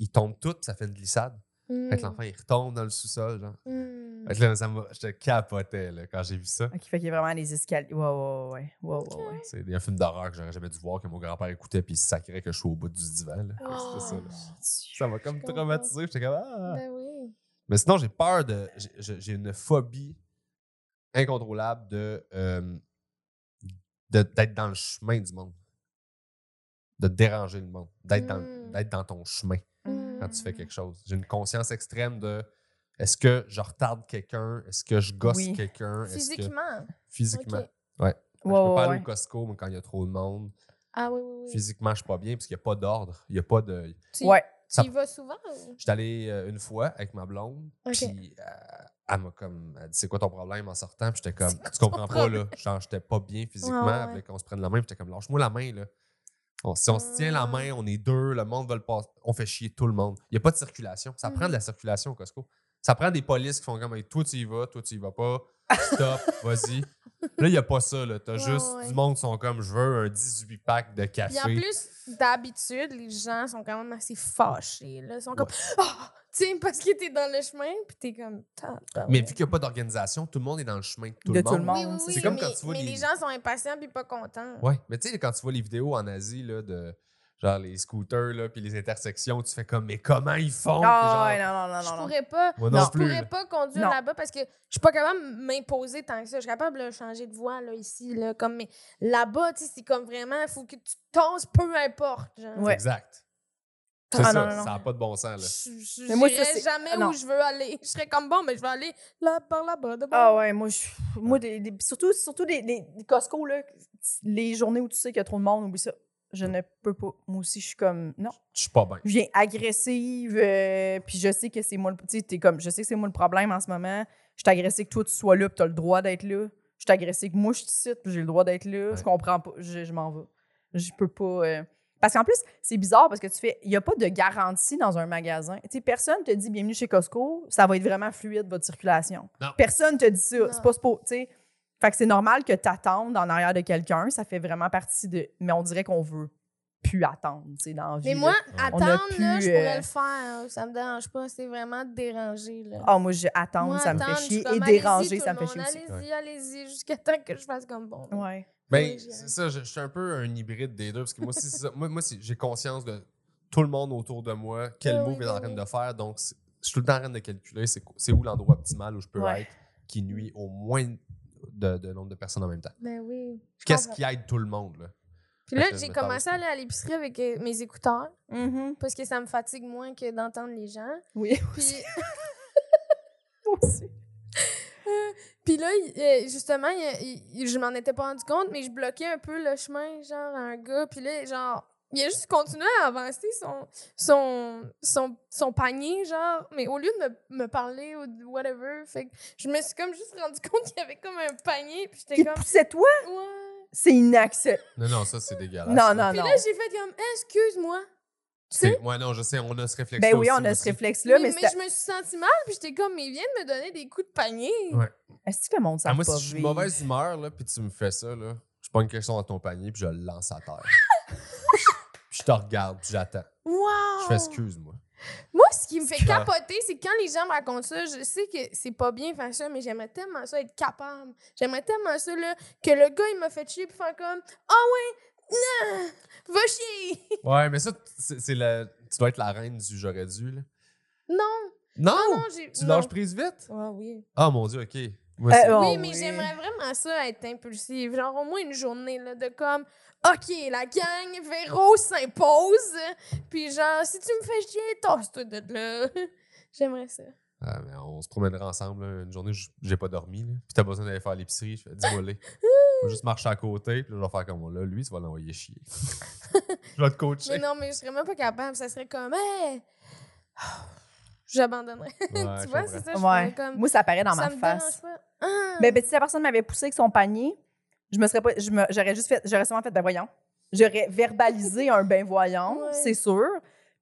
[SPEAKER 4] ils tombent toutes, puis ça fait une glissade. Fait
[SPEAKER 3] Hmm.
[SPEAKER 4] que l'enfant, il retombe dans le sous-sol, genre.
[SPEAKER 3] Mm.
[SPEAKER 4] Fait que là, ça m'a- je te capotais là, quand j'ai vu ça.
[SPEAKER 2] Ok, fait qu'il y a vraiment des escaliers. Ouais, ouais, ouais. ouais, ouais, ouais, ouais.
[SPEAKER 4] C'est un film d'horreur que j'aurais jamais dû voir, que mon grand-père écoutait, puis il se sacrait que je suis au bout du divan. là.
[SPEAKER 3] Oh.
[SPEAKER 4] C'était ça, là.
[SPEAKER 2] Mon Dieu.
[SPEAKER 4] Ça m'a comme
[SPEAKER 3] comprends.
[SPEAKER 4] traumatisé. J'étais comme. Ah.
[SPEAKER 3] Ben oui.
[SPEAKER 4] Mais sinon, j'ai peur de. j'ai- J'ai j'ai une phobie incontrôlable de euh, de- d'être dans le chemin du monde. De déranger le monde. D'être dans,
[SPEAKER 2] Hmm.
[SPEAKER 3] Mm.
[SPEAKER 4] d'être dans ton chemin
[SPEAKER 3] Mm.
[SPEAKER 4] quand tu fais quelque chose. J'ai une conscience extrême de est-ce que je retarde quelqu'un? Est-ce que je gosse
[SPEAKER 2] Oui.
[SPEAKER 4] quelqu'un? Est-ce que-
[SPEAKER 3] Physiquement.
[SPEAKER 4] physiquement.
[SPEAKER 3] Ok.
[SPEAKER 4] Je
[SPEAKER 2] Ouais,
[SPEAKER 4] peux
[SPEAKER 2] ouais,
[SPEAKER 4] pas aller
[SPEAKER 2] ouais.
[SPEAKER 4] au Costco mais quand il y a trop de monde.
[SPEAKER 3] Ah oui, oui, oui.
[SPEAKER 4] Physiquement, je suis pas bien parce qu'il n'y a pas d'ordre. Il y a pas de.
[SPEAKER 3] Tu,
[SPEAKER 2] Ouais.
[SPEAKER 3] tu
[SPEAKER 4] Ça-
[SPEAKER 3] y vas souvent? ou-
[SPEAKER 4] J'étais allé euh, une fois avec ma blonde,
[SPEAKER 3] Ok.
[SPEAKER 4] puis euh, elle m'a comme elle dit c'est quoi ton problème en sortant, puis j'étais comme tu comprends pas là, genre j'étais pas bien physiquement,
[SPEAKER 3] Ouais,
[SPEAKER 4] elle
[SPEAKER 3] ouais.
[SPEAKER 4] voulait qu'on se prenne la main, puis j'étais comme lâche-moi la main là. On- si on se tient la
[SPEAKER 3] Ah.
[SPEAKER 4] main, on est deux, le monde veut le passer, on fait chier tout le monde. Il n'y a pas de circulation, ça
[SPEAKER 3] Mhm.
[SPEAKER 4] prend de la circulation au Costco. Ça prend des polices qui font comme Hey, toi tu y vas, toi tu y vas pas, stop, vas-y. Là, il n'y a pas ça. Là. T'as
[SPEAKER 3] Ouais,
[SPEAKER 4] juste
[SPEAKER 3] ouais.
[SPEAKER 4] du monde qui sont comme je veux un 18 pack de café.
[SPEAKER 3] Puis en plus, d'habitude, les gens sont quand même assez fâchés. Là. Ils sont comme, Ah! tu sais, parce que t'es dans le chemin, puis t'es comme, Tabarouette.
[SPEAKER 4] Mais vu qu'il n'y a pas d'organisation, tout le monde est dans le chemin de tout
[SPEAKER 2] Ah De
[SPEAKER 4] le monde.
[SPEAKER 3] Oui, oui,
[SPEAKER 2] monde,
[SPEAKER 3] oui,
[SPEAKER 4] c'est comme
[SPEAKER 3] mais,
[SPEAKER 4] quand tu vois
[SPEAKER 3] mais
[SPEAKER 4] les-
[SPEAKER 3] les gens sont impatients puis pas contents.
[SPEAKER 4] Ouais, mais tu sais, quand tu vois les vidéos en Asie, là, de genre les scooters, là, puis les intersections, tu fais comme, mais comment ils font? Puis genre,
[SPEAKER 2] Ah, ouais, non, non, non,
[SPEAKER 3] Je
[SPEAKER 2] non, non.
[SPEAKER 3] pourrais pas,
[SPEAKER 4] Moi
[SPEAKER 2] non
[SPEAKER 3] je
[SPEAKER 4] plus,
[SPEAKER 3] pourrais
[SPEAKER 4] là.
[SPEAKER 3] pas conduire
[SPEAKER 2] Non.
[SPEAKER 3] là-bas parce que je suis pas capable de m'imposer tant que ça. Je suis capable de changer de voie là, ici. Là, comme, mais là-bas, tu sais, c'est comme vraiment, il faut que tu t'oses, peu importe. Genre.
[SPEAKER 2] Ouais.
[SPEAKER 4] Exact.
[SPEAKER 2] Ah,
[SPEAKER 4] C'est
[SPEAKER 2] non,
[SPEAKER 4] ça,
[SPEAKER 2] non, non.
[SPEAKER 4] ça n'a pas de bon sens, là.
[SPEAKER 3] Je je-
[SPEAKER 2] Mais moi, ça,
[SPEAKER 3] j'irais
[SPEAKER 2] c'est-
[SPEAKER 3] jamais
[SPEAKER 2] ah, non.
[SPEAKER 3] où je veux aller. Je serais comme bon, mais je vais aller là, par là-bas, de
[SPEAKER 2] Ah
[SPEAKER 3] bas.
[SPEAKER 2] ouais, moi, je, moi des- des- surtout, surtout les, les- les Costco, là, les journées où tu sais qu'il y a trop de monde, oublie ça. Je ne peux pas. Moi aussi, je suis comme, non.
[SPEAKER 4] Je suis pas bien.
[SPEAKER 2] Je viens agressive, euh, puis je sais que c'est moi le... Tu sais, t'es comme, je sais que c'est moi le problème en ce moment. Je suis agressée que toi, tu sois là, puis t'as le droit d'être là. Je suis agressée que moi, je te cite, puis j'ai le droit d'être là.
[SPEAKER 4] Ouais.
[SPEAKER 2] Je comprends pas. Je, je m'en vais. Je peux pas... euh, Parce qu'en plus, c'est bizarre parce que tu fais... Il n'y a pas de garantie dans un magasin. Tu sais, personne te dit « Bienvenue chez Costco », ça va être vraiment fluide, votre circulation.
[SPEAKER 4] Non.
[SPEAKER 2] Personne te dit ça.
[SPEAKER 3] Non.
[SPEAKER 2] C'est pas... c'est pas- Tu sais... Fait que c'est normal que t'attendes en arrière de quelqu'un. Ça fait vraiment partie de... Mais on dirait qu'on veut plus attendre, tu sais, dans la vie.
[SPEAKER 3] Mais
[SPEAKER 2] là.
[SPEAKER 3] moi,
[SPEAKER 4] On a
[SPEAKER 3] attendre, là,
[SPEAKER 2] pu,
[SPEAKER 3] je
[SPEAKER 2] euh,
[SPEAKER 3] pourrais le faire. Ça me dérange pas. C'est vraiment dérangé. Là.
[SPEAKER 2] Ah, moi, j'ai attendre,
[SPEAKER 3] Moi,
[SPEAKER 2] ça me
[SPEAKER 3] attendre, je
[SPEAKER 2] fait
[SPEAKER 3] suis
[SPEAKER 2] chier.
[SPEAKER 3] comme,
[SPEAKER 2] Et
[SPEAKER 3] Allez-y,
[SPEAKER 2] déranger,
[SPEAKER 3] tout
[SPEAKER 2] ça
[SPEAKER 3] le
[SPEAKER 2] me fait
[SPEAKER 3] monde,
[SPEAKER 2] chier aussi.
[SPEAKER 3] Allez-y, allez-y, jusqu'à temps que je fasse comme bon.
[SPEAKER 2] Ouais.
[SPEAKER 3] j'ai-
[SPEAKER 4] Ben, c'est ça, je, je suis un peu un hybride des deux, parce que moi aussi, c'est ça. Moi, moi aussi, j'ai conscience de tout le monde autour de moi, quel
[SPEAKER 3] Oui,
[SPEAKER 4] move
[SPEAKER 3] oui,
[SPEAKER 4] est en
[SPEAKER 3] oui,
[SPEAKER 4] train
[SPEAKER 3] oui.
[SPEAKER 4] de faire, donc c'est- je suis tout le temps en train de calculer c'est quoi- c'est où l'endroit optimal où je peux
[SPEAKER 2] Ouais.
[SPEAKER 4] être qui nuit au moins de, de nombre de personnes en même temps.
[SPEAKER 3] Ben oui. je
[SPEAKER 4] Qu'est-ce
[SPEAKER 3] comprends.
[SPEAKER 4] qui aide tout le monde, là?
[SPEAKER 3] Puis là,
[SPEAKER 4] Fait que je
[SPEAKER 3] j'ai
[SPEAKER 4] me
[SPEAKER 3] commencé à
[SPEAKER 4] tasse.
[SPEAKER 3] aller à l'épicerie avec euh, mes écouteurs
[SPEAKER 4] Mm-hmm.
[SPEAKER 2] Mhm.
[SPEAKER 3] parce que ça me fatigue moins que d'entendre les gens.
[SPEAKER 2] Oui,
[SPEAKER 3] Puis,
[SPEAKER 2] moi aussi.
[SPEAKER 3] puis là, il- euh, justement, il- il- il- je m'en étais pas rendu compte, mais je bloquais un peu le chemin, genre, à un gars. Puis là, genre, il a juste continué à avancer son, son, son, son panier, genre, mais au lieu de me, me parler ou de whatever, fait que je me suis comme juste rendu compte qu'il y avait comme un panier, puis j'étais
[SPEAKER 2] Qui
[SPEAKER 3] comme,
[SPEAKER 2] poussait toi?
[SPEAKER 3] ouais.
[SPEAKER 2] C'est inacceptable.
[SPEAKER 4] Non, non, ça, c'est dégueulasse.
[SPEAKER 2] Non,
[SPEAKER 4] là.
[SPEAKER 2] non,
[SPEAKER 3] Puis
[SPEAKER 2] non.
[SPEAKER 3] là, j'ai fait comme, excuse-moi.
[SPEAKER 4] C'est- Ouais, non, je sais, on a ce réflexe
[SPEAKER 2] Ben oui, on a ce réflexe-là, mais,
[SPEAKER 3] mais,
[SPEAKER 2] c'est.
[SPEAKER 3] je me suis sentie mal, puis j'étais comme, mais il vient de me donner des coups de panier.
[SPEAKER 4] Ouais.
[SPEAKER 2] Est-ce que le monde s'en
[SPEAKER 4] Ah, moi,
[SPEAKER 2] pas
[SPEAKER 4] si je suis de
[SPEAKER 2] vivre?
[SPEAKER 4] mauvaise humeur, là, puis tu me fais ça, là, je prends une question dans ton panier, puis je le lance à terre. Puis je te regarde, puis j'attends.
[SPEAKER 3] Wow!
[SPEAKER 4] Je fais excuse-moi.
[SPEAKER 3] Moi, ce qui me fait
[SPEAKER 4] Ah.
[SPEAKER 3] capoter, c'est quand les gens me racontent ça, je sais que c'est pas bien faire ça, mais j'aimerais tellement ça être capable. J'aimerais tellement ça, là, que le gars, il m'a fait chier, puis faire comme, ah ouais, non, va chier!
[SPEAKER 4] Ouais, mais ça, c'est c'est la... tu dois être la reine du j'aurais dû, là.
[SPEAKER 3] Non!
[SPEAKER 4] Non!
[SPEAKER 3] Ah non, j'ai.
[SPEAKER 4] Oh! tu
[SPEAKER 3] non.
[SPEAKER 4] lâches prise vite?
[SPEAKER 3] Ah oui.
[SPEAKER 4] Ah, mon Dieu, OK. Moi,
[SPEAKER 2] Euh,
[SPEAKER 4] c'est-
[SPEAKER 2] oh,
[SPEAKER 3] oui, mais j'aimerais vraiment ça être impulsive. Genre au moins une journée là, de comme OK, la gang, Véro s'impose. Puis genre, si tu me fais chier, tasse-toi de là. J'aimerais ça.
[SPEAKER 4] Ah, mais on se promènera ensemble, là, une journée, j- j'ai pas dormi, là. Puis t'as besoin d'aller faire l'épicerie, je fais, dis-moi les. Je vais juste marcher à côté, puis là, je vais faire comme là. Lui, tu vas l'envoyer chier. je vais te
[SPEAKER 3] Mais
[SPEAKER 4] coacher.
[SPEAKER 3] non, mais je serais même pas capable. Ça serait comme Hey! J'abandonnerais.
[SPEAKER 4] Ouais,
[SPEAKER 3] tu
[SPEAKER 4] je
[SPEAKER 3] vois,
[SPEAKER 4] comprends.
[SPEAKER 3] c'est ça, je
[SPEAKER 2] Ouais.
[SPEAKER 3] ferais comme
[SPEAKER 2] Moi, ça apparaît dans
[SPEAKER 3] ça
[SPEAKER 2] ma
[SPEAKER 3] me
[SPEAKER 2] face.
[SPEAKER 3] dérange pas. Ah!
[SPEAKER 2] Ben, ben, si la personne m'avait poussé avec son panier, Je me serais pas. je me- J'aurais juste fait. J'aurais sûrement fait ben voyons. J'aurais verbalisé un ben voyant,
[SPEAKER 3] Ouais.
[SPEAKER 2] c'est sûr.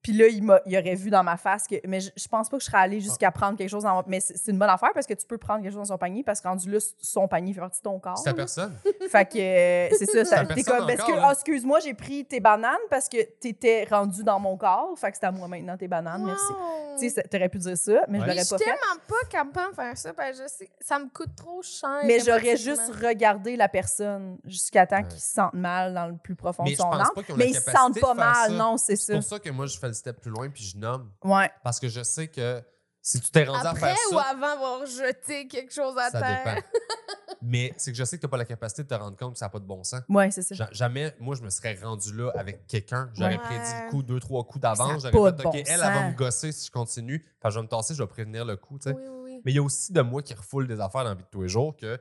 [SPEAKER 2] Puis là, il, m'a- il aurait vu dans ma face que. Mais je, je pense pas que je serais allée jusqu'à
[SPEAKER 4] Ah.
[SPEAKER 2] prendre quelque chose dans mon- Mais c'est c'est une bonne affaire parce que tu peux prendre quelque chose dans son panier parce que rendu là, son panier fait partie de ton corps.
[SPEAKER 4] C'est ta
[SPEAKER 2] là.
[SPEAKER 4] personne.
[SPEAKER 2] Fait que euh, c'est ça, ça-
[SPEAKER 4] la
[SPEAKER 2] t'es
[SPEAKER 4] personne
[SPEAKER 2] comme parce que
[SPEAKER 4] encore, là.
[SPEAKER 2] ah, excuse-moi, j'ai pris tes bananes parce que t'étais rendu dans mon corps, fait que c'est à moi maintenant tes bananes, merci.
[SPEAKER 3] Wow.
[SPEAKER 2] Tu sais, ça- t'aurais pu dire ça, mais
[SPEAKER 4] Ouais.
[SPEAKER 2] je
[SPEAKER 3] Mais
[SPEAKER 2] l'aurais
[SPEAKER 3] Ah! je suis
[SPEAKER 2] pas fait.
[SPEAKER 3] tellement pas capable de faire ça, parce que je sais, ça me coûte trop cher.
[SPEAKER 2] Mais j'aurais juste
[SPEAKER 3] émotivement.
[SPEAKER 2] regardé la personne jusqu'à temps
[SPEAKER 4] Ouais.
[SPEAKER 2] qu'ils se sentent mal dans le plus profond
[SPEAKER 4] Mais
[SPEAKER 2] de
[SPEAKER 4] je
[SPEAKER 2] son
[SPEAKER 4] pense
[SPEAKER 2] âme.
[SPEAKER 4] pas qu'ils ont la
[SPEAKER 2] Mais ils se
[SPEAKER 4] capacité
[SPEAKER 2] sentent
[SPEAKER 4] de
[SPEAKER 2] pas
[SPEAKER 4] faire
[SPEAKER 2] mal,
[SPEAKER 4] ça.
[SPEAKER 2] non, c'est
[SPEAKER 4] C'est
[SPEAKER 2] ça.
[SPEAKER 4] pour ça que moi, je fais le step plus loin puis je nomme.
[SPEAKER 2] Ouais.
[SPEAKER 4] Parce que je sais que si tu t'es rendu à
[SPEAKER 3] Après
[SPEAKER 4] faire
[SPEAKER 3] ou
[SPEAKER 4] ça,
[SPEAKER 3] avant avoir jeté quelque chose à
[SPEAKER 4] ça
[SPEAKER 3] terre.
[SPEAKER 4] dépend. Mais c'est que je sais que tu n'as pas la capacité de te rendre compte que ça n'a pas de bon sens.
[SPEAKER 2] Ouais, c'est ça.
[SPEAKER 4] Ja- Jamais, moi, je me serais rendu là avec quelqu'un. J'aurais
[SPEAKER 3] Ouais.
[SPEAKER 4] prédit le coup, deux, trois coups d'avance.
[SPEAKER 2] Ça a
[SPEAKER 4] J'aurais
[SPEAKER 2] pas
[SPEAKER 4] fait,
[SPEAKER 2] de bon
[SPEAKER 4] OK, elle, elle va
[SPEAKER 2] sens.
[SPEAKER 4] me gosser si je continue. Enfin, je vais me tasser, je vais prévenir le coup. tu sais.
[SPEAKER 3] Oui, oui, oui.
[SPEAKER 4] Mais il y a aussi de moi qui refoule des affaires dans la vie de tous les jours que,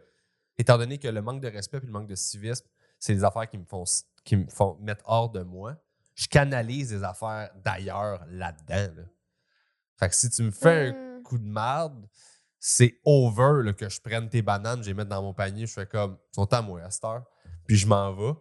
[SPEAKER 4] étant donné que le manque de respect et le manque de civisme, c'est des affaires qui me font, qui me font mettre hors de moi, je canalise des affaires d'ailleurs là-dedans. là. Fait que si tu me
[SPEAKER 2] Mm.
[SPEAKER 4] fais un
[SPEAKER 3] Hmm.
[SPEAKER 4] coup de marde, c'est over là, que je prenne tes bananes, je les mette dans mon panier, je fais comme, ils sont à moi à cette heure, puis je m'en vais.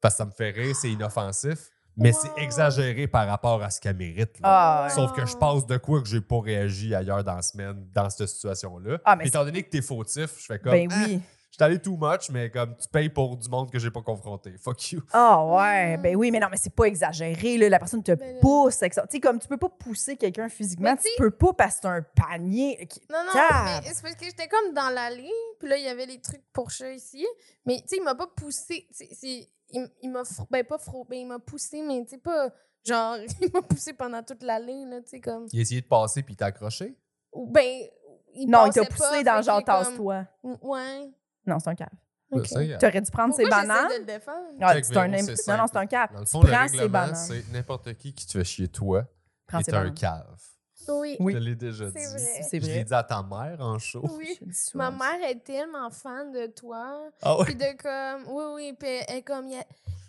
[SPEAKER 4] Parce que ça me fait rire, c'est inoffensif, mais
[SPEAKER 3] Wow.
[SPEAKER 4] c'est exagéré par rapport à ce qu'elle mérite. là.
[SPEAKER 2] Ah, ouais.
[SPEAKER 4] Sauf que je passe de quoi que j'ai pas réagi ailleurs dans la semaine, dans cette situation-là.
[SPEAKER 2] Ah, mais
[SPEAKER 4] Puis étant donné que t'es fautif, je fais comme.
[SPEAKER 2] Ben
[SPEAKER 4] Ah,
[SPEAKER 2] oui.
[SPEAKER 4] je suis allé too much, mais comme tu payes pour du monde que j'ai pas confronté. Fuck you.
[SPEAKER 2] Ah ouais, ben oui, mais non, mais c'est pas exagéré. là. La personne te
[SPEAKER 3] Ben là-
[SPEAKER 2] pousse. avec ça. Tu sais, comme tu peux pas pousser quelqu'un physiquement,
[SPEAKER 3] Mais
[SPEAKER 2] tu
[SPEAKER 3] tu sais-
[SPEAKER 2] peux pas parce que c'est un panier. qui-
[SPEAKER 3] Non, non,
[SPEAKER 2] Cap.
[SPEAKER 3] mais c'est parce que j'étais comme dans l'allée, puis là, il y avait les trucs pour chat ici. Mais tu sais, il m'a pas poussé. tu sais, c'est- Il, m- il m'a fro- ben, pas fro- ben, il m'a poussé, mais tu sais, pas. Genre, il m'a poussé pendant toute l'allée, là, tu sais, comme.
[SPEAKER 4] Il a essayé de passer puis il t'a accroché.
[SPEAKER 3] Ou ben. Il
[SPEAKER 2] Non, il t'a
[SPEAKER 3] passait
[SPEAKER 2] poussé
[SPEAKER 3] pas,
[SPEAKER 2] dans
[SPEAKER 3] fait
[SPEAKER 2] genre
[SPEAKER 3] que j'ai
[SPEAKER 2] tasse-toi.
[SPEAKER 3] comme- Ouais.
[SPEAKER 2] Non, c'est un cap.
[SPEAKER 3] Ok.
[SPEAKER 4] Ça, il y a-
[SPEAKER 2] T'aurais dû prendre ses
[SPEAKER 3] Pourquoi
[SPEAKER 2] bananes.
[SPEAKER 3] j'essaie de le défendre?
[SPEAKER 2] Ah,
[SPEAKER 4] Check,
[SPEAKER 2] c'est un
[SPEAKER 4] Véro,
[SPEAKER 2] im-
[SPEAKER 4] c'est
[SPEAKER 2] Non,
[SPEAKER 4] simple.
[SPEAKER 2] non, c'est un cap.
[SPEAKER 4] Dans le fond, le
[SPEAKER 2] Prends ses
[SPEAKER 4] règlement,
[SPEAKER 2] bananes.
[SPEAKER 4] c'est n'importe qui qui te fait chier toi
[SPEAKER 2] Prends
[SPEAKER 4] est
[SPEAKER 2] ses
[SPEAKER 4] un
[SPEAKER 2] bananes.
[SPEAKER 4] cave.
[SPEAKER 3] Oui.
[SPEAKER 2] Oui.
[SPEAKER 4] Je te l'ai déjà dit.
[SPEAKER 3] C'est vrai.
[SPEAKER 2] C'est
[SPEAKER 4] Je l'ai
[SPEAKER 2] vrai.
[SPEAKER 4] dit à ta mère en show.
[SPEAKER 3] Oui.
[SPEAKER 2] Je dis souvent
[SPEAKER 3] Ma
[SPEAKER 2] ça.
[SPEAKER 3] mère est tellement fan de toi.
[SPEAKER 4] Ah
[SPEAKER 3] Puis de comme, oui, oui, puis elle est comme, il y a-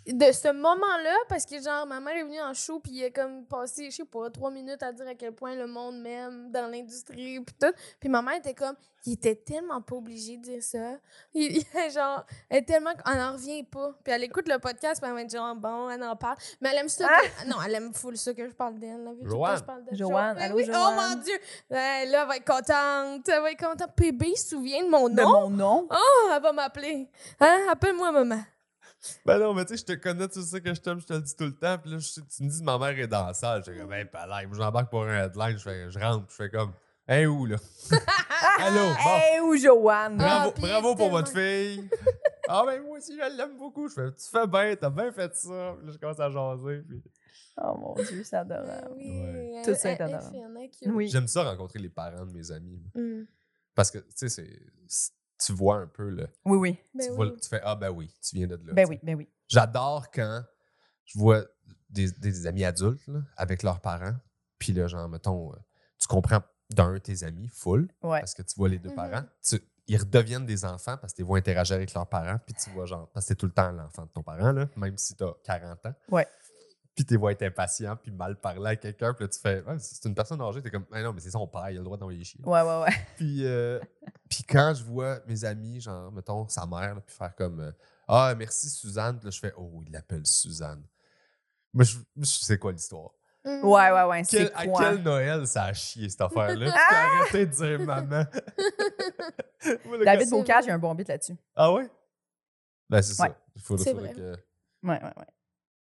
[SPEAKER 3] de ce moment-là, parce que genre, ma mère est venue en show, puis il a comme passé, je sais pas, trois minutes à dire à quel point le monde m'aime dans l'industrie, puis tout. Puis ma mère était comme, il était tellement pas obligé de dire ça. Il, il- genre, elle est tellement, on n'en revient pas. Puis elle écoute le podcast, puis elle va être genre, bon, elle en parle. Mais elle aime ça. que- non, elle aime full ça que je parle d'elle. là, vu tout le temps,
[SPEAKER 4] Ah! Joanne.
[SPEAKER 3] je parle d'elle.
[SPEAKER 2] Joanne,
[SPEAKER 3] Joanne,
[SPEAKER 2] allô,
[SPEAKER 3] oui, Oh
[SPEAKER 2] Joanne.
[SPEAKER 3] mon Dieu! Ouais, là, elle va être contente. Elle va être contente. PB se souvient de mon
[SPEAKER 2] De
[SPEAKER 3] nom.
[SPEAKER 2] mon nom.
[SPEAKER 3] Oh, elle va m'appeler. Hein? Appelle-moi maman.
[SPEAKER 4] Ben non, mais tu sais, je te connais, tu sais que je t'aime, je te le dis tout le temps. Puis là, je- tu me dis, ma mère est dans la salle. Je fais comme, hey, pas l'air. Moi, j'embarque pour un headline. Je, fais, je rentre, je fais comme, hey, où, là? Allô, bon.
[SPEAKER 2] Ah, Hey, ou Joanne.
[SPEAKER 3] Ah,
[SPEAKER 4] Bravo,
[SPEAKER 3] puis
[SPEAKER 4] bravo pour
[SPEAKER 3] tellement-
[SPEAKER 4] votre fille. ah, ben moi aussi, je l'aime beaucoup. Je fais, tu fais bien, t'as bien fait ça. Puis là, je commence à jaser. puis-
[SPEAKER 2] Oh mon Dieu, c'est
[SPEAKER 3] Ah
[SPEAKER 2] adorable.
[SPEAKER 3] oui.
[SPEAKER 4] Ouais.
[SPEAKER 3] elle-
[SPEAKER 2] Tout ça est
[SPEAKER 3] elle- elle
[SPEAKER 2] adorable.
[SPEAKER 3] fait un accueil.
[SPEAKER 2] Oui.
[SPEAKER 4] J'aime ça rencontrer les parents de mes amis.
[SPEAKER 3] Mm.
[SPEAKER 4] Parce que, tu sais, c'est- c'est- tu vois un peu, là.
[SPEAKER 2] Oui, oui.
[SPEAKER 3] Ben
[SPEAKER 4] tu,
[SPEAKER 3] oui.
[SPEAKER 4] vois- tu fais, ah, ben oui, tu viens de là.
[SPEAKER 2] Ben
[SPEAKER 4] tu
[SPEAKER 2] oui, ben oui.
[SPEAKER 4] J'adore quand je vois des, des amis adultes là, avec leurs parents. Puis là, genre, mettons, euh, tu comprends d'un de tes amis, full,
[SPEAKER 2] Ouais. Mm-hmm.
[SPEAKER 4] parce que tu vois les deux
[SPEAKER 3] Mhm.
[SPEAKER 4] parents. Tu- ils redeviennent des enfants parce que tu les vois interagir avec leurs parents. Puis tu vois, genre, parce que t'es tout le temps l'enfant de ton parent, là, même si t'as 40 ans.
[SPEAKER 2] Ouais.
[SPEAKER 4] Puis tu les vois être impatient, puis mal parler à quelqu'un. Puis là, tu fais, Ouais, c'est une personne âgée, t'es comme, Ah non, mais c'est son père, il a le droit d'envoyer chier.
[SPEAKER 2] Ouais, ouais, ouais.
[SPEAKER 4] Puis, euh, puis quand je vois mes amis, genre, mettons, sa mère, là, puis faire comme euh, Ah, merci Suzanne. Puis là, je fais Oh, il l'appelle Suzanne. Mais je, je sais quoi l'histoire.
[SPEAKER 3] Mm.
[SPEAKER 2] Ouais, ouais, ouais.
[SPEAKER 4] Quel-
[SPEAKER 2] C'est
[SPEAKER 4] à
[SPEAKER 2] quoi?
[SPEAKER 4] quel Noël ça a chié cette affaire-là? Puis
[SPEAKER 3] Ah!
[SPEAKER 4] t'as arrêté de dire maman. Moi, le
[SPEAKER 2] David
[SPEAKER 4] gars-
[SPEAKER 2] Bocage, il y a un bon bit là-dessus.
[SPEAKER 4] Ah ouais? Ben, c'est
[SPEAKER 2] Ouais.
[SPEAKER 4] ça. Il faudrait,
[SPEAKER 3] C'est
[SPEAKER 4] faudrait que.
[SPEAKER 2] Ouais, ouais, ouais.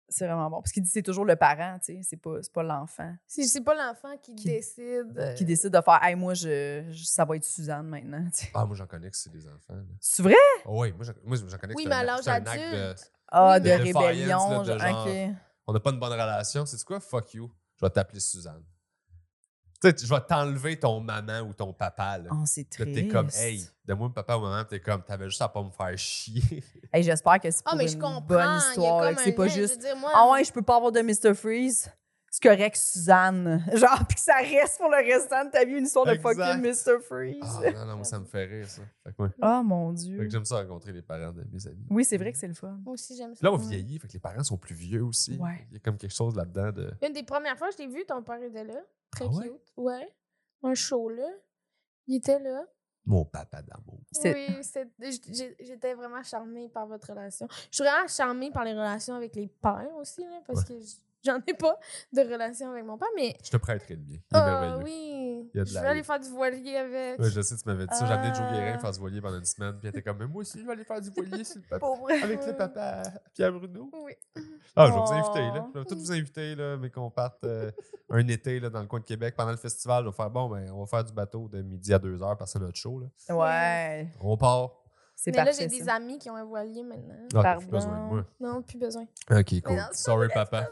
[SPEAKER 2] C'est vraiment bon. Parce qu'il dit c'est toujours le parent, tu sais. C'est pas, c'est pas l'enfant
[SPEAKER 3] C'est c'est pas l'enfant qui,
[SPEAKER 2] Qui-
[SPEAKER 3] décide. euh,
[SPEAKER 2] qui décide de faire Hey, moi, je, je- ça va être Suzanne maintenant. tu sais.
[SPEAKER 4] Ah, moi, j'en connais que c'est des enfants. là.
[SPEAKER 2] C'est vrai?
[SPEAKER 4] Ah ouais, moi, j'en- moi, j'en connais que
[SPEAKER 3] Oui,
[SPEAKER 4] c'est
[SPEAKER 3] mais
[SPEAKER 4] un
[SPEAKER 3] à l'âge
[SPEAKER 4] acte- c'est un acte de-
[SPEAKER 3] adulte.
[SPEAKER 2] Ah,
[SPEAKER 3] Oui,
[SPEAKER 2] de
[SPEAKER 3] mais-
[SPEAKER 2] rébellion.
[SPEAKER 4] Defiance, là, de
[SPEAKER 2] genre,
[SPEAKER 4] genre- euh,
[SPEAKER 2] OK.
[SPEAKER 4] on n'a pas une bonne relation, c'est quoi? Fuck you. Je vais t'appeler Suzanne. Tu sais, tu- je vais t'enlever ton maman ou ton papa. Là.
[SPEAKER 2] Oh, c'est
[SPEAKER 4] Là,
[SPEAKER 2] triste.
[SPEAKER 4] t'es comme, hey, donne-moi papa ou maman, t'es comme, t'avais juste à pas me faire chier.
[SPEAKER 2] Hey, J'espère que c'est
[SPEAKER 3] Ah,
[SPEAKER 2] pour
[SPEAKER 3] mais
[SPEAKER 2] une
[SPEAKER 3] je comprends.
[SPEAKER 2] bonne
[SPEAKER 3] il y a
[SPEAKER 2] histoire. là,
[SPEAKER 3] comme
[SPEAKER 2] que
[SPEAKER 3] un
[SPEAKER 2] C'est pas
[SPEAKER 3] lien, je veux
[SPEAKER 2] juste
[SPEAKER 3] dire, moi,
[SPEAKER 2] Ah ouais, je peux pas avoir de Mr. Freeze. C'est correct, Suzanne. Genre, puis que ça reste pour le restant de ta vie une histoire de
[SPEAKER 4] Exact.
[SPEAKER 2] fucking Mr. Freeze.
[SPEAKER 4] Ah non, non, moi, ça me fait rire, ça. Fait que, ouais.
[SPEAKER 2] Oh mon
[SPEAKER 4] Fait
[SPEAKER 2] Dieu.
[SPEAKER 4] que j'aime ça rencontrer les parents de mes amis.
[SPEAKER 2] Oui, c'est vrai que c'est le fun.
[SPEAKER 3] Moi aussi, j'aime ça.
[SPEAKER 4] Là, on
[SPEAKER 3] Ouais.
[SPEAKER 4] vieillit, fait que les parents sont plus vieux aussi.
[SPEAKER 2] Ouais.
[SPEAKER 4] Il y a comme quelque chose là-dedans de.
[SPEAKER 3] Une des premières fois que je l'ai vu, ton père était là. Très
[SPEAKER 4] Ah ouais?
[SPEAKER 3] cute. Ouais. Un show, là. Il était là.
[SPEAKER 4] Mon papa d'amour.
[SPEAKER 2] C'est-
[SPEAKER 3] Oui, c'est- j- j- j'étais vraiment charmée par votre relation. Je suis vraiment charmée par les relations avec les pères aussi, là, parce que j- j'en ai pas de relation avec mon père, mais.
[SPEAKER 4] Je te prêterai le bien. Il est
[SPEAKER 3] Ah
[SPEAKER 4] merveilleux.
[SPEAKER 3] oui!
[SPEAKER 4] Il y a de
[SPEAKER 3] Je
[SPEAKER 4] la
[SPEAKER 3] vais aller
[SPEAKER 4] haine.
[SPEAKER 3] faire du voilier avec.
[SPEAKER 4] Ouais, je sais, tu m'avais dit ça. J'ai amené Joe
[SPEAKER 3] Ah.
[SPEAKER 4] Guérin faire du voilier pendant une semaine. Puis elle était comme, mais moi aussi, je vais aller faire du voilier sur le papa.
[SPEAKER 2] Pour vrai.
[SPEAKER 4] Avec le papa Pierre Bruno.
[SPEAKER 3] Oui.
[SPEAKER 4] Ah, je vais vous
[SPEAKER 2] Oh.
[SPEAKER 4] inviter, là. Je vais tous vous inviter, là, mais qu'on parte euh, un été, là, dans le coin de Québec. Pendant le festival, je vais faire, bon, ben, on va faire du bateau de midi à 2 heures parce que c'est notre show, là.
[SPEAKER 2] Ouais.
[SPEAKER 4] On part.
[SPEAKER 2] C'est
[SPEAKER 3] Mais là,
[SPEAKER 2] parfait.
[SPEAKER 3] j'ai des
[SPEAKER 2] ça.
[SPEAKER 3] amis qui ont un voilier maintenant.
[SPEAKER 4] Ah, t'as
[SPEAKER 2] Pardon.
[SPEAKER 4] plus besoin de moi.
[SPEAKER 3] Non, plus besoin.
[SPEAKER 4] Ok, cool.
[SPEAKER 3] non, c'est
[SPEAKER 4] Sorry, papa.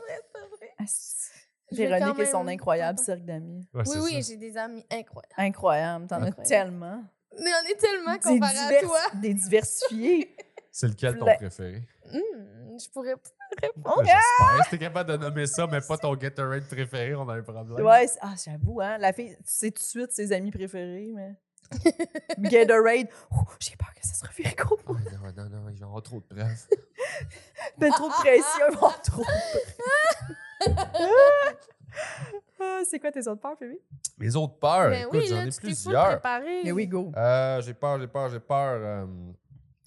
[SPEAKER 2] Ah, c'est-
[SPEAKER 3] Je vais
[SPEAKER 2] Véronique
[SPEAKER 3] quand
[SPEAKER 2] et son
[SPEAKER 3] même-
[SPEAKER 2] incroyable cirque d'amis.
[SPEAKER 4] Ouais,
[SPEAKER 3] Oui,
[SPEAKER 4] c'est
[SPEAKER 3] oui,
[SPEAKER 4] ça.
[SPEAKER 3] j'ai des amis incroyables.
[SPEAKER 2] Incroyable, t'en as
[SPEAKER 3] Incroyable.
[SPEAKER 2] tellement.
[SPEAKER 3] Mais on est tellement
[SPEAKER 2] Des,
[SPEAKER 3] comparés à
[SPEAKER 2] divers-
[SPEAKER 3] toi.
[SPEAKER 2] des diversifiés.
[SPEAKER 4] C'est lequel ton
[SPEAKER 2] Plein.
[SPEAKER 4] préféré?
[SPEAKER 3] Hum, je pourrais. Oh,
[SPEAKER 4] Ben, J'espère. Si t'es capable de nommer ça, mais pas ton Gatorade préféré, on a un problème.
[SPEAKER 2] ouais, c'est- ah, j'avoue, hein. La fille, tu sais tout de suite ses amis préférés, mais. Gatorade. Ouh, j'ai peur que ça se revienne gros.
[SPEAKER 4] Oh, non, non, non, ils ont trop de preuves.
[SPEAKER 2] Mais trop de pression, ils vont avoir trop de pression. Ah, C'est quoi tes autres peurs, Phoebe?
[SPEAKER 4] Les autres peurs,
[SPEAKER 3] Mais
[SPEAKER 4] Ah, écoute,
[SPEAKER 3] Ben oui,
[SPEAKER 4] j'en
[SPEAKER 3] là,
[SPEAKER 4] ai
[SPEAKER 3] tu t'es full
[SPEAKER 4] plusieurs.
[SPEAKER 3] préparé.
[SPEAKER 2] Mais oui, go.
[SPEAKER 4] Euh, j'ai peur, j'ai peur, j'ai peur. euh,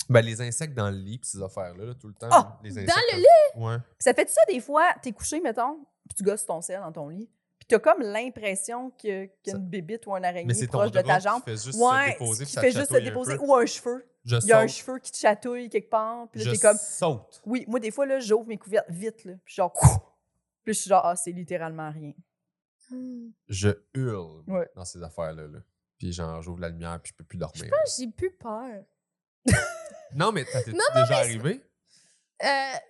[SPEAKER 4] ben, les insectes dans le lit, pis ces affaires-là, là, tout le temps.
[SPEAKER 2] Ah!
[SPEAKER 4] les
[SPEAKER 3] Dans
[SPEAKER 4] insectes,
[SPEAKER 3] le
[SPEAKER 4] euh, Ouais.
[SPEAKER 2] Ça fait ça des fois, t'es couché, mettons, puis tu gosses ton sel dans ton lit. Puis t'as comme l'impression que- qu'il y a
[SPEAKER 4] Ça-
[SPEAKER 2] une bébite ou un araignée
[SPEAKER 4] Mais c'est ton
[SPEAKER 2] proche de ta
[SPEAKER 4] drap
[SPEAKER 2] jambe.
[SPEAKER 4] qui fait juste se
[SPEAKER 2] Ouais,
[SPEAKER 4] déposer,
[SPEAKER 2] qui
[SPEAKER 4] pis ça
[SPEAKER 2] fait juste se
[SPEAKER 4] chatouille un
[SPEAKER 2] déposer.
[SPEAKER 4] peu.
[SPEAKER 2] Ou un cheveu.
[SPEAKER 4] Je
[SPEAKER 2] Il y a un
[SPEAKER 4] saute.
[SPEAKER 2] cheveu qui te chatouille quelque part. Puis là,
[SPEAKER 4] Je
[SPEAKER 2] t'es comme.
[SPEAKER 4] saute.
[SPEAKER 2] Oui, moi, des fois, là, j'ouvre mes couvertes vite, là. Puis genre, Couh! Puis je suis genre, ah, c'est littéralement rien.
[SPEAKER 3] Hum.
[SPEAKER 4] Je hurle
[SPEAKER 2] Ouais.
[SPEAKER 4] dans ces affaires-là. Là. Puis genre, j'ouvre la lumière, puis je peux plus dormir.
[SPEAKER 3] Ah, J'ai plus peur.
[SPEAKER 4] Non, mais t'as t'es
[SPEAKER 3] Non,
[SPEAKER 4] déjà arrivé?
[SPEAKER 3] Euh,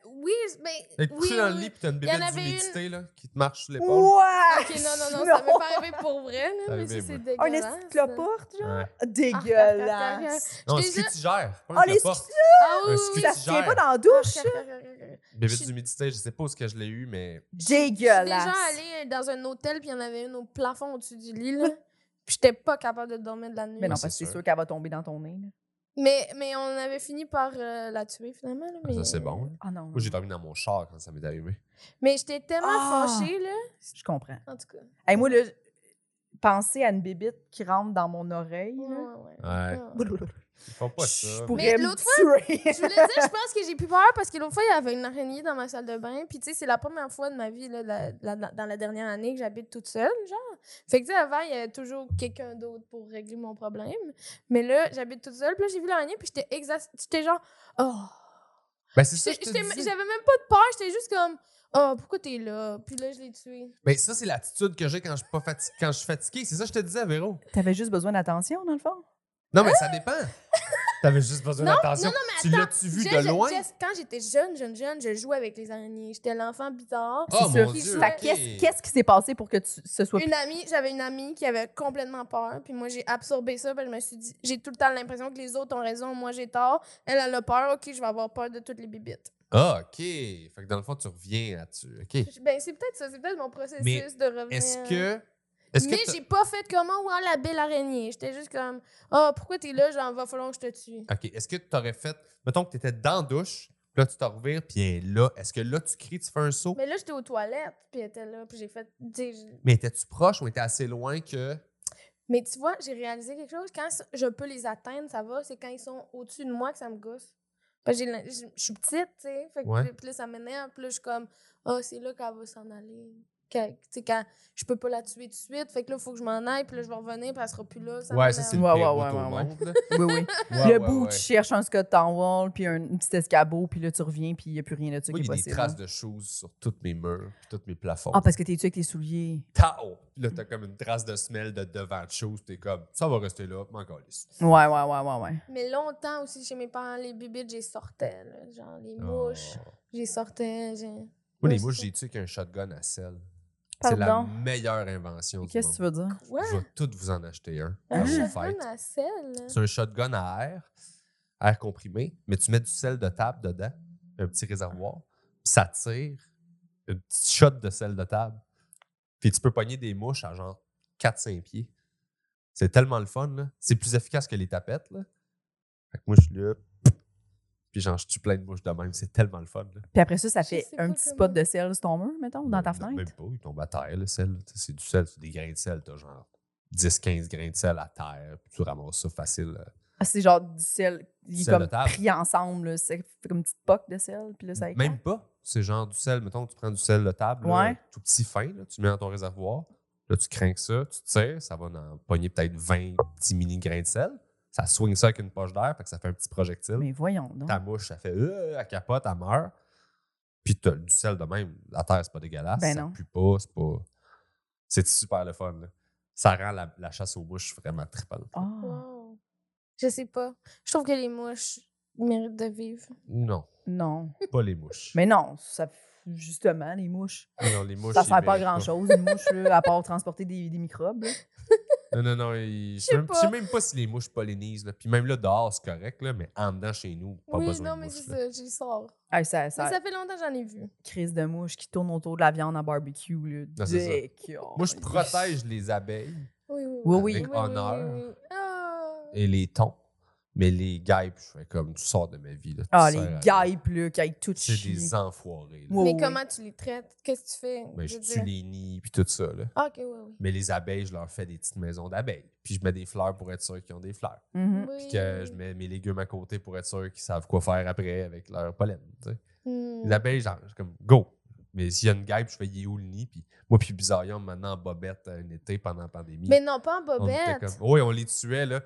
[SPEAKER 3] oui, mais.
[SPEAKER 4] T'es couché
[SPEAKER 3] oui,
[SPEAKER 4] dans le
[SPEAKER 3] oui.
[SPEAKER 4] lit, puis t'as une
[SPEAKER 3] Il y en
[SPEAKER 4] bébête
[SPEAKER 3] avait
[SPEAKER 4] d'humidité là, qui te marche sur l'épaule.
[SPEAKER 2] Ouah!
[SPEAKER 3] Ok, non, non, non, ça m'est pas arrivé pour vrai, là,
[SPEAKER 4] Ça
[SPEAKER 3] mais ça,
[SPEAKER 4] arrive,
[SPEAKER 3] c'est
[SPEAKER 4] oui.
[SPEAKER 3] dégueulasse. Ah,
[SPEAKER 2] Un esti de cloporte, genre.
[SPEAKER 4] Ouais.
[SPEAKER 2] Dégueulasse.
[SPEAKER 4] Non, un
[SPEAKER 3] déjà-
[SPEAKER 4] scutigère. Pas
[SPEAKER 2] Oh,
[SPEAKER 4] un
[SPEAKER 2] les
[SPEAKER 4] cloporte.
[SPEAKER 3] Ah oui,
[SPEAKER 4] Un
[SPEAKER 3] oui, oui.
[SPEAKER 2] Ça
[SPEAKER 4] scutigère.
[SPEAKER 2] se tient pas dans la douche.
[SPEAKER 4] Bébête
[SPEAKER 3] Je-
[SPEAKER 4] d'humidité, je sais pas où ce que je l'ai eu, mais
[SPEAKER 3] Je suis déjà
[SPEAKER 2] Dégueulasse.
[SPEAKER 3] allée dans un hôtel, puis il y en avait une au plafond au-dessus du lit, là. Puis j'étais pas capable de dormir de la nuit.
[SPEAKER 2] Mais non,
[SPEAKER 4] Ouais,
[SPEAKER 2] parce que
[SPEAKER 4] c'est
[SPEAKER 2] c'est
[SPEAKER 4] sûr.
[SPEAKER 2] sûr qu'elle va tomber dans ton nez. là.
[SPEAKER 3] Mais, mais on avait fini par euh, la tuer, finalement. là,
[SPEAKER 4] Ah,
[SPEAKER 3] mais...
[SPEAKER 4] ça c'est bon. là.
[SPEAKER 2] Ah non.
[SPEAKER 4] Moi, j'ai
[SPEAKER 2] non.
[SPEAKER 4] dormi dans mon char quand ça m'est arrivé.
[SPEAKER 3] Mais j'étais tellement
[SPEAKER 2] Ah!
[SPEAKER 3] fâchée, là.
[SPEAKER 2] Je comprends.
[SPEAKER 3] En tout cas.
[SPEAKER 2] Hey, moi, là, penser à une bébite qui rentre dans mon oreille.
[SPEAKER 3] Ouais,
[SPEAKER 2] là.
[SPEAKER 3] ouais,
[SPEAKER 4] Ouais.
[SPEAKER 3] ouais.
[SPEAKER 4] Ils font pas
[SPEAKER 2] Je
[SPEAKER 4] ça.
[SPEAKER 2] pourrais me
[SPEAKER 3] l'autre
[SPEAKER 2] tuer.
[SPEAKER 3] Je voulais dire, je pense que j'ai plus peur parce que l'autre fois, il y avait une araignée dans ma salle de bain. Puis, tu sais, c'est la première fois de ma vie, là, la- la- la- dans la dernière année, que j'habite toute seule, genre. Fait que, tu sais, avant, il y avait toujours quelqu'un d'autre pour régler mon problème. Mais là, j'habite toute seule. Puis là, j'ai vu l'araignée, puis j'étais exaspérée. J'étais genre, oh.
[SPEAKER 4] Ben, c'est ça.
[SPEAKER 3] J'étais-
[SPEAKER 4] que je te
[SPEAKER 3] j'étais-
[SPEAKER 4] dis.
[SPEAKER 3] J'avais même pas de peur. J'étais juste comme, oh, pourquoi t'es là? Puis là, je l'ai tuée.
[SPEAKER 4] Ben, ça, c'est l'attitude que j'ai quand je suis pas fati- quand je suis fatigué. C'est ça que je te disais, Véro.
[SPEAKER 2] T'avais juste besoin d'attention, dans le fond.
[SPEAKER 4] Non, mais ça dépend. T'avais juste besoin
[SPEAKER 3] Non,
[SPEAKER 4] d'attention.
[SPEAKER 3] non, mais
[SPEAKER 4] Tu
[SPEAKER 3] attends,
[SPEAKER 4] l'as-tu vu
[SPEAKER 3] Je-
[SPEAKER 4] de
[SPEAKER 3] je-
[SPEAKER 4] loin?
[SPEAKER 3] je- quand j'étais jeune, jeune, jeune, je jouais avec les araignées. J'étais l'enfant bizarre.
[SPEAKER 4] Oh
[SPEAKER 2] C'est sûr.
[SPEAKER 4] mon Dieu.
[SPEAKER 2] Fait
[SPEAKER 4] ok.
[SPEAKER 2] que Qu'est-ce qu'est-ce qui s'est passé pour que tu, ce soit. plus-
[SPEAKER 3] Une amie, j'avais une amie qui avait complètement peur, puis moi j'ai absorbé ça, puis je me suis dit, j'ai tout le temps l'impression que les autres ont raison, moi j'ai tort. Elle elle a peur, ok, je vais avoir peur de toutes les bibites.
[SPEAKER 4] Ah, OK. Fait que dans le fond, tu reviens là-dessus. OK.
[SPEAKER 3] Je- Ben c'est peut-être ça, c'est peut-être mon processus
[SPEAKER 4] Mais
[SPEAKER 3] de revenir.
[SPEAKER 4] Est-ce que. Est-ce que.
[SPEAKER 3] Mais
[SPEAKER 4] t'as-
[SPEAKER 3] j'ai pas fait comment ou la belle araignée. J'étais juste comme, oh pourquoi t'es là, genre va falloir que je te tue.
[SPEAKER 4] OK. Est-ce que tu aurais fait. Mettons que tu étais dans la douche, puis là, tu t'en revires, puis elle est là. Est-ce que là, tu cries, tu fais un saut?
[SPEAKER 3] Mais là j'étais aux toilettes, puis elle était là, puis j'ai fait, tu sais, je-
[SPEAKER 4] Mais étais-tu proche ou étais assez loin que.
[SPEAKER 3] mais tu vois, j'ai réalisé quelque chose. Quand je peux les atteindre, ça va. C'est quand ils sont au-dessus de moi que ça me gosse. Parce que j'ai l'in- je je suis petite, tu sais. Fait que
[SPEAKER 4] Ouais.
[SPEAKER 3] Puis là, ça m'énerve. Puis là, je suis comme, ah, c'est là qu'elle va s'en aller. Quand, tu sais, quand je peux pas la tuer tout de suite. Fait que là, il faut que je m'en aille. Puis là, je vais revenir. Puis elle sera plus là. Ça
[SPEAKER 4] ouais, ça, c'est le
[SPEAKER 2] Ouais,
[SPEAKER 4] pire
[SPEAKER 2] ouais,
[SPEAKER 4] bout
[SPEAKER 2] ouais,
[SPEAKER 4] au
[SPEAKER 2] ouais, ouais.
[SPEAKER 4] monde. là.
[SPEAKER 2] Oui, oui.
[SPEAKER 4] Ouais,
[SPEAKER 2] le
[SPEAKER 4] ouais,
[SPEAKER 2] bout où
[SPEAKER 4] ouais.
[SPEAKER 2] tu cherches un Scott wall, puis un, une petite escabeau, puis là, tu reviens, puis il n'y a plus rien là-dessus
[SPEAKER 4] Moi,
[SPEAKER 2] qui est
[SPEAKER 4] il y a des
[SPEAKER 2] possible. hein.
[SPEAKER 4] traces de choses sur tous mes murs, puis tous mes plafonds.
[SPEAKER 2] Ah, parce que t'es tu avec tes souliers.
[SPEAKER 4] Tao! Puis là, t'as comme une trace de semelle de devant de choses, puis t'es comme, ça va rester là, m'en calisse.
[SPEAKER 2] Ouais, ouais, ouais, ouais, ouais.
[SPEAKER 3] Mais longtemps aussi, chez mes parents, les bibites, j'ai sortais. là. Genre, les mouches,
[SPEAKER 4] Oh.
[SPEAKER 3] j'ai sortais. j'ai-
[SPEAKER 4] Moi, les
[SPEAKER 3] Ouais,
[SPEAKER 4] mouches,
[SPEAKER 3] c'est
[SPEAKER 4] j'ai tué avec un shotgun à sel. C'est la
[SPEAKER 2] Pardon.
[SPEAKER 4] meilleure invention du
[SPEAKER 2] Qu'est-ce que
[SPEAKER 4] monde.
[SPEAKER 2] tu veux dire?
[SPEAKER 3] Quoi?
[SPEAKER 4] Je vais toutes vous en acheter un.
[SPEAKER 3] Un
[SPEAKER 4] à vos
[SPEAKER 3] shotgun
[SPEAKER 4] fêtes.
[SPEAKER 3] à sel?
[SPEAKER 4] C'est un shotgun à air, air comprimé, mais tu mets du sel de table dedans, un petit réservoir, puis ça tire une petite shot de sel de table. Puis tu peux pogner des mouches à genre 4-5 pieds. C'est tellement le fun, là. C'est plus efficace que les tapettes, là. Fait que moi, je suis là, puis genre, je tue plein de mouches de même. C'est tellement le fun, là.
[SPEAKER 2] Puis après ça, ça
[SPEAKER 3] Je
[SPEAKER 2] fait
[SPEAKER 3] sais
[SPEAKER 2] un
[SPEAKER 3] pas
[SPEAKER 2] petit
[SPEAKER 3] comment.
[SPEAKER 2] spot de sel sur ton mur, mettons, dans ta
[SPEAKER 4] Non, Même
[SPEAKER 2] fenêtre.
[SPEAKER 4] pas, il tombe à terre, le sel. là. Tu sais, C'est du sel, c'est des grains de sel, t'as genre 10-15 grains de sel à terre, puis tu ramasses ça facile. euh,
[SPEAKER 2] Ah, c'est genre du sel, il est
[SPEAKER 4] Sel de
[SPEAKER 2] comme
[SPEAKER 4] table.
[SPEAKER 2] pris ensemble, là. c'est fait comme une petite poque de sel, puis là, ça éclate.
[SPEAKER 4] Même pas. C'est genre du sel, mettons, tu prends du sel de table, là,
[SPEAKER 2] Ouais.
[SPEAKER 4] tout petit fin, là, tu le mets dans ton réservoir, là, tu crains ça, tu tires, ça va en pogner peut-être 20 petits mini grains de sel. Ça swing ça avec une poche d'air, fait que ça fait un petit projectile.
[SPEAKER 2] Mais voyons donc.
[SPEAKER 4] Ta mouche, ça fait euh, elle capote, elle meurt. Puis t'as du sel de même. La terre, c'est pas dégueulasse.
[SPEAKER 2] Ben
[SPEAKER 4] ça
[SPEAKER 2] non.
[SPEAKER 4] pue pas, c'est pas. C'est super le fun. là. Ça rend la, la chasse aux mouches vraiment trippante.
[SPEAKER 2] Ah,
[SPEAKER 3] Wow. Je sais pas. Je trouve que les mouches méritent de vivre.
[SPEAKER 4] Non,
[SPEAKER 2] non.
[SPEAKER 4] pas les mouches.
[SPEAKER 2] Mais non, ça, justement, les mouches.
[SPEAKER 4] Non, les mouches.
[SPEAKER 2] ça
[SPEAKER 4] ils
[SPEAKER 2] sert pas à
[SPEAKER 4] méritent
[SPEAKER 2] grand-chose, une mouche, là, à part transporter des, des microbes. là.
[SPEAKER 4] Non, non, non. ils- Je
[SPEAKER 3] sais
[SPEAKER 4] sais même, je
[SPEAKER 3] pas.
[SPEAKER 4] sais même pas si les mouches pollinisent. là. Puis même là, dehors, c'est correct, là, mais en dedans, chez nous, pas
[SPEAKER 3] oui,
[SPEAKER 4] besoin
[SPEAKER 3] non,
[SPEAKER 4] de
[SPEAKER 3] mais
[SPEAKER 4] mouches.
[SPEAKER 3] c'est
[SPEAKER 4] là.
[SPEAKER 3] ça, j'y sors.
[SPEAKER 2] Ah, ça, ça,
[SPEAKER 3] Mais ça fait longtemps que j'en ai vu.
[SPEAKER 2] crise de mouche qui tourne autour de la viande à barbecue. Là.
[SPEAKER 4] Non, c'est ça.
[SPEAKER 2] Dick, oh,
[SPEAKER 4] Moi, je
[SPEAKER 2] yes.
[SPEAKER 4] protège les abeilles
[SPEAKER 3] Oui, oui,
[SPEAKER 2] Oui,
[SPEAKER 3] oui.
[SPEAKER 2] oui.
[SPEAKER 4] avec honneur
[SPEAKER 3] oui, oui. Ah.
[SPEAKER 4] et les thons. Mais les guêpes, je fais comme, tu sors de ma vie. Là, tu
[SPEAKER 2] Ah,
[SPEAKER 4] sers
[SPEAKER 2] les
[SPEAKER 4] à-
[SPEAKER 2] guêpes, là, qui aillent toutes
[SPEAKER 4] C'est
[SPEAKER 2] chier.
[SPEAKER 4] des enfoirés. là.
[SPEAKER 2] Ouais,
[SPEAKER 3] Mais
[SPEAKER 2] ouais.
[SPEAKER 3] comment tu les traites? Qu'est-ce que tu fais?
[SPEAKER 4] Ben,
[SPEAKER 3] Je
[SPEAKER 4] je
[SPEAKER 3] veux
[SPEAKER 4] tue
[SPEAKER 3] dire.
[SPEAKER 4] les nids, puis tout ça. Là.
[SPEAKER 3] Ah, ok, oui, oui.
[SPEAKER 4] Mais les abeilles, je leur fais des petites maisons d'abeilles. Puis je mets des fleurs pour être sûr qu'ils ont des fleurs.
[SPEAKER 2] Mhm.
[SPEAKER 3] Oui.
[SPEAKER 4] Puis que je mets mes légumes à côté pour être sûr qu'ils savent quoi faire après avec leur pollen. tu sais.
[SPEAKER 3] Hmm.
[SPEAKER 4] Les abeilles, genre, je suis comme go. Mais s'il y a une guêpe, je fais il est où le nid? Puis moi, puis Bizarrium, maintenant en bobette un été pendant la pandémie.
[SPEAKER 3] Mais non, pas en
[SPEAKER 4] on était
[SPEAKER 3] bobette.
[SPEAKER 4] comme- oui, on les tuait, là.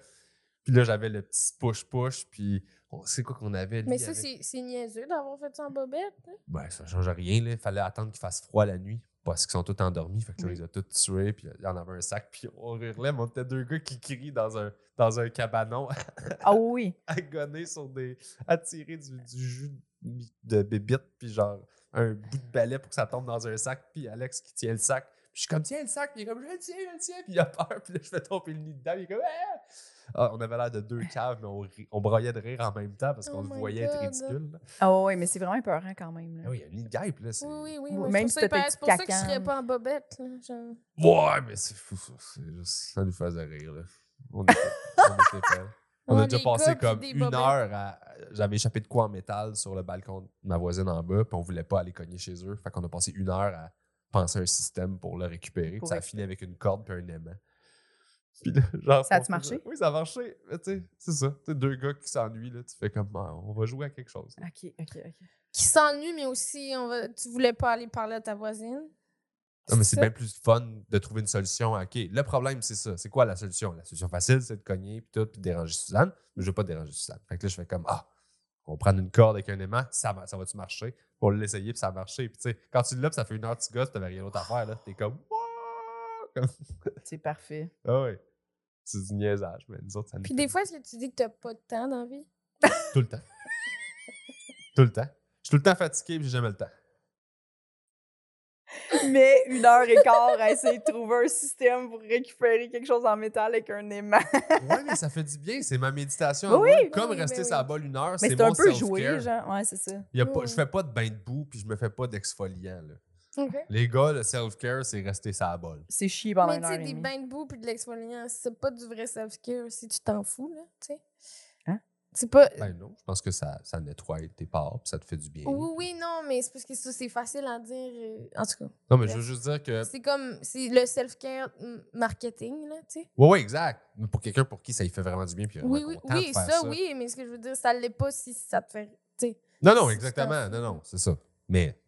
[SPEAKER 4] Puis là, j'avais le petit push-push, puis on- c'est quoi qu'on avait? lui,
[SPEAKER 3] Mais ça,
[SPEAKER 4] avec-
[SPEAKER 3] c'est c'est niaiseux d'avoir fait ça en bobette. hein.
[SPEAKER 4] Ben, ça change rien, là. Fallait attendre qu'il fasse froid la nuit parce qu'ils sont tous endormis. Fait que là,
[SPEAKER 2] Oui.
[SPEAKER 4] ils ont tous tués, puis il y en avait un sac, puis on hurlait, mais on était deux gars qui crient dans un, dans un cabanon
[SPEAKER 2] Ah oui.
[SPEAKER 4] à gonner sur des. à tirer du, du jus de, de bébite, puis genre un bout de balai pour que ça tombe dans un sac, puis Alex qui tient le sac. Puis je suis comme, tiens le sac, puis il est comme, je le tiens, je le tiens, puis il a peur, puis là, je fais tomber le nid dedans, puis il est comme, Ah! Ah, on avait l'air de deux caves, mais on, ri- on broyait de rire en même temps parce qu'on
[SPEAKER 3] Oh
[SPEAKER 4] se
[SPEAKER 3] my
[SPEAKER 4] voyait être
[SPEAKER 3] God.
[SPEAKER 4] ridicule. là.
[SPEAKER 2] Ah ouais, mais c'est vraiment épeurant quand même.
[SPEAKER 4] Ah
[SPEAKER 2] là.
[SPEAKER 4] oui, il y a un nid de guêpe, là. c'est-
[SPEAKER 3] Oui, oui, oui.
[SPEAKER 2] Oui,
[SPEAKER 3] moi,
[SPEAKER 2] même
[SPEAKER 3] je
[SPEAKER 2] si
[SPEAKER 3] trouve ça
[SPEAKER 2] t'as tes
[SPEAKER 3] hyper- C'est pour ça que je
[SPEAKER 2] petites
[SPEAKER 3] serais
[SPEAKER 2] cacanes.
[SPEAKER 3] pas en bobette. là, genre.
[SPEAKER 4] Ouais, mais c'est fou, ça. C'est juste- ça nous faisait rire, là. On, était- on était pâles. On
[SPEAKER 3] Ouais,
[SPEAKER 4] a déjà
[SPEAKER 3] les
[SPEAKER 4] passé
[SPEAKER 3] gars, puis
[SPEAKER 4] comme
[SPEAKER 3] des
[SPEAKER 4] une
[SPEAKER 3] bobettes.
[SPEAKER 4] heure à. J'avais échappé de quoi en métal sur le balcon de ma voisine en bas, puis on voulait pas aller cogner chez eux. Fait qu'on a passé une heure à penser un système pour le récupérer,
[SPEAKER 2] Pour
[SPEAKER 4] puis ça a
[SPEAKER 2] récupérer.
[SPEAKER 4] fini avec une corde puis un aimant. Puis là, genre,
[SPEAKER 2] Ça a-tu
[SPEAKER 4] on
[SPEAKER 2] marché?
[SPEAKER 4] faisait- Oui, ça a marché. Mais tu sais, c'est ça. Tu sais, deux gars qui s'ennuient, là, tu fais comme, Ah, on va jouer à quelque chose. là.
[SPEAKER 2] Ok, ok, ok.
[SPEAKER 3] Qui s'ennuie, mais aussi, on va... tu voulais pas aller parler à ta voisine.
[SPEAKER 4] Non, mais c'est
[SPEAKER 3] ça?
[SPEAKER 4] bien plus fun de trouver une solution. à, OK, le problème, c'est ça. C'est quoi la solution? La solution facile, c'est de cogner, puis tout, puis de déranger Suzanne. Mais je veux pas déranger Suzanne. Fait que là, je fais comme, ah, on va prendre une corde avec un aimant, ça, va- ça va-tu marcher? On l'a essayé, puis ça a marché. Puis tu sais, quand tu l'as, puis ça fait une heure, que tu gosses, t'avais rien d'autre à faire, là. T'es comme, Wouah! Comme-
[SPEAKER 2] C'est parfait.
[SPEAKER 4] ah ouais. C'est du niaisage, mais nous autres, ça nous
[SPEAKER 3] Puis
[SPEAKER 4] fait
[SPEAKER 3] des fois, est-ce que tu dis que t'as pas de temps dans la vie?
[SPEAKER 4] tout le temps. tout le temps. Je suis tout le temps fatigué, puis j'ai jamais le temps.
[SPEAKER 2] Mais une heure et quart à essayer de trouver un système pour récupérer quelque chose en métal avec un aimant.
[SPEAKER 4] Ouais, mais ça fait du bien. C'est ma méditation. à
[SPEAKER 2] Oui,
[SPEAKER 4] moi.
[SPEAKER 2] oui,
[SPEAKER 4] Comme
[SPEAKER 3] oui, ben
[SPEAKER 4] rester
[SPEAKER 3] oui.
[SPEAKER 4] sur la balle une heure,
[SPEAKER 2] Mais
[SPEAKER 4] c'est
[SPEAKER 2] c'est
[SPEAKER 4] mon
[SPEAKER 2] un peu
[SPEAKER 4] self-care.
[SPEAKER 2] joué, genre. Ouais, c'est ça.
[SPEAKER 4] Il y a pas,
[SPEAKER 3] Ouais.
[SPEAKER 4] je fais pas de bain de boue puis je me fais pas d'exfoliant. là.
[SPEAKER 3] OK.
[SPEAKER 4] Les gars, le self-care, c'est rester sa bolle.
[SPEAKER 2] C'est chier pendant
[SPEAKER 3] Mais
[SPEAKER 2] une
[SPEAKER 3] tu
[SPEAKER 2] heure et
[SPEAKER 3] sais, des
[SPEAKER 2] demie.
[SPEAKER 3] bains de boue puis de l'exfoliant, c'est pas du vrai self-care si tu t'en fous, là, tu sais.
[SPEAKER 2] Hein?
[SPEAKER 3] C'est pas...
[SPEAKER 4] Ben non, je pense que ça, ça nettoie tes pores puis ça te fait du bien.
[SPEAKER 3] Oui, oui, non, mais c'est parce que ça, c'est facile à dire. euh, En tout
[SPEAKER 4] Non, mais je veux juste dire que.
[SPEAKER 3] cas, c'est comme... C'est le self-care mm, marketing, là, tu sais.
[SPEAKER 4] Oui, oui, exact. Mais pour quelqu'un pour qui ça lui fait vraiment du bien puis il est
[SPEAKER 3] Oui,
[SPEAKER 4] vraiment
[SPEAKER 3] oui,
[SPEAKER 4] content
[SPEAKER 3] oui,
[SPEAKER 4] de
[SPEAKER 3] ça,
[SPEAKER 4] faire ça.
[SPEAKER 3] oui, mais ce que je veux dire, ça l'est pas si ça te fait. tu sais.
[SPEAKER 4] Non, non,
[SPEAKER 3] C'est
[SPEAKER 4] exactement.
[SPEAKER 3] ça.
[SPEAKER 4] Non, non, c'est ça. Mais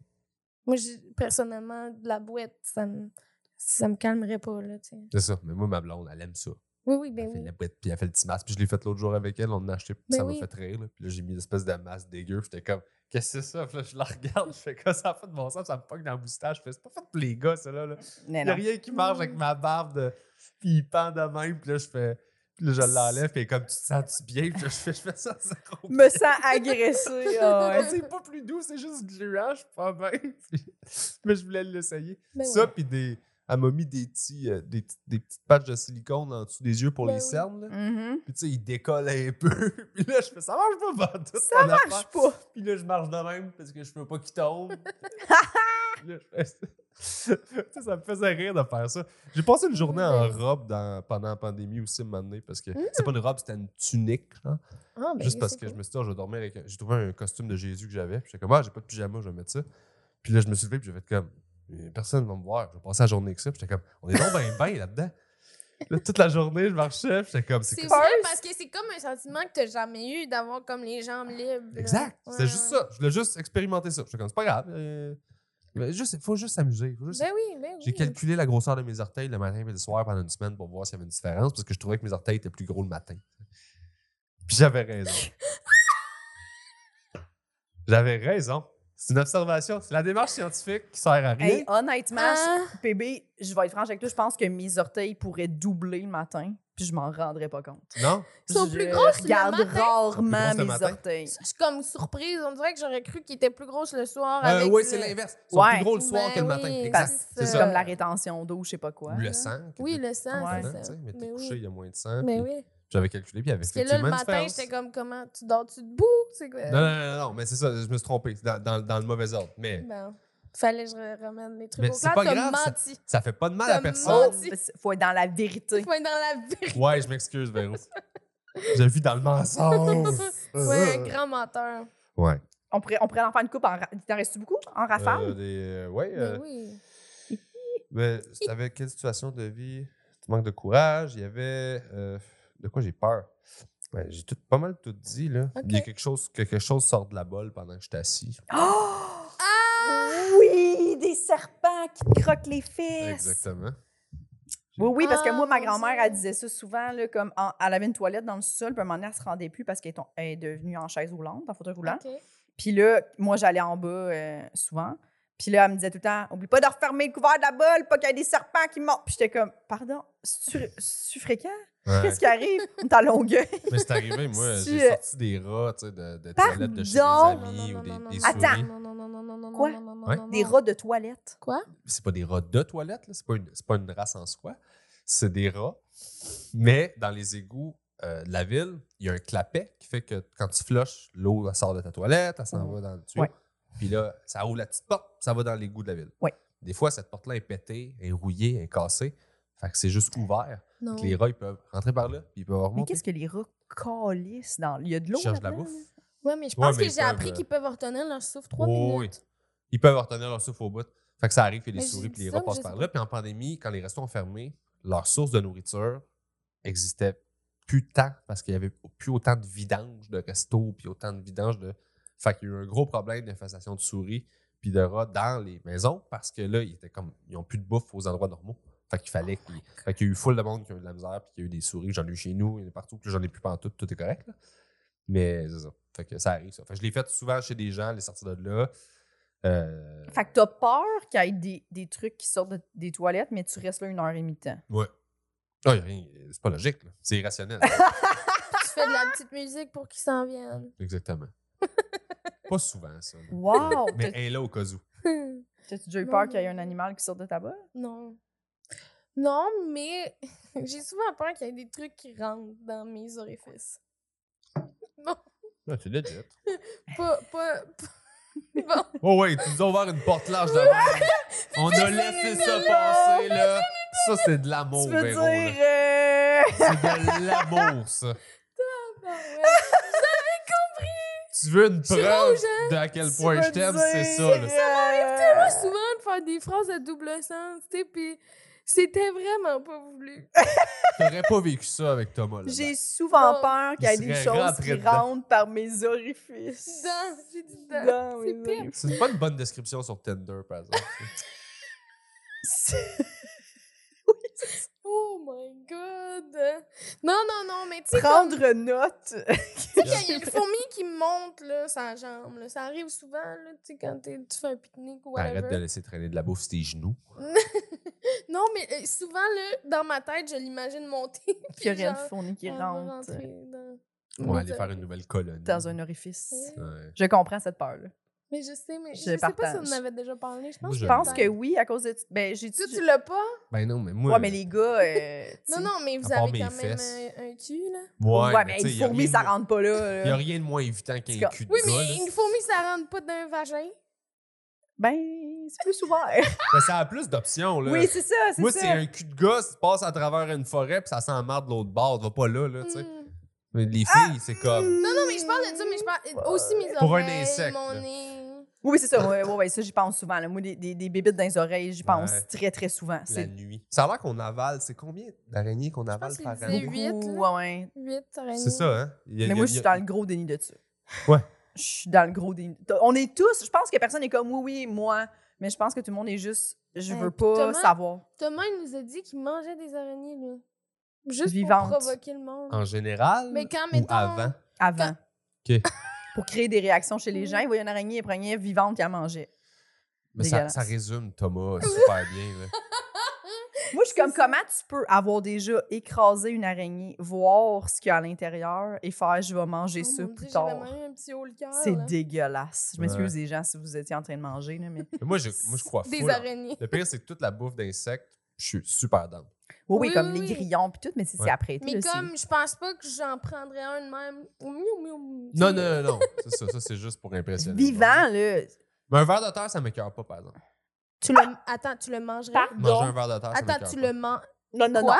[SPEAKER 3] Moi, j'ai- personnellement, de la boîte, ça me, ça me calmerait pas, là, tu sais.
[SPEAKER 4] c'est ça. Mais moi, ma blonde, elle aime ça.
[SPEAKER 3] Oui, oui,
[SPEAKER 4] Elle
[SPEAKER 3] ben
[SPEAKER 4] fait
[SPEAKER 3] oui.
[SPEAKER 4] la boîte puis elle fait le petit masque. Puis je l'ai fait l'autre jour avec elle. On en a acheté puis
[SPEAKER 3] Ben
[SPEAKER 4] ça m'a
[SPEAKER 3] oui.
[SPEAKER 4] fait rire. là. Puis là, j'ai mis une espèce de masque dégueu. puis J'étais comme, qu'est-ce que c'est ça? Puis là, je la regarde. Je fais comme ça, a pas de bon sens. Ça me pogne dans le moustache. Je fais, c'est pas fait pour les gars, ça là. là.
[SPEAKER 2] Mais
[SPEAKER 4] Il n'y
[SPEAKER 2] non.
[SPEAKER 4] a rien qui marche avec ma barbe. De... Puis il pend de même. Puis là, je fais. Puis là, je l'enlève. Puis comme, tu te sens-tu bien? Puis là, je fais, je fais ça à zéro.
[SPEAKER 2] Me sens agressée. ah ouais.
[SPEAKER 4] C'est pas plus doux, c'est juste gluant. Je suis pas bien. Puis- Mais je voulais l'essayer.
[SPEAKER 3] Ben
[SPEAKER 4] ça,
[SPEAKER 3] oui.
[SPEAKER 4] puis des. Elle m'a mis des, petits, euh, des, petits- des petites patches de silicone en dessous des yeux pour
[SPEAKER 3] Ben
[SPEAKER 4] les
[SPEAKER 3] oui.
[SPEAKER 4] cernes. là.
[SPEAKER 2] Mhm.
[SPEAKER 4] Puis tu sais, ils décollent un peu. puis là, je fais, ça marche pas, pas
[SPEAKER 2] Ça marche pas.
[SPEAKER 4] Puis là, je marche de même parce que je veux pas qu'il tombe. Puis là, je fais ça. Tu sais, ça me faisait rire de faire ça. J'ai passé une journée en
[SPEAKER 3] Ouais.
[SPEAKER 4] robe dans- pendant la pandémie aussi, un moment donné, parce que c'était pas une robe, c'était une tunique. genre.
[SPEAKER 3] Ah, ben,
[SPEAKER 4] Juste parce que je me suis dit, Ah, je vais dormir avec. un- J'ai trouvé un costume de Jésus que j'avais. Puis j'étais comme, ah, j'ai pas de pyjama, je vais mettre ça. Puis là, je me suis levé, puis j'ai fait comme, personne va me voir. Je vais passer la journée avec ça. Puis j'étais comme, on est donc bien, bien là-dedans. Là, toute la journée, je marchais, puis j'étais comme.
[SPEAKER 3] C'est
[SPEAKER 4] c'est
[SPEAKER 3] vrai,
[SPEAKER 2] First.
[SPEAKER 3] parce que c'est comme un sentiment que t'as jamais eu d'avoir comme les jambes libres. là.
[SPEAKER 4] Exact.
[SPEAKER 3] Ouais,
[SPEAKER 4] C'était juste
[SPEAKER 3] ouais.
[SPEAKER 4] ça. Je voulais juste expérimenter ça. Je comme, c'est pas grave. euh, mais juste, faut juste s'amuser. faut juste-
[SPEAKER 3] Ben oui, ben oui.
[SPEAKER 4] J'ai calculé la grosseur de mes orteils le matin et le soir pendant une semaine pour voir s'il y avait une différence parce que je trouvais que mes orteils étaient plus gros le matin. Puis j'avais raison. j'avais raison. C'est une observation. C'est la démarche scientifique qui sert à rien.
[SPEAKER 2] Hey, honnêtement, je-
[SPEAKER 3] Ah,
[SPEAKER 2] bébé, je vais être franche avec toi, je pense que mes orteils pourraient doubler le matin, puis je m'en rendrais pas compte.
[SPEAKER 4] Non?
[SPEAKER 3] Ils sont
[SPEAKER 2] Je
[SPEAKER 3] plus grosses le
[SPEAKER 2] regarde
[SPEAKER 3] matin?
[SPEAKER 2] rarement
[SPEAKER 4] Plus grosses le
[SPEAKER 2] mes
[SPEAKER 4] matin?
[SPEAKER 2] orteils.
[SPEAKER 3] je suis comme surprise. On dirait que j'aurais cru qu'il était plus gros le soir.
[SPEAKER 4] Euh,
[SPEAKER 3] avec
[SPEAKER 4] oui,
[SPEAKER 3] le-
[SPEAKER 4] c'est l'inverse. Ils sont
[SPEAKER 2] Ouais.
[SPEAKER 4] plus gros le soir
[SPEAKER 3] Ben
[SPEAKER 4] que le
[SPEAKER 3] oui,
[SPEAKER 4] matin.
[SPEAKER 3] c'est
[SPEAKER 4] Exact.
[SPEAKER 3] ça.
[SPEAKER 4] C'est
[SPEAKER 2] C'est
[SPEAKER 4] ça.
[SPEAKER 2] comme la rétention d'eau, je sais pas quoi.
[SPEAKER 4] Le sang. que
[SPEAKER 3] Oui,
[SPEAKER 4] t'as
[SPEAKER 3] le sang,
[SPEAKER 2] Ouais.
[SPEAKER 3] c'est
[SPEAKER 4] dedans, tu
[SPEAKER 3] ça.
[SPEAKER 4] sais, Mais t'es
[SPEAKER 3] Mais
[SPEAKER 4] couché,
[SPEAKER 3] oui.
[SPEAKER 4] il y a moins de sang.
[SPEAKER 3] Mais
[SPEAKER 4] puis
[SPEAKER 3] oui.
[SPEAKER 4] J'avais calculé, puis il y avait
[SPEAKER 3] Parce que là, le
[SPEAKER 4] effectivement une
[SPEAKER 3] matin,
[SPEAKER 4] différence.
[SPEAKER 3] j'étais comme, comment? Tu dors-tu debout? C'est quoi?
[SPEAKER 2] Euh,
[SPEAKER 4] Non, non, non, non, mais c'est ça, je me suis trompé. c'est Dans, dans- dans le mauvais ordre. Mais
[SPEAKER 3] Ben, fallait que je re- ramène mes trucs
[SPEAKER 4] Mais
[SPEAKER 3] au
[SPEAKER 4] c'est
[SPEAKER 3] clair.
[SPEAKER 4] pas
[SPEAKER 3] T'as
[SPEAKER 4] grave, ça-
[SPEAKER 3] menti.
[SPEAKER 4] ça fait pas de mal
[SPEAKER 3] T'as
[SPEAKER 4] à
[SPEAKER 2] Oh,
[SPEAKER 4] personne.
[SPEAKER 3] menti.
[SPEAKER 2] c'est- faut être dans la
[SPEAKER 3] Il
[SPEAKER 2] vérité.
[SPEAKER 3] faut être dans la vérité.
[SPEAKER 4] Ouais, je m'excuse, Véro. J'ai vu dans le mensonge. Euh,
[SPEAKER 3] Ouais, un grand menteur.
[SPEAKER 4] Ouais.
[SPEAKER 2] On pourrait, on pourrait en faire une coupe en ra- Il t'en reste beaucoup en
[SPEAKER 4] Euh,
[SPEAKER 2] rafale?
[SPEAKER 4] des, euh, ouais.
[SPEAKER 3] Mais
[SPEAKER 4] euh,
[SPEAKER 3] Ben oui.
[SPEAKER 4] mais t'avais quelle situation de vie? Tu manques de courage. Il y avait. euh, de quoi j'ai peur? Ouais, j'ai tout, pas mal tout dit, là.
[SPEAKER 3] Ok.
[SPEAKER 4] Il y a quelque chose, quelque chose sort de la bolle pendant que j'étais assis.
[SPEAKER 2] Oh!
[SPEAKER 3] Ah!
[SPEAKER 2] Oui! Des serpents qui te croquent les fesses!
[SPEAKER 4] Exactement.
[SPEAKER 2] Oui, oui, parce que
[SPEAKER 3] Ah,
[SPEAKER 2] moi, ma
[SPEAKER 3] mon
[SPEAKER 2] grand-mère,
[SPEAKER 3] Dieu.
[SPEAKER 2] elle disait ça souvent, là, comme en- elle avait une toilette dans le sol, puis à un moment donné, elle se rendait plus parce qu'elle est, tom- elle est devenue en chaise roulante, en fauteuil roulant.
[SPEAKER 3] OK.
[SPEAKER 2] Puis là, moi, j'allais en bas euh, souvent. Puis là, elle me disait tout le temps, oublie pas de refermer le couvert de la bolle, pas qu'il y ait des serpents qui montent. Puis j'étais comme, pardon, c'est fréquent?
[SPEAKER 4] Ouais.
[SPEAKER 2] Qu'est-ce qui arrive? On est à longueuil.
[SPEAKER 4] Mais c'est arrivé, moi,
[SPEAKER 2] Tu-
[SPEAKER 4] j'ai sorti des rats, tu sais, de, de toilettes de chez des
[SPEAKER 3] Oh,
[SPEAKER 2] Pardon?
[SPEAKER 4] amis ou des, des
[SPEAKER 2] non, Attends.
[SPEAKER 4] souris.
[SPEAKER 3] Non, non, non, non, non, non,
[SPEAKER 2] Quoi?
[SPEAKER 3] non, non, non,
[SPEAKER 4] Ouais.
[SPEAKER 3] non,
[SPEAKER 2] Des
[SPEAKER 3] non.
[SPEAKER 2] rats de toilette.
[SPEAKER 3] Quoi?
[SPEAKER 4] C'est pas des rats de toilette, là, c'est pas, une- c'est pas une race en soi. C'est des rats. Mais dans les égouts euh, de la ville, il y a un clapet qui fait que quand tu flushes, l'eau elle sort de ta toilette, elle s'en
[SPEAKER 2] Mhm.
[SPEAKER 4] va dans le tuyau.
[SPEAKER 2] Ouais.
[SPEAKER 4] Puis là, ça ouvre la petite porte, puis ça va dans l'égout de la ville.
[SPEAKER 2] Ouais.
[SPEAKER 4] Des fois, cette porte-là est pétée, est rouillée, est cassée. Fait que c'est juste ouvert.
[SPEAKER 3] Non.
[SPEAKER 4] Fait que les rats, ils peuvent rentrer par là, puis ils peuvent
[SPEAKER 2] Ah Mais
[SPEAKER 4] remonter.
[SPEAKER 2] qu'est-ce que les rats calissent dans. Il y a de
[SPEAKER 4] Ils
[SPEAKER 2] l'eau.
[SPEAKER 4] cherchent de la
[SPEAKER 2] là-dedans,
[SPEAKER 4] bouffe.
[SPEAKER 2] là?
[SPEAKER 3] Ouais, mais je
[SPEAKER 4] Ouais,
[SPEAKER 3] pense
[SPEAKER 4] mais
[SPEAKER 3] que
[SPEAKER 4] ils
[SPEAKER 3] j'ai
[SPEAKER 4] peuvent,
[SPEAKER 3] appris
[SPEAKER 4] euh, Oh,
[SPEAKER 3] qu'ils peuvent retenir leur souffle trois
[SPEAKER 4] Oui,
[SPEAKER 3] minutes.
[SPEAKER 4] Ils peuvent retenir leur souffle au bout. Fait que ça arrive que les
[SPEAKER 3] Mais j'ai
[SPEAKER 4] souris puis
[SPEAKER 3] dit
[SPEAKER 4] les
[SPEAKER 3] ça,
[SPEAKER 4] rats
[SPEAKER 3] mais
[SPEAKER 4] passent
[SPEAKER 3] je
[SPEAKER 4] par
[SPEAKER 3] sais
[SPEAKER 4] là. Puis en pandémie, quand les restaurants ont fermé, leur source de nourriture existait plus tant parce qu'il n'y avait plus autant de vidanges de restos puis autant de vidanges de. Fait qu'il y a eu un gros problème d'infestation de souris puis de rats dans les maisons parce que là, ils étaient comme. Ils n'ont plus de bouffe aux endroits normaux. Fait qu'il fallait qu'il. Fait qu'il y a eu full de monde qui a eu de la misère puis qu'il y a eu des souris. J'en ai eu chez nous, il y en a partout. Puis là, j'en ai plus pantoute, tout est correct. là. Mais c'est ça. Fait que ça arrive, ça. Fait que je l'ai fait souvent chez des gens, les sorties de là. Euh,
[SPEAKER 2] Fait que t'as peur qu'il y ait des, des trucs qui sortent de- des toilettes, mais tu restes là une heure et demie de temps.
[SPEAKER 4] Ouais. Ah, y a rien. C'est pas logique, là. C'est irrationnel.
[SPEAKER 3] Tu fais de la petite musique pour qu'ils s'en viennent.
[SPEAKER 4] Exactement. pas souvent, ça. là.
[SPEAKER 2] Wow!
[SPEAKER 4] Mais elle est là au cas où.
[SPEAKER 2] T'as-tu déjà eu peur qu'il y ait un animal qui sorte de ta bolle?
[SPEAKER 3] non. Non, mais j'ai souvent peur qu'il y ait des trucs qui rentrent dans mes orifices. Bon,
[SPEAKER 4] Ouais, Ah, c'est legit.
[SPEAKER 3] pas. pas, pas- Bon,
[SPEAKER 4] Oh, ouais, tu nous as ouvert une porte large de même. On a laissé ça passer, là. Ça, c'est de l'amour,
[SPEAKER 2] tu veux
[SPEAKER 4] Véro. ben, là.
[SPEAKER 2] dire. euh,
[SPEAKER 4] C'est de l'amour, ça.
[SPEAKER 3] bon, ouais.
[SPEAKER 4] Tu veux une
[SPEAKER 3] suis
[SPEAKER 4] preuve
[SPEAKER 3] rouge, hein?
[SPEAKER 4] de à quel
[SPEAKER 2] tu
[SPEAKER 4] point
[SPEAKER 2] veux
[SPEAKER 4] je t'aime, c'est ça,
[SPEAKER 2] dire,
[SPEAKER 4] là.
[SPEAKER 2] euh,
[SPEAKER 3] Moi, souvent, de faire des phrases à double sens, tu sais, puis c'était vraiment pas voulu.
[SPEAKER 4] T'aurais pas vécu ça avec Thomas, là.
[SPEAKER 2] J'ai souvent
[SPEAKER 3] Oh.
[SPEAKER 2] peur qu'il y ait
[SPEAKER 4] Il
[SPEAKER 2] des
[SPEAKER 4] serait
[SPEAKER 2] choses
[SPEAKER 4] rentré
[SPEAKER 2] qui
[SPEAKER 4] dedans.
[SPEAKER 2] rentrent par mes orifices.
[SPEAKER 3] Dedans, j'ai dit dedans.
[SPEAKER 2] Dedans,
[SPEAKER 3] C'est
[SPEAKER 2] mes
[SPEAKER 3] pire.
[SPEAKER 2] orifices.
[SPEAKER 4] ben, C'est pas une bonne description sur Tinder, par exemple.
[SPEAKER 3] Oh my god! Non, non, non, mais tu sais, comme-
[SPEAKER 2] Prendre note.
[SPEAKER 3] tu sais, quand il y a une fourmi qui monte, là, sa jambe, là, ça arrive souvent, là, tu sais, quand t'es- tu fais un pique-nique ou
[SPEAKER 4] Arrête de
[SPEAKER 3] whatever.
[SPEAKER 4] laisser traîner de la bouffe sur tes genoux.
[SPEAKER 3] Non, mais euh, souvent, là, dans ma tête, je l'imagine monter.
[SPEAKER 2] Qu'il y
[SPEAKER 3] puis
[SPEAKER 2] aurait une
[SPEAKER 3] genre,
[SPEAKER 2] fourmi qui
[SPEAKER 3] elle va
[SPEAKER 2] rentre euh.
[SPEAKER 3] rentrer dans-
[SPEAKER 4] On va
[SPEAKER 3] mes
[SPEAKER 4] aller faire
[SPEAKER 3] oreilles.
[SPEAKER 4] une nouvelle colonie.
[SPEAKER 2] dans un orifice.
[SPEAKER 4] Ouais.
[SPEAKER 2] Je comprends cette peur-là.
[SPEAKER 3] Mais je sais, mais
[SPEAKER 2] Je
[SPEAKER 3] je, sais pas si
[SPEAKER 2] partage.
[SPEAKER 3] on en avait déjà parlé. Je
[SPEAKER 4] Moi,
[SPEAKER 3] pense,
[SPEAKER 4] je
[SPEAKER 2] Je pense
[SPEAKER 4] Ben.
[SPEAKER 2] que oui, à cause de. Ben, j'ai dit.
[SPEAKER 3] Tu, tu l'as pas?
[SPEAKER 4] Ben non, mais moi.
[SPEAKER 2] Ouais, mais les gars. euh, tu-
[SPEAKER 3] Non, non, mais vous
[SPEAKER 4] À part
[SPEAKER 3] avez
[SPEAKER 4] mes
[SPEAKER 3] quand même
[SPEAKER 4] fesses.
[SPEAKER 3] un, un cul, là.
[SPEAKER 2] Ouais, mais
[SPEAKER 4] tu sais,
[SPEAKER 2] une
[SPEAKER 4] y a
[SPEAKER 2] fourmi,
[SPEAKER 4] rien
[SPEAKER 2] ça
[SPEAKER 4] de moins-
[SPEAKER 2] rentre pas là.
[SPEAKER 4] Il n'y a
[SPEAKER 2] euh.
[SPEAKER 4] rien de moins évitant qu'un
[SPEAKER 2] C'est
[SPEAKER 4] cul de
[SPEAKER 3] Oui,
[SPEAKER 4] gars, là.
[SPEAKER 3] mais une fourmi, ça rentre pas d'un vagin.
[SPEAKER 2] Ben, c'est plus souvent.
[SPEAKER 4] Mais Ben, ça a plus d'options, là.
[SPEAKER 2] oui, c'est ça, c'est
[SPEAKER 4] moi,
[SPEAKER 2] ça.
[SPEAKER 4] c'est un cul de gars, tu passes à travers une forêt, puis ça sent marre de l'autre bord. Va pas là, là, tu
[SPEAKER 2] Mm.
[SPEAKER 4] sais.
[SPEAKER 3] Hmm.
[SPEAKER 2] Ah!
[SPEAKER 4] Mais les filles, c'est comme.
[SPEAKER 3] Non, non, mais je parle de ça, mais je parle
[SPEAKER 2] Ouais.
[SPEAKER 3] aussi mes
[SPEAKER 4] Pour un
[SPEAKER 3] oreilles,
[SPEAKER 4] insecte,
[SPEAKER 3] mon
[SPEAKER 4] là.
[SPEAKER 3] nez.
[SPEAKER 2] Oui, c'est ça. Oui, oui, ça, j'y pense souvent. là. Moi, des, des, des bébites dans les oreilles, j'y pense
[SPEAKER 4] Ouais.
[SPEAKER 2] très, très souvent.
[SPEAKER 4] la
[SPEAKER 2] C'est
[SPEAKER 4] nuit. Ça a l'air qu'on avale. C'est combien d'araignées qu'on avale
[SPEAKER 3] pense que
[SPEAKER 4] par
[SPEAKER 3] c'est
[SPEAKER 4] année?
[SPEAKER 3] huit.
[SPEAKER 2] beaucoup,
[SPEAKER 3] là.
[SPEAKER 2] ouais.
[SPEAKER 3] 8
[SPEAKER 4] C'est ça, hein? Il y a-
[SPEAKER 2] Mais
[SPEAKER 4] il y
[SPEAKER 2] moi,
[SPEAKER 4] a-
[SPEAKER 2] je
[SPEAKER 4] il y
[SPEAKER 2] suis
[SPEAKER 4] a-
[SPEAKER 2] dans le gros déni de ça.
[SPEAKER 4] Ouais.
[SPEAKER 2] Je suis dans le gros déni. T'as- On est tous, je pense que personne n'est comme oui, oui, moi, mais je pense que tout le monde est juste, je
[SPEAKER 3] Hey,
[SPEAKER 2] veux
[SPEAKER 3] Euh, puis
[SPEAKER 2] pas
[SPEAKER 3] Thomas,
[SPEAKER 2] savoir.
[SPEAKER 3] Thomas, il nous a dit qu'il mangeait des araignées, lui. Juste
[SPEAKER 2] Vivantes.
[SPEAKER 3] pour provoquer le monde.
[SPEAKER 4] En général
[SPEAKER 3] Mais quand,
[SPEAKER 4] ou
[SPEAKER 3] mettons, oh
[SPEAKER 4] avant?
[SPEAKER 2] avant.
[SPEAKER 4] OK.
[SPEAKER 2] Pour créer des réactions chez les
[SPEAKER 3] Oui.
[SPEAKER 2] gens, il voyait une araignée, il prenait vivante et elle mangeait.
[SPEAKER 4] Mais ça,
[SPEAKER 2] Dégueulasse.
[SPEAKER 4] ça résume Thomas super bien. là.
[SPEAKER 2] Moi, je suis comme, comment tu peux avoir déjà écrasé une araignée, voir ce qu'il y a à l'intérieur et faire, je vais manger
[SPEAKER 3] Oh
[SPEAKER 2] ça
[SPEAKER 3] mon Dieu,
[SPEAKER 2] plus
[SPEAKER 3] j'ai
[SPEAKER 2] tard.
[SPEAKER 3] vraiment eu un petit haut le cœur.
[SPEAKER 2] C'est
[SPEAKER 3] là.
[SPEAKER 2] dégueulasse. Je m'excuse
[SPEAKER 4] Ouais.
[SPEAKER 2] des gens si vous étiez en train de manger, là, mais.
[SPEAKER 4] Mais Moi, je, moi, je crois
[SPEAKER 3] Des
[SPEAKER 4] full hein. en-
[SPEAKER 3] araignées.
[SPEAKER 4] Le pire, c'est que toute la bouffe d'insectes, je suis super down.
[SPEAKER 2] Oui, oui,
[SPEAKER 3] Oui,
[SPEAKER 2] comme
[SPEAKER 3] oui,
[SPEAKER 2] les
[SPEAKER 3] oui.
[SPEAKER 2] grillons puis tout, mais si c'est
[SPEAKER 4] Ouais.
[SPEAKER 2] après tout,
[SPEAKER 3] Mais
[SPEAKER 2] là, c'est-
[SPEAKER 3] comme je pense pas que j'en prendrais un de même. Ou miou, miou, miou.
[SPEAKER 4] Non, non, non, non. c'est ça, ça c'est juste pour impressionner.
[SPEAKER 2] Vivant, là.
[SPEAKER 4] Mais un verre de terre, ça m'écœure pas, par exemple.
[SPEAKER 3] Tu le... Attends, tu le mangerais?
[SPEAKER 4] Manger un verre de terre, ça
[SPEAKER 3] Attends,
[SPEAKER 4] m'écoeure
[SPEAKER 3] tu
[SPEAKER 4] pas.
[SPEAKER 3] le manges.
[SPEAKER 2] Non, non,
[SPEAKER 3] Quoi?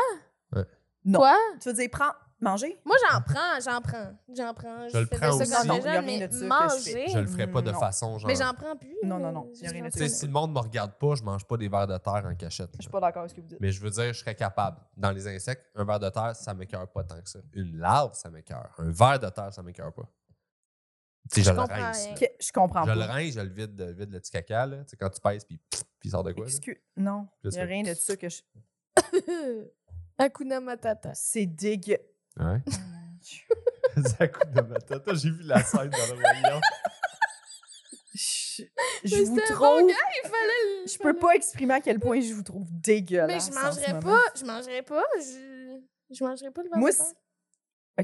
[SPEAKER 4] Ouais.
[SPEAKER 2] Non.
[SPEAKER 3] Quoi?
[SPEAKER 2] Tu veux dire, prends, manger?
[SPEAKER 3] Moi, j'en prends, j'en prends. J'en prends.
[SPEAKER 4] Je le
[SPEAKER 3] faisais
[SPEAKER 4] prends
[SPEAKER 3] ça quand j'étais jeune,
[SPEAKER 4] aussi.
[SPEAKER 2] Non, il y a rien
[SPEAKER 3] mais
[SPEAKER 2] de ça que je
[SPEAKER 3] manger.
[SPEAKER 4] Je le ferai pas de
[SPEAKER 2] Non.
[SPEAKER 4] façon genre.
[SPEAKER 3] Mais j'en prends plus.
[SPEAKER 2] Non, non,
[SPEAKER 3] là.
[SPEAKER 2] non, il y a
[SPEAKER 3] Je
[SPEAKER 2] rien de
[SPEAKER 3] prends
[SPEAKER 2] ça.
[SPEAKER 4] Tu
[SPEAKER 3] plus.
[SPEAKER 4] sais, si le monde me regarde pas, je mange pas des verres de terre en cachette.
[SPEAKER 2] Je suis pas d'accord avec ce que vous dites.
[SPEAKER 4] Mais je veux dire, je serais capable. Dans les insectes, un verre de terre, ça m'écœure pas tant que ça. Une larve, ça m'écœure. Un verre de terre, ça m'écœure pas. Tu sais, je
[SPEAKER 3] Je
[SPEAKER 4] le
[SPEAKER 3] comprends
[SPEAKER 4] rince.
[SPEAKER 3] rien.
[SPEAKER 4] là.
[SPEAKER 2] Ok, je comprends
[SPEAKER 4] Je le
[SPEAKER 2] pas.
[SPEAKER 4] rince, je le vide, de- vide le petit caca, là. Tu sais, quand tu pèses, puis pff, puis il sort de quoi, là.
[SPEAKER 2] Excuse- Non,
[SPEAKER 4] Je
[SPEAKER 2] il n'y a
[SPEAKER 4] sais.
[SPEAKER 2] rien de ça que je.
[SPEAKER 3] Hakuna Matata.
[SPEAKER 2] C'est dégueu.
[SPEAKER 4] Ouais.
[SPEAKER 2] Oh,
[SPEAKER 4] Ça coûte de ma tête. J'ai vu la scène dans le royaume.
[SPEAKER 2] Je,
[SPEAKER 3] Mais
[SPEAKER 2] je vous
[SPEAKER 3] c'était
[SPEAKER 2] trouve.
[SPEAKER 3] bon, gars, il fallait le-
[SPEAKER 2] je peux pas exprimer à quel point je vous trouve
[SPEAKER 3] Mais
[SPEAKER 2] dégueulasse.
[SPEAKER 3] je
[SPEAKER 2] en ce
[SPEAKER 3] mangerais
[SPEAKER 2] moment.
[SPEAKER 3] pas. Je mangerais pas. Je, je mangerais pas le
[SPEAKER 2] Moi,
[SPEAKER 3] ventre.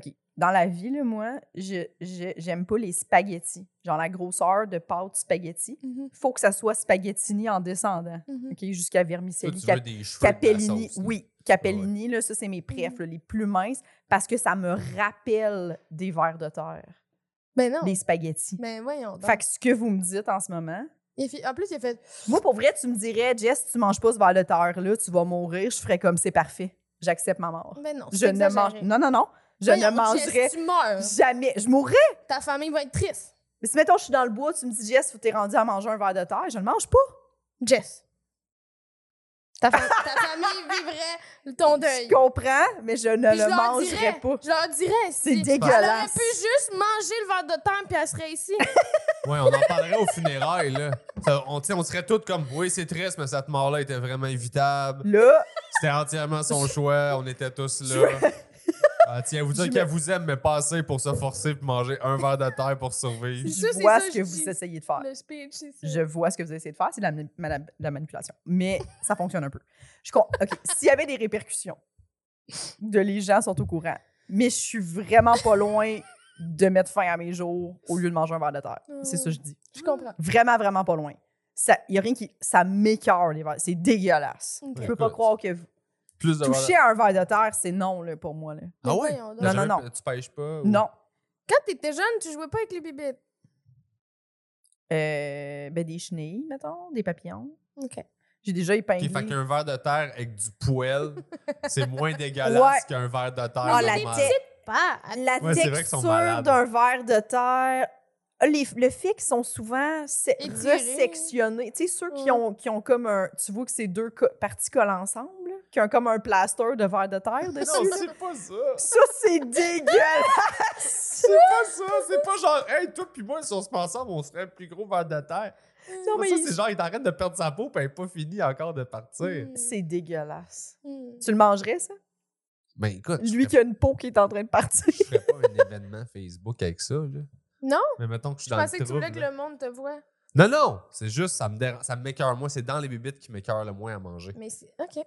[SPEAKER 2] OK. Dans la vie, là, moi, je je- j'aime pas les spaghettis. Genre la grosseur de pâte spaghetti.
[SPEAKER 3] Mhm,
[SPEAKER 2] Faut que ça soit spaghettini en descendant. OK, jusqu'à
[SPEAKER 4] Toi,
[SPEAKER 2] vermicelli.
[SPEAKER 4] tu
[SPEAKER 2] Cap-
[SPEAKER 4] veux des cheveux. avec de la
[SPEAKER 2] Capellini,
[SPEAKER 4] sauce, là.
[SPEAKER 2] oui. Capellini, là, ça,
[SPEAKER 3] Mm.
[SPEAKER 2] c'est mes préfs, là, les plus minces, parce que ça me rappelle des vers de terre,
[SPEAKER 3] Ben non.
[SPEAKER 2] des spaghettis.
[SPEAKER 3] Ben voyons. donc.
[SPEAKER 2] Fait que ce que vous me dites en ce moment,
[SPEAKER 3] Il fait- En plus, il a fait.
[SPEAKER 2] Moi, pour vrai, tu me dirais, Jess, si tu manges pas ce verre de terre-là, tu vas mourir. Je ferais comme c'est parfait. J'accepte ma mort.
[SPEAKER 3] Ben non.
[SPEAKER 2] Je ne mange. Non, non, non. Je ne mangerais
[SPEAKER 3] Tu meurs.
[SPEAKER 2] jamais. Je mourrais.
[SPEAKER 3] Ta famille va être triste.
[SPEAKER 2] Mais si, mettons, je suis dans le bois, tu me dis, Jess, faut t'es rendu à manger un verre de terre, je ne mange pas.
[SPEAKER 3] Jess. Ta, fa- ta famille vivrait ton deuil.
[SPEAKER 2] Je comprends, mais je ne
[SPEAKER 3] Puis
[SPEAKER 2] le
[SPEAKER 3] leur
[SPEAKER 2] mangerais
[SPEAKER 3] dirais,
[SPEAKER 2] pas.
[SPEAKER 3] Je leur dirais.
[SPEAKER 2] C'est
[SPEAKER 3] si- Elle aurait
[SPEAKER 2] dégueulasse.
[SPEAKER 3] pu juste manger le verre de terre puis elle serait ici.
[SPEAKER 4] Ouais, on en parlerait au funérailles, là. Ça, on, tu sais, on serait toutes comme, oui, c'est triste, mais cette mort-là était vraiment évitable.
[SPEAKER 2] Là,
[SPEAKER 4] C'était entièrement son choix. On était tous là. Ah, tiens, vous
[SPEAKER 2] Je
[SPEAKER 4] dire
[SPEAKER 2] me-
[SPEAKER 4] qu'elle vous aime, mais pas assez pour se forcer de manger un verre de terre pour survivre.
[SPEAKER 3] Ça,
[SPEAKER 2] je
[SPEAKER 3] c'est
[SPEAKER 2] vois
[SPEAKER 3] ça,
[SPEAKER 2] ce
[SPEAKER 3] je
[SPEAKER 2] que vous
[SPEAKER 3] dis.
[SPEAKER 2] essayez de faire.
[SPEAKER 3] Le speech, c'est ça.
[SPEAKER 2] Ah. Je vois ce que vous essayez de faire, c'est de la, mani- mala- de la manipulation. Mais ça fonctionne un peu. Je com- OK, s'il y avait des répercussions, de les gens sont au courant, mais je suis vraiment pas loin de mettre fin à mes jours au lieu de manger un verre de terre. C'est ça que je dis.
[SPEAKER 3] Je comprends.
[SPEAKER 2] Vraiment, vraiment pas loin. Ça, y a rien qui... Ça m'écœure, les verres. C'est dégueulasse.
[SPEAKER 3] Ok.
[SPEAKER 2] Je peux pas
[SPEAKER 4] Écoute.
[SPEAKER 2] croire que vous-
[SPEAKER 4] Plus de verre de-
[SPEAKER 2] toucher à un verre de terre, c'est non, là, pour moi. Là.
[SPEAKER 4] Ah ouais?
[SPEAKER 3] Voyons donc.
[SPEAKER 2] Non,
[SPEAKER 4] T'as
[SPEAKER 2] non,
[SPEAKER 4] jamais-
[SPEAKER 2] non.
[SPEAKER 4] Tu pêches pas? ou-
[SPEAKER 2] Non.
[SPEAKER 3] Quand t'étais jeune, tu jouais pas avec les bibites.
[SPEAKER 2] Euh, ben, des chenilles, mettons, des papillons.
[SPEAKER 3] OK.
[SPEAKER 2] J'ai déjà
[SPEAKER 4] Ok,
[SPEAKER 2] épinglé.
[SPEAKER 4] fait qu'un verre de terre avec du poêle, c'est moins dégueulasse
[SPEAKER 2] Ouais.
[SPEAKER 4] qu'un verre de terre
[SPEAKER 2] Ah, la
[SPEAKER 4] normal.
[SPEAKER 2] tête!
[SPEAKER 3] Pas.
[SPEAKER 2] La
[SPEAKER 4] Ouais, c'est vrai qu'ils sont
[SPEAKER 2] texture
[SPEAKER 4] malades.
[SPEAKER 2] d'un verre de terre. Les, le fixe sont souvent se-
[SPEAKER 3] Étirés.
[SPEAKER 2] resectionnés. Tu sais, ceux qui
[SPEAKER 3] Ouais.
[SPEAKER 2] ont, qui ont comme un. Tu vois que c'est deux co- parties collent ensemble, là, qui ont comme un plaster de verre de terre
[SPEAKER 4] Non,
[SPEAKER 2] dessus.
[SPEAKER 4] c'est pas ça.
[SPEAKER 2] ça, c'est dégueulasse!
[SPEAKER 4] C'est pas ça, c'est pas genre, hey, toi puis moi, si on se pense ensemble, on serait le plus gros verre de terre.
[SPEAKER 2] non, mais
[SPEAKER 4] ça, c'est genre, il t'arrête de perdre sa peau, puis elle n'est pas finie encore de partir.
[SPEAKER 2] c'est dégueulasse.
[SPEAKER 3] Mm.
[SPEAKER 2] Tu le mangerais, ça?
[SPEAKER 4] Ben écoute,
[SPEAKER 2] Lui qui a une peau qui est en train de partir.
[SPEAKER 4] je ferais pas un événement Facebook avec ça, là.
[SPEAKER 3] Non?
[SPEAKER 4] Mais mettons que je suis
[SPEAKER 3] Je
[SPEAKER 4] dans
[SPEAKER 3] pensais
[SPEAKER 4] le
[SPEAKER 3] que tu voulais
[SPEAKER 4] trouble.
[SPEAKER 3] que
[SPEAKER 4] là.
[SPEAKER 3] le monde te voit.
[SPEAKER 4] Non, non, c'est juste, ça me dérange, ça m'écœure. Moi, c'est dans les bibites qui m'écœurent le moins à manger.
[SPEAKER 3] Mais c'est. OK.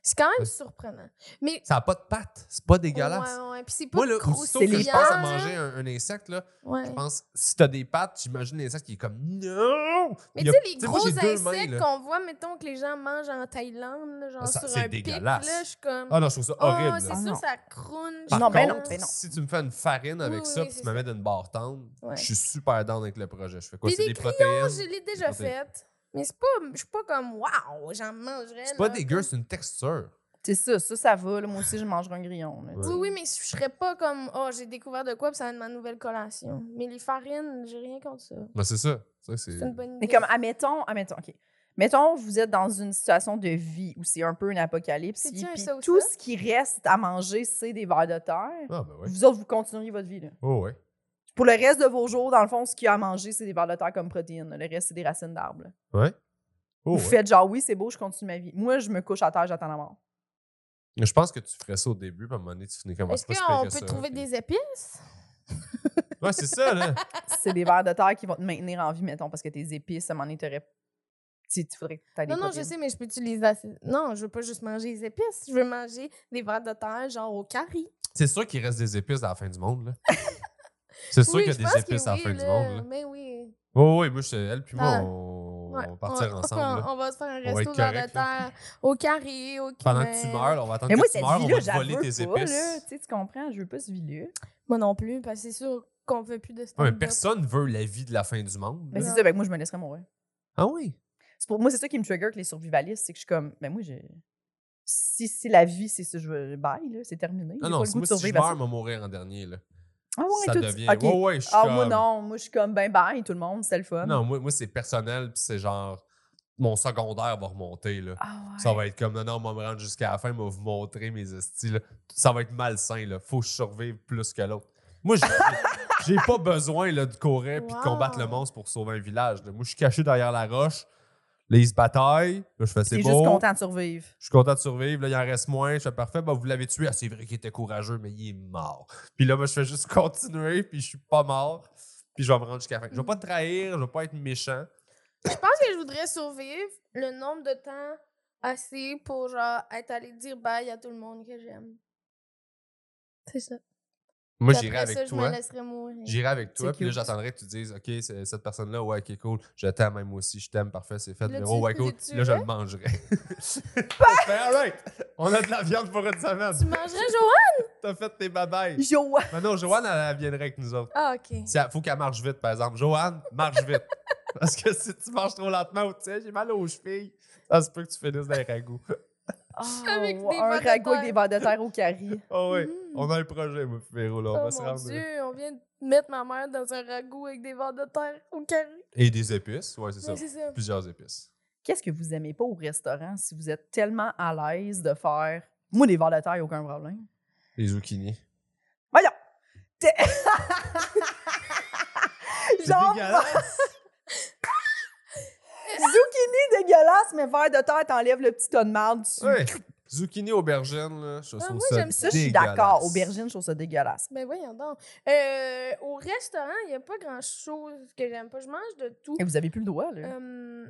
[SPEAKER 3] C'est quand même
[SPEAKER 4] Ouais.
[SPEAKER 3] surprenant. Mais.
[SPEAKER 4] Ça n'a pas de pattes, c'est pas dégueulasse.
[SPEAKER 3] Ouais, ouais. Puis c'est pas
[SPEAKER 4] Moi, là, aussitôt que je
[SPEAKER 2] croustillant,
[SPEAKER 4] pense à
[SPEAKER 3] là.
[SPEAKER 4] manger un, un insecte, là,
[SPEAKER 3] hein. Ouais.
[SPEAKER 4] je pense, si t'as des pattes, j'imagine l'insecte qui est comme non!
[SPEAKER 3] Mais
[SPEAKER 4] Il y
[SPEAKER 3] tu
[SPEAKER 4] a-
[SPEAKER 3] sais, les
[SPEAKER 4] moi,
[SPEAKER 3] gros
[SPEAKER 4] j'ai deux mains,
[SPEAKER 3] insectes
[SPEAKER 4] là.
[SPEAKER 3] qu'on voit, mettons, que les gens mangent en Thaïlande, là, genre
[SPEAKER 4] Ça,
[SPEAKER 3] sur
[SPEAKER 4] c'est
[SPEAKER 3] un pic, là,
[SPEAKER 4] dégueulasse.
[SPEAKER 3] je suis comme...
[SPEAKER 4] Ah non, je trouve ça
[SPEAKER 3] Oh,
[SPEAKER 4] horrible.
[SPEAKER 3] c'est
[SPEAKER 4] là.
[SPEAKER 2] Ah
[SPEAKER 3] sûr,
[SPEAKER 2] non.
[SPEAKER 3] ça crunche.
[SPEAKER 4] Par
[SPEAKER 2] Non,
[SPEAKER 4] contre,
[SPEAKER 2] ben non, ben non.
[SPEAKER 4] si tu me fais une farine avec
[SPEAKER 3] Oui,
[SPEAKER 4] ça,
[SPEAKER 3] oui,
[SPEAKER 4] puis tu
[SPEAKER 3] c'est
[SPEAKER 4] me mets dans une barre tendre,
[SPEAKER 3] Ouais.
[SPEAKER 4] je suis super down avec le projet. Je fais quoi?
[SPEAKER 3] Puis
[SPEAKER 4] C'est
[SPEAKER 3] des
[SPEAKER 4] des protéines.
[SPEAKER 3] Je l'ai déjà
[SPEAKER 4] Protéines.
[SPEAKER 3] faite. Mais c'est pas... Je suis pas comme, waouh, j'en mangerais.
[SPEAKER 4] C'est pas
[SPEAKER 3] là,
[SPEAKER 4] dégueu,
[SPEAKER 3] comme-
[SPEAKER 4] c'est une texture.
[SPEAKER 2] C'est ça, ça, ça va. là. Moi aussi, je mangerai un grillon. là, tu sais.
[SPEAKER 3] Oui, oui, mais je serais pas comme « Oh, j'ai découvert de quoi, puis ça va être ma nouvelle collation. » Mais les farines, j'ai rien contre ça.
[SPEAKER 4] Ben, c'est ça. Ça, c'est-
[SPEAKER 3] C'est une bonne idée.
[SPEAKER 2] Mais comme, ah, admettons, admettons, OK. Mettons, vous êtes dans une situation de vie où c'est un peu une apocalypse.
[SPEAKER 3] C'est-tu
[SPEAKER 2] et
[SPEAKER 3] un
[SPEAKER 2] puis
[SPEAKER 3] ça ou
[SPEAKER 2] tout
[SPEAKER 3] ça?
[SPEAKER 2] ce qui reste à manger, c'est des vers de terre.
[SPEAKER 4] Ah, ben ouais.
[SPEAKER 2] Vous autres, vous continueriez votre vie. Là.
[SPEAKER 4] Oh, ouais.
[SPEAKER 2] Pour le reste de vos jours, dans le fond, ce qu'il y a à manger, c'est des vers de terre comme protéines. là. Le reste, c'est des racines d'arbres. là.
[SPEAKER 4] Ouais. Oh,
[SPEAKER 2] vous
[SPEAKER 4] ouais.
[SPEAKER 2] faites genre, oui, c'est beau, je continue ma vie. Moi, je me couche à terre, j'attends la mort.
[SPEAKER 4] Je pense que tu ferais ça au début, puis à un moment donné, tu finis comme Ah,
[SPEAKER 3] Est-ce
[SPEAKER 4] c'est pas si pire
[SPEAKER 3] qu'on
[SPEAKER 4] que
[SPEAKER 3] peut
[SPEAKER 4] ça,
[SPEAKER 3] trouver
[SPEAKER 4] ok.
[SPEAKER 3] des épices?
[SPEAKER 4] Ouais, c'est ça, là.
[SPEAKER 2] c'est des vers de terre qui vont te maintenir en vie, mettons, parce que tes épices, ça m'en intéresse. Tu tu faudrait que t'ailles des
[SPEAKER 3] Non, non, je
[SPEAKER 2] protéines.
[SPEAKER 3] sais, mais je peux-tu les... assi- Non, je veux pas juste manger les épices. Je veux manger des vers de terre, genre au curry.
[SPEAKER 4] C'est sûr qu'il reste des épices à la fin du monde, là. C'est sûr
[SPEAKER 3] Oui,
[SPEAKER 4] qu'il y
[SPEAKER 3] je
[SPEAKER 4] a
[SPEAKER 3] pense
[SPEAKER 4] des
[SPEAKER 3] que
[SPEAKER 4] épices à la
[SPEAKER 3] oui,
[SPEAKER 4] fin du
[SPEAKER 3] là.
[SPEAKER 4] monde, là.
[SPEAKER 3] Mais oui.
[SPEAKER 4] Oh, oui, moi, je- elle puis moi,
[SPEAKER 3] Ah.
[SPEAKER 4] on,
[SPEAKER 3] Ouais,
[SPEAKER 4] on va partir ensemble.
[SPEAKER 3] On,
[SPEAKER 4] là.
[SPEAKER 3] on va se faire un
[SPEAKER 4] va
[SPEAKER 3] resto
[SPEAKER 4] être
[SPEAKER 3] vers de
[SPEAKER 4] correct, là.
[SPEAKER 3] terre, au curry, au
[SPEAKER 4] Pendant
[SPEAKER 3] cumin.
[SPEAKER 4] que tu meurs, là, on va attendre
[SPEAKER 2] Mais
[SPEAKER 4] que
[SPEAKER 2] moi,
[SPEAKER 4] tu
[SPEAKER 2] cette
[SPEAKER 4] meurs, on va
[SPEAKER 2] vie-là,
[SPEAKER 4] te voler tes
[SPEAKER 2] j'avoue pas, là.
[SPEAKER 4] épices.
[SPEAKER 2] Tu sais, tu comprends, je veux pas ce vie-là.
[SPEAKER 3] Moi non plus, parce que c'est sûr qu'on veut plus de
[SPEAKER 4] Ouais,
[SPEAKER 3] stand-up.
[SPEAKER 4] mais personne veut la vie de la fin du monde.
[SPEAKER 2] Mais
[SPEAKER 4] là.
[SPEAKER 2] c'est
[SPEAKER 3] Non.
[SPEAKER 2] ça, ben, moi, je me laisserais mourir.
[SPEAKER 4] Ah oui?
[SPEAKER 2] C'est pour moi, c'est ça qui me trigger que les survivalistes, c'est que je suis comme, ben moi, je... si c'est la vie, c'est ça, je veux bye, là, c'est terminé.
[SPEAKER 4] Ah Non,
[SPEAKER 2] J'ai pas le
[SPEAKER 4] non, c'est
[SPEAKER 2] goût
[SPEAKER 4] moi,
[SPEAKER 2] de
[SPEAKER 4] si je
[SPEAKER 2] survivre à
[SPEAKER 4] meurs,
[SPEAKER 2] ça.
[SPEAKER 4] je vais mourir en dernier, là.
[SPEAKER 2] Ah ouais,
[SPEAKER 4] ça
[SPEAKER 2] toi, tu-
[SPEAKER 4] devient...
[SPEAKER 2] ok.
[SPEAKER 4] Ouais, ouais, je suis
[SPEAKER 2] Ah,
[SPEAKER 4] comme...
[SPEAKER 2] moi, non, moi, je suis comme, ben bye, tout le monde, c'est le fun.
[SPEAKER 4] Non, moi, moi, c'est personnel, puis c'est genre... Mon secondaire va remonter, là.
[SPEAKER 2] Ah ouais.
[SPEAKER 4] Ça va être comme, non, non, on va me rendre jusqu'à la fin, on va vous montrer mes styles. Ça va être malsain, là. Faut que je survive plus que l'autre. Moi, j'ai- j'ai pas besoin là, de courir puis de
[SPEAKER 3] Wow.
[SPEAKER 4] combattre le monstre pour sauver un village. là. Moi, je suis caché derrière la roche. Là, ils se bataillent. Là, je fais,
[SPEAKER 2] T'es
[SPEAKER 4] c'est
[SPEAKER 2] juste
[SPEAKER 4] beau.
[SPEAKER 2] content de survivre.
[SPEAKER 4] Je suis content de survivre. Là, il en reste moins. Je fais parfait. Ben, vous l'avez tué. Ah, c'est vrai qu'il était courageux, mais il est mort. Puis là, moi, je fais juste continuer. Puis je suis pas mort. Puis je vais me rendre jusqu'à la fin. Je vais pas trahir. Je vais pas être méchant.
[SPEAKER 3] Je pense que je voudrais survivre le nombre de temps assez pour genre être allé dire bye à tout le monde que j'aime. C'est ça.
[SPEAKER 4] Moi,
[SPEAKER 3] Puis
[SPEAKER 4] j'irai
[SPEAKER 3] après
[SPEAKER 4] avec
[SPEAKER 3] ça, Je
[SPEAKER 4] toi.
[SPEAKER 3] me laisserai mourir.
[SPEAKER 4] J'irai avec toi,
[SPEAKER 2] C'est
[SPEAKER 4] puis là,
[SPEAKER 2] cute.
[SPEAKER 4] j'attendrai que tu dises, OK, c'est- cette personne-là, ouais, OK, cool, je t'aime, même moi aussi, je t'aime, parfait, c'est fait,
[SPEAKER 3] Là,
[SPEAKER 4] Véro,
[SPEAKER 3] tu-
[SPEAKER 4] ouais,
[SPEAKER 3] le
[SPEAKER 4] cool. Là, je le
[SPEAKER 3] tuerais?
[SPEAKER 4] mangerai. Parfait, all right. Ben, On a de la viande pour une
[SPEAKER 3] Tu
[SPEAKER 4] semaine.
[SPEAKER 3] mangerais Joanne?
[SPEAKER 4] T'as fait tes babayes.
[SPEAKER 2] Yo!
[SPEAKER 4] Maintenant, Ben Joanne, elle, elle viendrait avec nous autres.
[SPEAKER 3] Ah, ok.
[SPEAKER 4] Il faut qu'elle marche vite, par exemple. Joanne, marche vite. Parce que si tu marches trop lentement ou tu sais, j'ai mal aux chevilles, ça se peut que tu finisses dans les ragots.
[SPEAKER 2] Oh,
[SPEAKER 3] Avec des
[SPEAKER 2] un
[SPEAKER 3] vers de
[SPEAKER 2] ragoût
[SPEAKER 3] terre.
[SPEAKER 2] avec des vers de terre au curry.
[SPEAKER 4] Oh oui,
[SPEAKER 3] Mhm.
[SPEAKER 4] on a un projet, moi, puis Véro, là, on
[SPEAKER 3] Oh
[SPEAKER 4] va se
[SPEAKER 3] mon
[SPEAKER 4] rendre. là.
[SPEAKER 3] dieu, on vient de mettre ma mère dans un ragoût avec des vers de terre au carré.
[SPEAKER 4] Et des épices, ouais, c'est ça.
[SPEAKER 3] Ouais, c'est ça.
[SPEAKER 4] Plusieurs épices.
[SPEAKER 2] Qu'est-ce que vous aimez pas au restaurant si vous êtes tellement à l'aise de faire. Moi, des vers de terre, y a aucun problème.
[SPEAKER 4] Des zucchini.
[SPEAKER 2] Voyons! T'es-
[SPEAKER 4] C'est
[SPEAKER 2] Genre,
[SPEAKER 4] dégueulasse.
[SPEAKER 2] zucchini dégueulasse, mais vers de terre, t'enlèves le petit ton de marde dessus.
[SPEAKER 4] Ouais. Zucchini aubergine, là, je trouve
[SPEAKER 3] Ah, moi,
[SPEAKER 4] ça
[SPEAKER 3] j'aime
[SPEAKER 2] Ça, je suis d'accord. Aubergine, je trouve ça dégueulasse.
[SPEAKER 3] Ben voyons donc. Euh, au restaurant, il n'y a pas grand-chose que j'aime pas. Je mange de tout.
[SPEAKER 2] Et vous avez plus le droit, là.
[SPEAKER 3] Euh,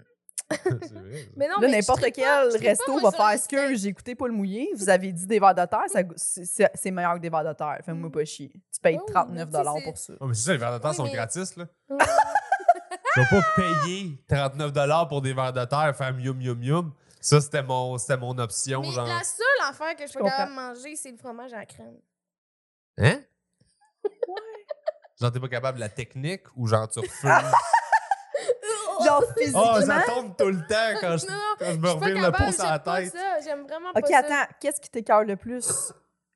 [SPEAKER 4] C'est vrai.
[SPEAKER 3] mais non,
[SPEAKER 2] là,
[SPEAKER 3] mais je
[SPEAKER 2] n'importe
[SPEAKER 3] tripe
[SPEAKER 2] quel
[SPEAKER 3] pas- je tripe pas,
[SPEAKER 2] resto
[SPEAKER 3] moi,
[SPEAKER 2] va
[SPEAKER 3] sur
[SPEAKER 2] faire
[SPEAKER 3] les
[SPEAKER 2] ce que j'ai écouté Paul Mouillé. Vous avez dit des vers de terre, ça goûte- c'est- c'est c'est meilleur que des vers de terre. Fais-moi pas chier. Tu payes
[SPEAKER 3] Mm. Oh,
[SPEAKER 2] 39
[SPEAKER 3] mais tu sais,
[SPEAKER 2] pour ça.
[SPEAKER 4] Oh, mais c'est ça, les verres de terre
[SPEAKER 3] Oui,
[SPEAKER 4] sont
[SPEAKER 3] mais-
[SPEAKER 4] gratis, là.
[SPEAKER 3] Oui.
[SPEAKER 4] Je vais pas payer 39 pour des verres de terre faire mium mium mium. Ça, c'était mon, c'était mon option,
[SPEAKER 3] Mais
[SPEAKER 4] genre.
[SPEAKER 3] la seule affaire que je suis pas
[SPEAKER 2] comprends.
[SPEAKER 3] capable de manger, c'est le fromage à la crème.
[SPEAKER 4] Hein? Genre, t'es pas capable de la technique ou genre tu refuses?
[SPEAKER 2] Genre
[SPEAKER 4] oh,
[SPEAKER 2] physiquement.
[SPEAKER 4] ça tombe tout le temps quand je,
[SPEAKER 3] Non, non,
[SPEAKER 4] quand je me
[SPEAKER 3] Je suis pas
[SPEAKER 4] revire le pouce à la
[SPEAKER 3] capable, j'aime pas
[SPEAKER 4] tête.
[SPEAKER 3] ça. J'aime vraiment
[SPEAKER 2] Ok,
[SPEAKER 3] pas ça.
[SPEAKER 2] attends, qu'est-ce qui t'écœure le plus?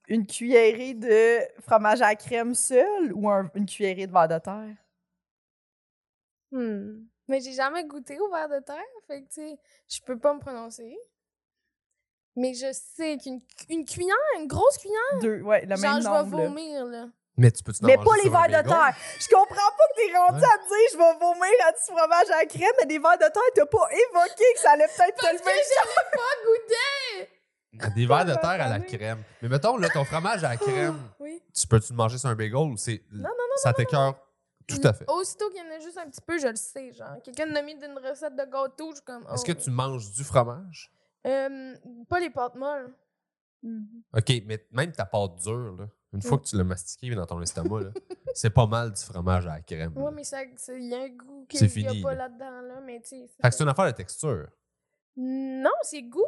[SPEAKER 2] Une cuillerée de fromage à la crème seule ou un- une cuillerée de verre de terre?
[SPEAKER 3] Hmm. Mais j'ai jamais goûté au verre de terre, fait que tu sais, je peux pas me prononcer. Mais je sais qu'une une cuillère, une grosse cuillère,
[SPEAKER 2] Deux, ouais, le
[SPEAKER 3] Ah. genre
[SPEAKER 2] même
[SPEAKER 3] je vais
[SPEAKER 2] nombre. là.
[SPEAKER 3] vomir là.
[SPEAKER 4] Mais tu peux-tu en
[SPEAKER 2] Mais
[SPEAKER 4] manger
[SPEAKER 2] pas les
[SPEAKER 4] sur un
[SPEAKER 2] verres de
[SPEAKER 4] bagel?
[SPEAKER 2] terre. Je comprends pas que t'es rendu
[SPEAKER 4] Ouais.
[SPEAKER 2] à te dire je vais vomir à du fromage à la crème, mais des verres de terre, t'as pas évoqué que ça allait peut-être te
[SPEAKER 3] Parce
[SPEAKER 2] le
[SPEAKER 3] que
[SPEAKER 2] faire.
[SPEAKER 3] j'avais pas goûté.
[SPEAKER 4] Ah, Des verres de terre à la
[SPEAKER 3] Pardon.
[SPEAKER 4] crème. Mais mettons, là, ton fromage à la crème,
[SPEAKER 3] Oui.
[SPEAKER 4] tu peux-tu le manger sur un bagel ou c'est.
[SPEAKER 3] Non, non, Oh. non.
[SPEAKER 4] Ça t'écœure tout à fait.
[SPEAKER 3] Aussitôt qu'il y en a juste un petit peu, je le sais, genre. Quelqu'un m'a mis d'une recette de gâteau, je suis comme.
[SPEAKER 4] Est-ce
[SPEAKER 3] oh.
[SPEAKER 4] que tu manges du fromage?
[SPEAKER 3] Euh, pas les pâtes molles.
[SPEAKER 2] Mm.
[SPEAKER 4] OK, mais même ta pâte dure, là, une
[SPEAKER 3] Mm.
[SPEAKER 4] fois que tu l'as mastiqué dans ton estomac, là, c'est pas mal du fromage à la crème. là.
[SPEAKER 3] Ouais, mais ça, c'est- il y a un goût
[SPEAKER 4] C'est
[SPEAKER 3] qu'il y a
[SPEAKER 4] fini,
[SPEAKER 3] pas
[SPEAKER 4] là.
[SPEAKER 3] là-dedans, là, mais tu sais.
[SPEAKER 4] Fait que c'est une affaire de texture.
[SPEAKER 3] Non, c'est goût.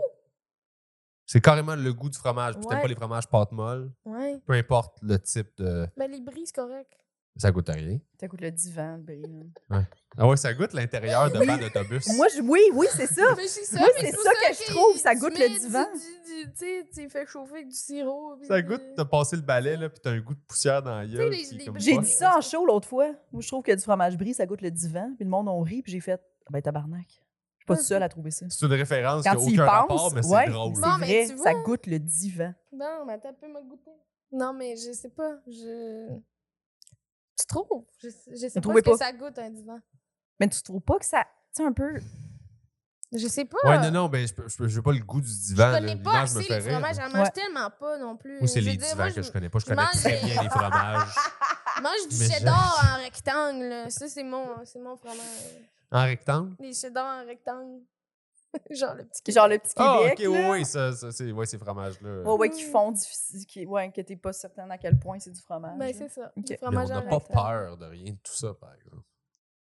[SPEAKER 4] C'est carrément le goût du fromage. Puis t'aimes
[SPEAKER 3] Ouais.
[SPEAKER 4] pas les fromages pâte molle,
[SPEAKER 3] Ouais.
[SPEAKER 4] peu importe le type de.
[SPEAKER 3] Ben, les bris, c'est correct.
[SPEAKER 4] Ça goûte à rien.
[SPEAKER 2] T'écoutes le divan, le bris, là.
[SPEAKER 4] Ah ouais, ça goûte l'intérieur de banc d'autobus.
[SPEAKER 2] Moi, je- oui, oui, c'est ça.
[SPEAKER 3] Mais c'est ça,
[SPEAKER 2] Moi,
[SPEAKER 3] mais
[SPEAKER 2] c'est
[SPEAKER 3] pour
[SPEAKER 2] ça que je
[SPEAKER 3] qu'il-
[SPEAKER 2] trouve, ça
[SPEAKER 3] tu
[SPEAKER 2] goûte le
[SPEAKER 3] mets du-
[SPEAKER 2] divan.
[SPEAKER 3] du- du- Tu sais, tu fais chauffer avec du sirop. puis-
[SPEAKER 4] Ça goûte, t'as passé le balai, là, puis t'as un goût de poussière dans la gueule.
[SPEAKER 3] les-
[SPEAKER 4] qui est
[SPEAKER 3] les-
[SPEAKER 4] comme
[SPEAKER 2] J'ai
[SPEAKER 4] pas-
[SPEAKER 2] dit ça en show l'autre fois. Moi, je trouve que du fromage brie, ça goûte le divan. Puis le monde, on rit. Puis j'ai fait, Ah ben tabarnak. Je suis pas toute seule à trouver ça.
[SPEAKER 4] C'est une référence qui
[SPEAKER 2] Quand
[SPEAKER 4] n'a
[SPEAKER 2] il
[SPEAKER 4] aucun rapport,
[SPEAKER 2] pense,
[SPEAKER 4] mais c'est
[SPEAKER 2] ouais,
[SPEAKER 4] drôle.
[SPEAKER 2] c'est
[SPEAKER 3] Bon, mais
[SPEAKER 2] vrai,
[SPEAKER 3] tu
[SPEAKER 2] ça
[SPEAKER 3] vois.
[SPEAKER 2] goûte le divan.
[SPEAKER 3] Non, mais attends un peu, m'a goûté. Non, mais je sais pas. Je. Tu trouves? Je, sais- je sais pas
[SPEAKER 2] trouvez
[SPEAKER 3] ce que
[SPEAKER 2] pas.
[SPEAKER 3] ça goûte un divan.
[SPEAKER 2] Mais tu trouves pas que ça, tu sais, un peu.
[SPEAKER 3] Je sais pas.
[SPEAKER 4] Ouais, non, non, ben, je peux- je peux- j'ai pas le goût du
[SPEAKER 3] Je
[SPEAKER 4] divan. là.
[SPEAKER 3] connais pas
[SPEAKER 4] L'image
[SPEAKER 3] assez
[SPEAKER 4] me
[SPEAKER 3] les
[SPEAKER 4] fait rire.
[SPEAKER 3] fromages. J'en mange
[SPEAKER 2] Ouais.
[SPEAKER 3] tellement pas non plus.
[SPEAKER 4] Moi, c'est
[SPEAKER 3] Je veux
[SPEAKER 4] les
[SPEAKER 3] dire,
[SPEAKER 4] divans
[SPEAKER 3] moi,
[SPEAKER 4] que je
[SPEAKER 3] je
[SPEAKER 4] connais pas. Je
[SPEAKER 3] je
[SPEAKER 4] connais
[SPEAKER 3] mange
[SPEAKER 4] très
[SPEAKER 3] les-
[SPEAKER 4] bien les fromages.
[SPEAKER 3] mange du
[SPEAKER 4] Mais je-
[SPEAKER 3] cheddar en rectangle. là. Ça, c'est mon, c'est mon fromage.
[SPEAKER 4] En rectangle?
[SPEAKER 3] Les cheddar en rectangle. Genre le petit
[SPEAKER 2] Genre le petit
[SPEAKER 4] Ah,
[SPEAKER 2] Québec.
[SPEAKER 4] ok, oui,
[SPEAKER 2] là.
[SPEAKER 4] oui, ça, ça, c'est- ouais, ces fromages-là.
[SPEAKER 2] Ouais, ouais,
[SPEAKER 3] Mm.
[SPEAKER 2] qui font difficile, qui, ouais, que t'es pas certaine à quel point c'est du fromage.
[SPEAKER 3] Ben,
[SPEAKER 2] là.
[SPEAKER 3] c'est ça.
[SPEAKER 2] Ok.
[SPEAKER 3] Du
[SPEAKER 4] hein. Mais on
[SPEAKER 3] fromage
[SPEAKER 4] n'a
[SPEAKER 3] en
[SPEAKER 4] pas
[SPEAKER 3] rectangle.
[SPEAKER 4] peur de rien de tout ça, par exemple.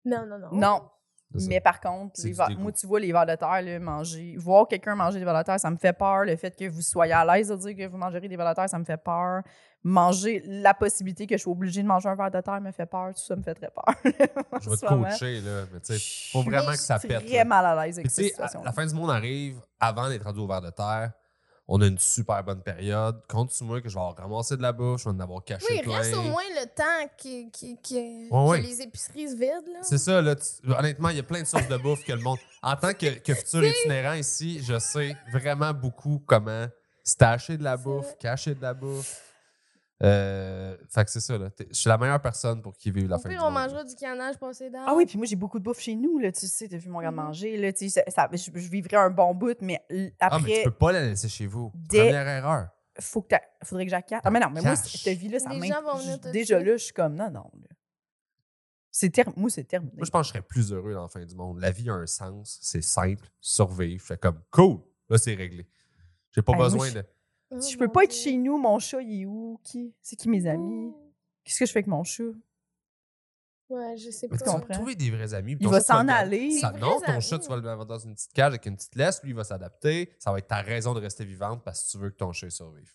[SPEAKER 3] Non, non, non.
[SPEAKER 2] non,
[SPEAKER 4] C'est ça.
[SPEAKER 2] mais par contre,
[SPEAKER 4] C'est
[SPEAKER 2] les
[SPEAKER 4] du
[SPEAKER 2] vers-
[SPEAKER 4] dégoût.
[SPEAKER 2] moi, tu vois, les vers de terre, là, manger, voir quelqu'un manger des vers de terre, ça me fait peur. Le fait que vous soyez à l'aise de dire que vous mangerez des vers de terre, ça me fait peur. Manger, la possibilité que je suis obligée de manger un vers de terre me fait peur. Tout ça me fait très peur.
[SPEAKER 4] Je vais te coacher, là. Mais tu sais, faut vraiment que ça pète.
[SPEAKER 2] Je suis
[SPEAKER 4] là.
[SPEAKER 2] très mal à l'aise
[SPEAKER 4] Puis
[SPEAKER 2] avec
[SPEAKER 4] tu
[SPEAKER 2] cette
[SPEAKER 4] sais, à-
[SPEAKER 2] situation.
[SPEAKER 4] la fin du monde arrive avant d'être rendu au verre de terre. On a une super bonne période. Compte sur moi que je vais avoir ramassé de la bouche, je vais en avoir caché
[SPEAKER 3] Oui, il
[SPEAKER 4] plein.
[SPEAKER 3] reste au moins le temps qui, qui, qui,
[SPEAKER 4] Ouais,
[SPEAKER 3] que
[SPEAKER 4] ouais.
[SPEAKER 3] les épiceries se vident. Là.
[SPEAKER 4] C'est ça, là. tu- honnêtement, il y a plein de sources de bouffe que le monde. En tant que, que futur itinérant ici, je sais vraiment beaucoup comment stacher de la
[SPEAKER 3] C'est
[SPEAKER 4] bouffe,
[SPEAKER 3] vrai.
[SPEAKER 4] cacher de la bouffe. Euh, fait que c'est ça, là. T'es- Je suis la meilleure personne pour qui vive la
[SPEAKER 3] Au
[SPEAKER 4] fin
[SPEAKER 3] pire,
[SPEAKER 4] du
[SPEAKER 3] on
[SPEAKER 4] monde, là.
[SPEAKER 3] mangera du canage passé d'âge.
[SPEAKER 2] Ah oui, puis moi, j'ai beaucoup de bouffe chez nous. Là, tu sais, t'as vu mon garde-manger. là, tu sais, ça- ça- je, je vivrais un bon bout, mais l-
[SPEAKER 4] Ah, mais
[SPEAKER 2] après,
[SPEAKER 4] tu peux pas la laisser chez vous.
[SPEAKER 2] Dès-
[SPEAKER 4] Première erreur.
[SPEAKER 2] faut que t'a- faudrait que j'accapte. Ah, mais non, mais moi,
[SPEAKER 4] Cache.
[SPEAKER 2] cette vie-là, ça
[SPEAKER 3] Les
[SPEAKER 2] m'in-
[SPEAKER 3] gens vont venir
[SPEAKER 2] je-
[SPEAKER 3] te
[SPEAKER 2] Déjà
[SPEAKER 3] tuer.
[SPEAKER 2] là, je suis comme, non, non. là. C'est ter- Moi, c'est terminé.
[SPEAKER 4] Moi, je pense que je serais plus heureux dans la fin du monde. La vie a un sens, c'est simple, survivre. Je fais comme cool, là, c'est réglé. J'ai pas
[SPEAKER 2] Ah, moi,
[SPEAKER 4] besoin
[SPEAKER 2] je-
[SPEAKER 4] de.
[SPEAKER 3] Oh,
[SPEAKER 2] Si je peux
[SPEAKER 3] mon
[SPEAKER 2] pas être
[SPEAKER 3] Dieu. Oh.
[SPEAKER 2] chez nous, mon chat, il est où? Qui? C'est qui mes amis? Qu'est-ce que je fais avec mon chat?
[SPEAKER 3] Ouais, je sais
[SPEAKER 4] Mais
[SPEAKER 3] pas.
[SPEAKER 4] tu
[SPEAKER 2] qu'on
[SPEAKER 4] vas
[SPEAKER 2] comprends.
[SPEAKER 4] trouver des vrais amis. puis
[SPEAKER 2] Il
[SPEAKER 4] ton
[SPEAKER 2] va
[SPEAKER 4] chat, tu vas
[SPEAKER 2] s'en
[SPEAKER 4] le garder-
[SPEAKER 2] aller.
[SPEAKER 4] Ça-
[SPEAKER 3] Des
[SPEAKER 4] non,
[SPEAKER 3] vrais
[SPEAKER 4] ton chat,
[SPEAKER 3] amis.
[SPEAKER 4] tu vas le mettre dans une petite cage avec une petite laisse. Lui, il va s'adapter. Ça va être ta raison de rester vivante parce que tu veux que ton chat survive.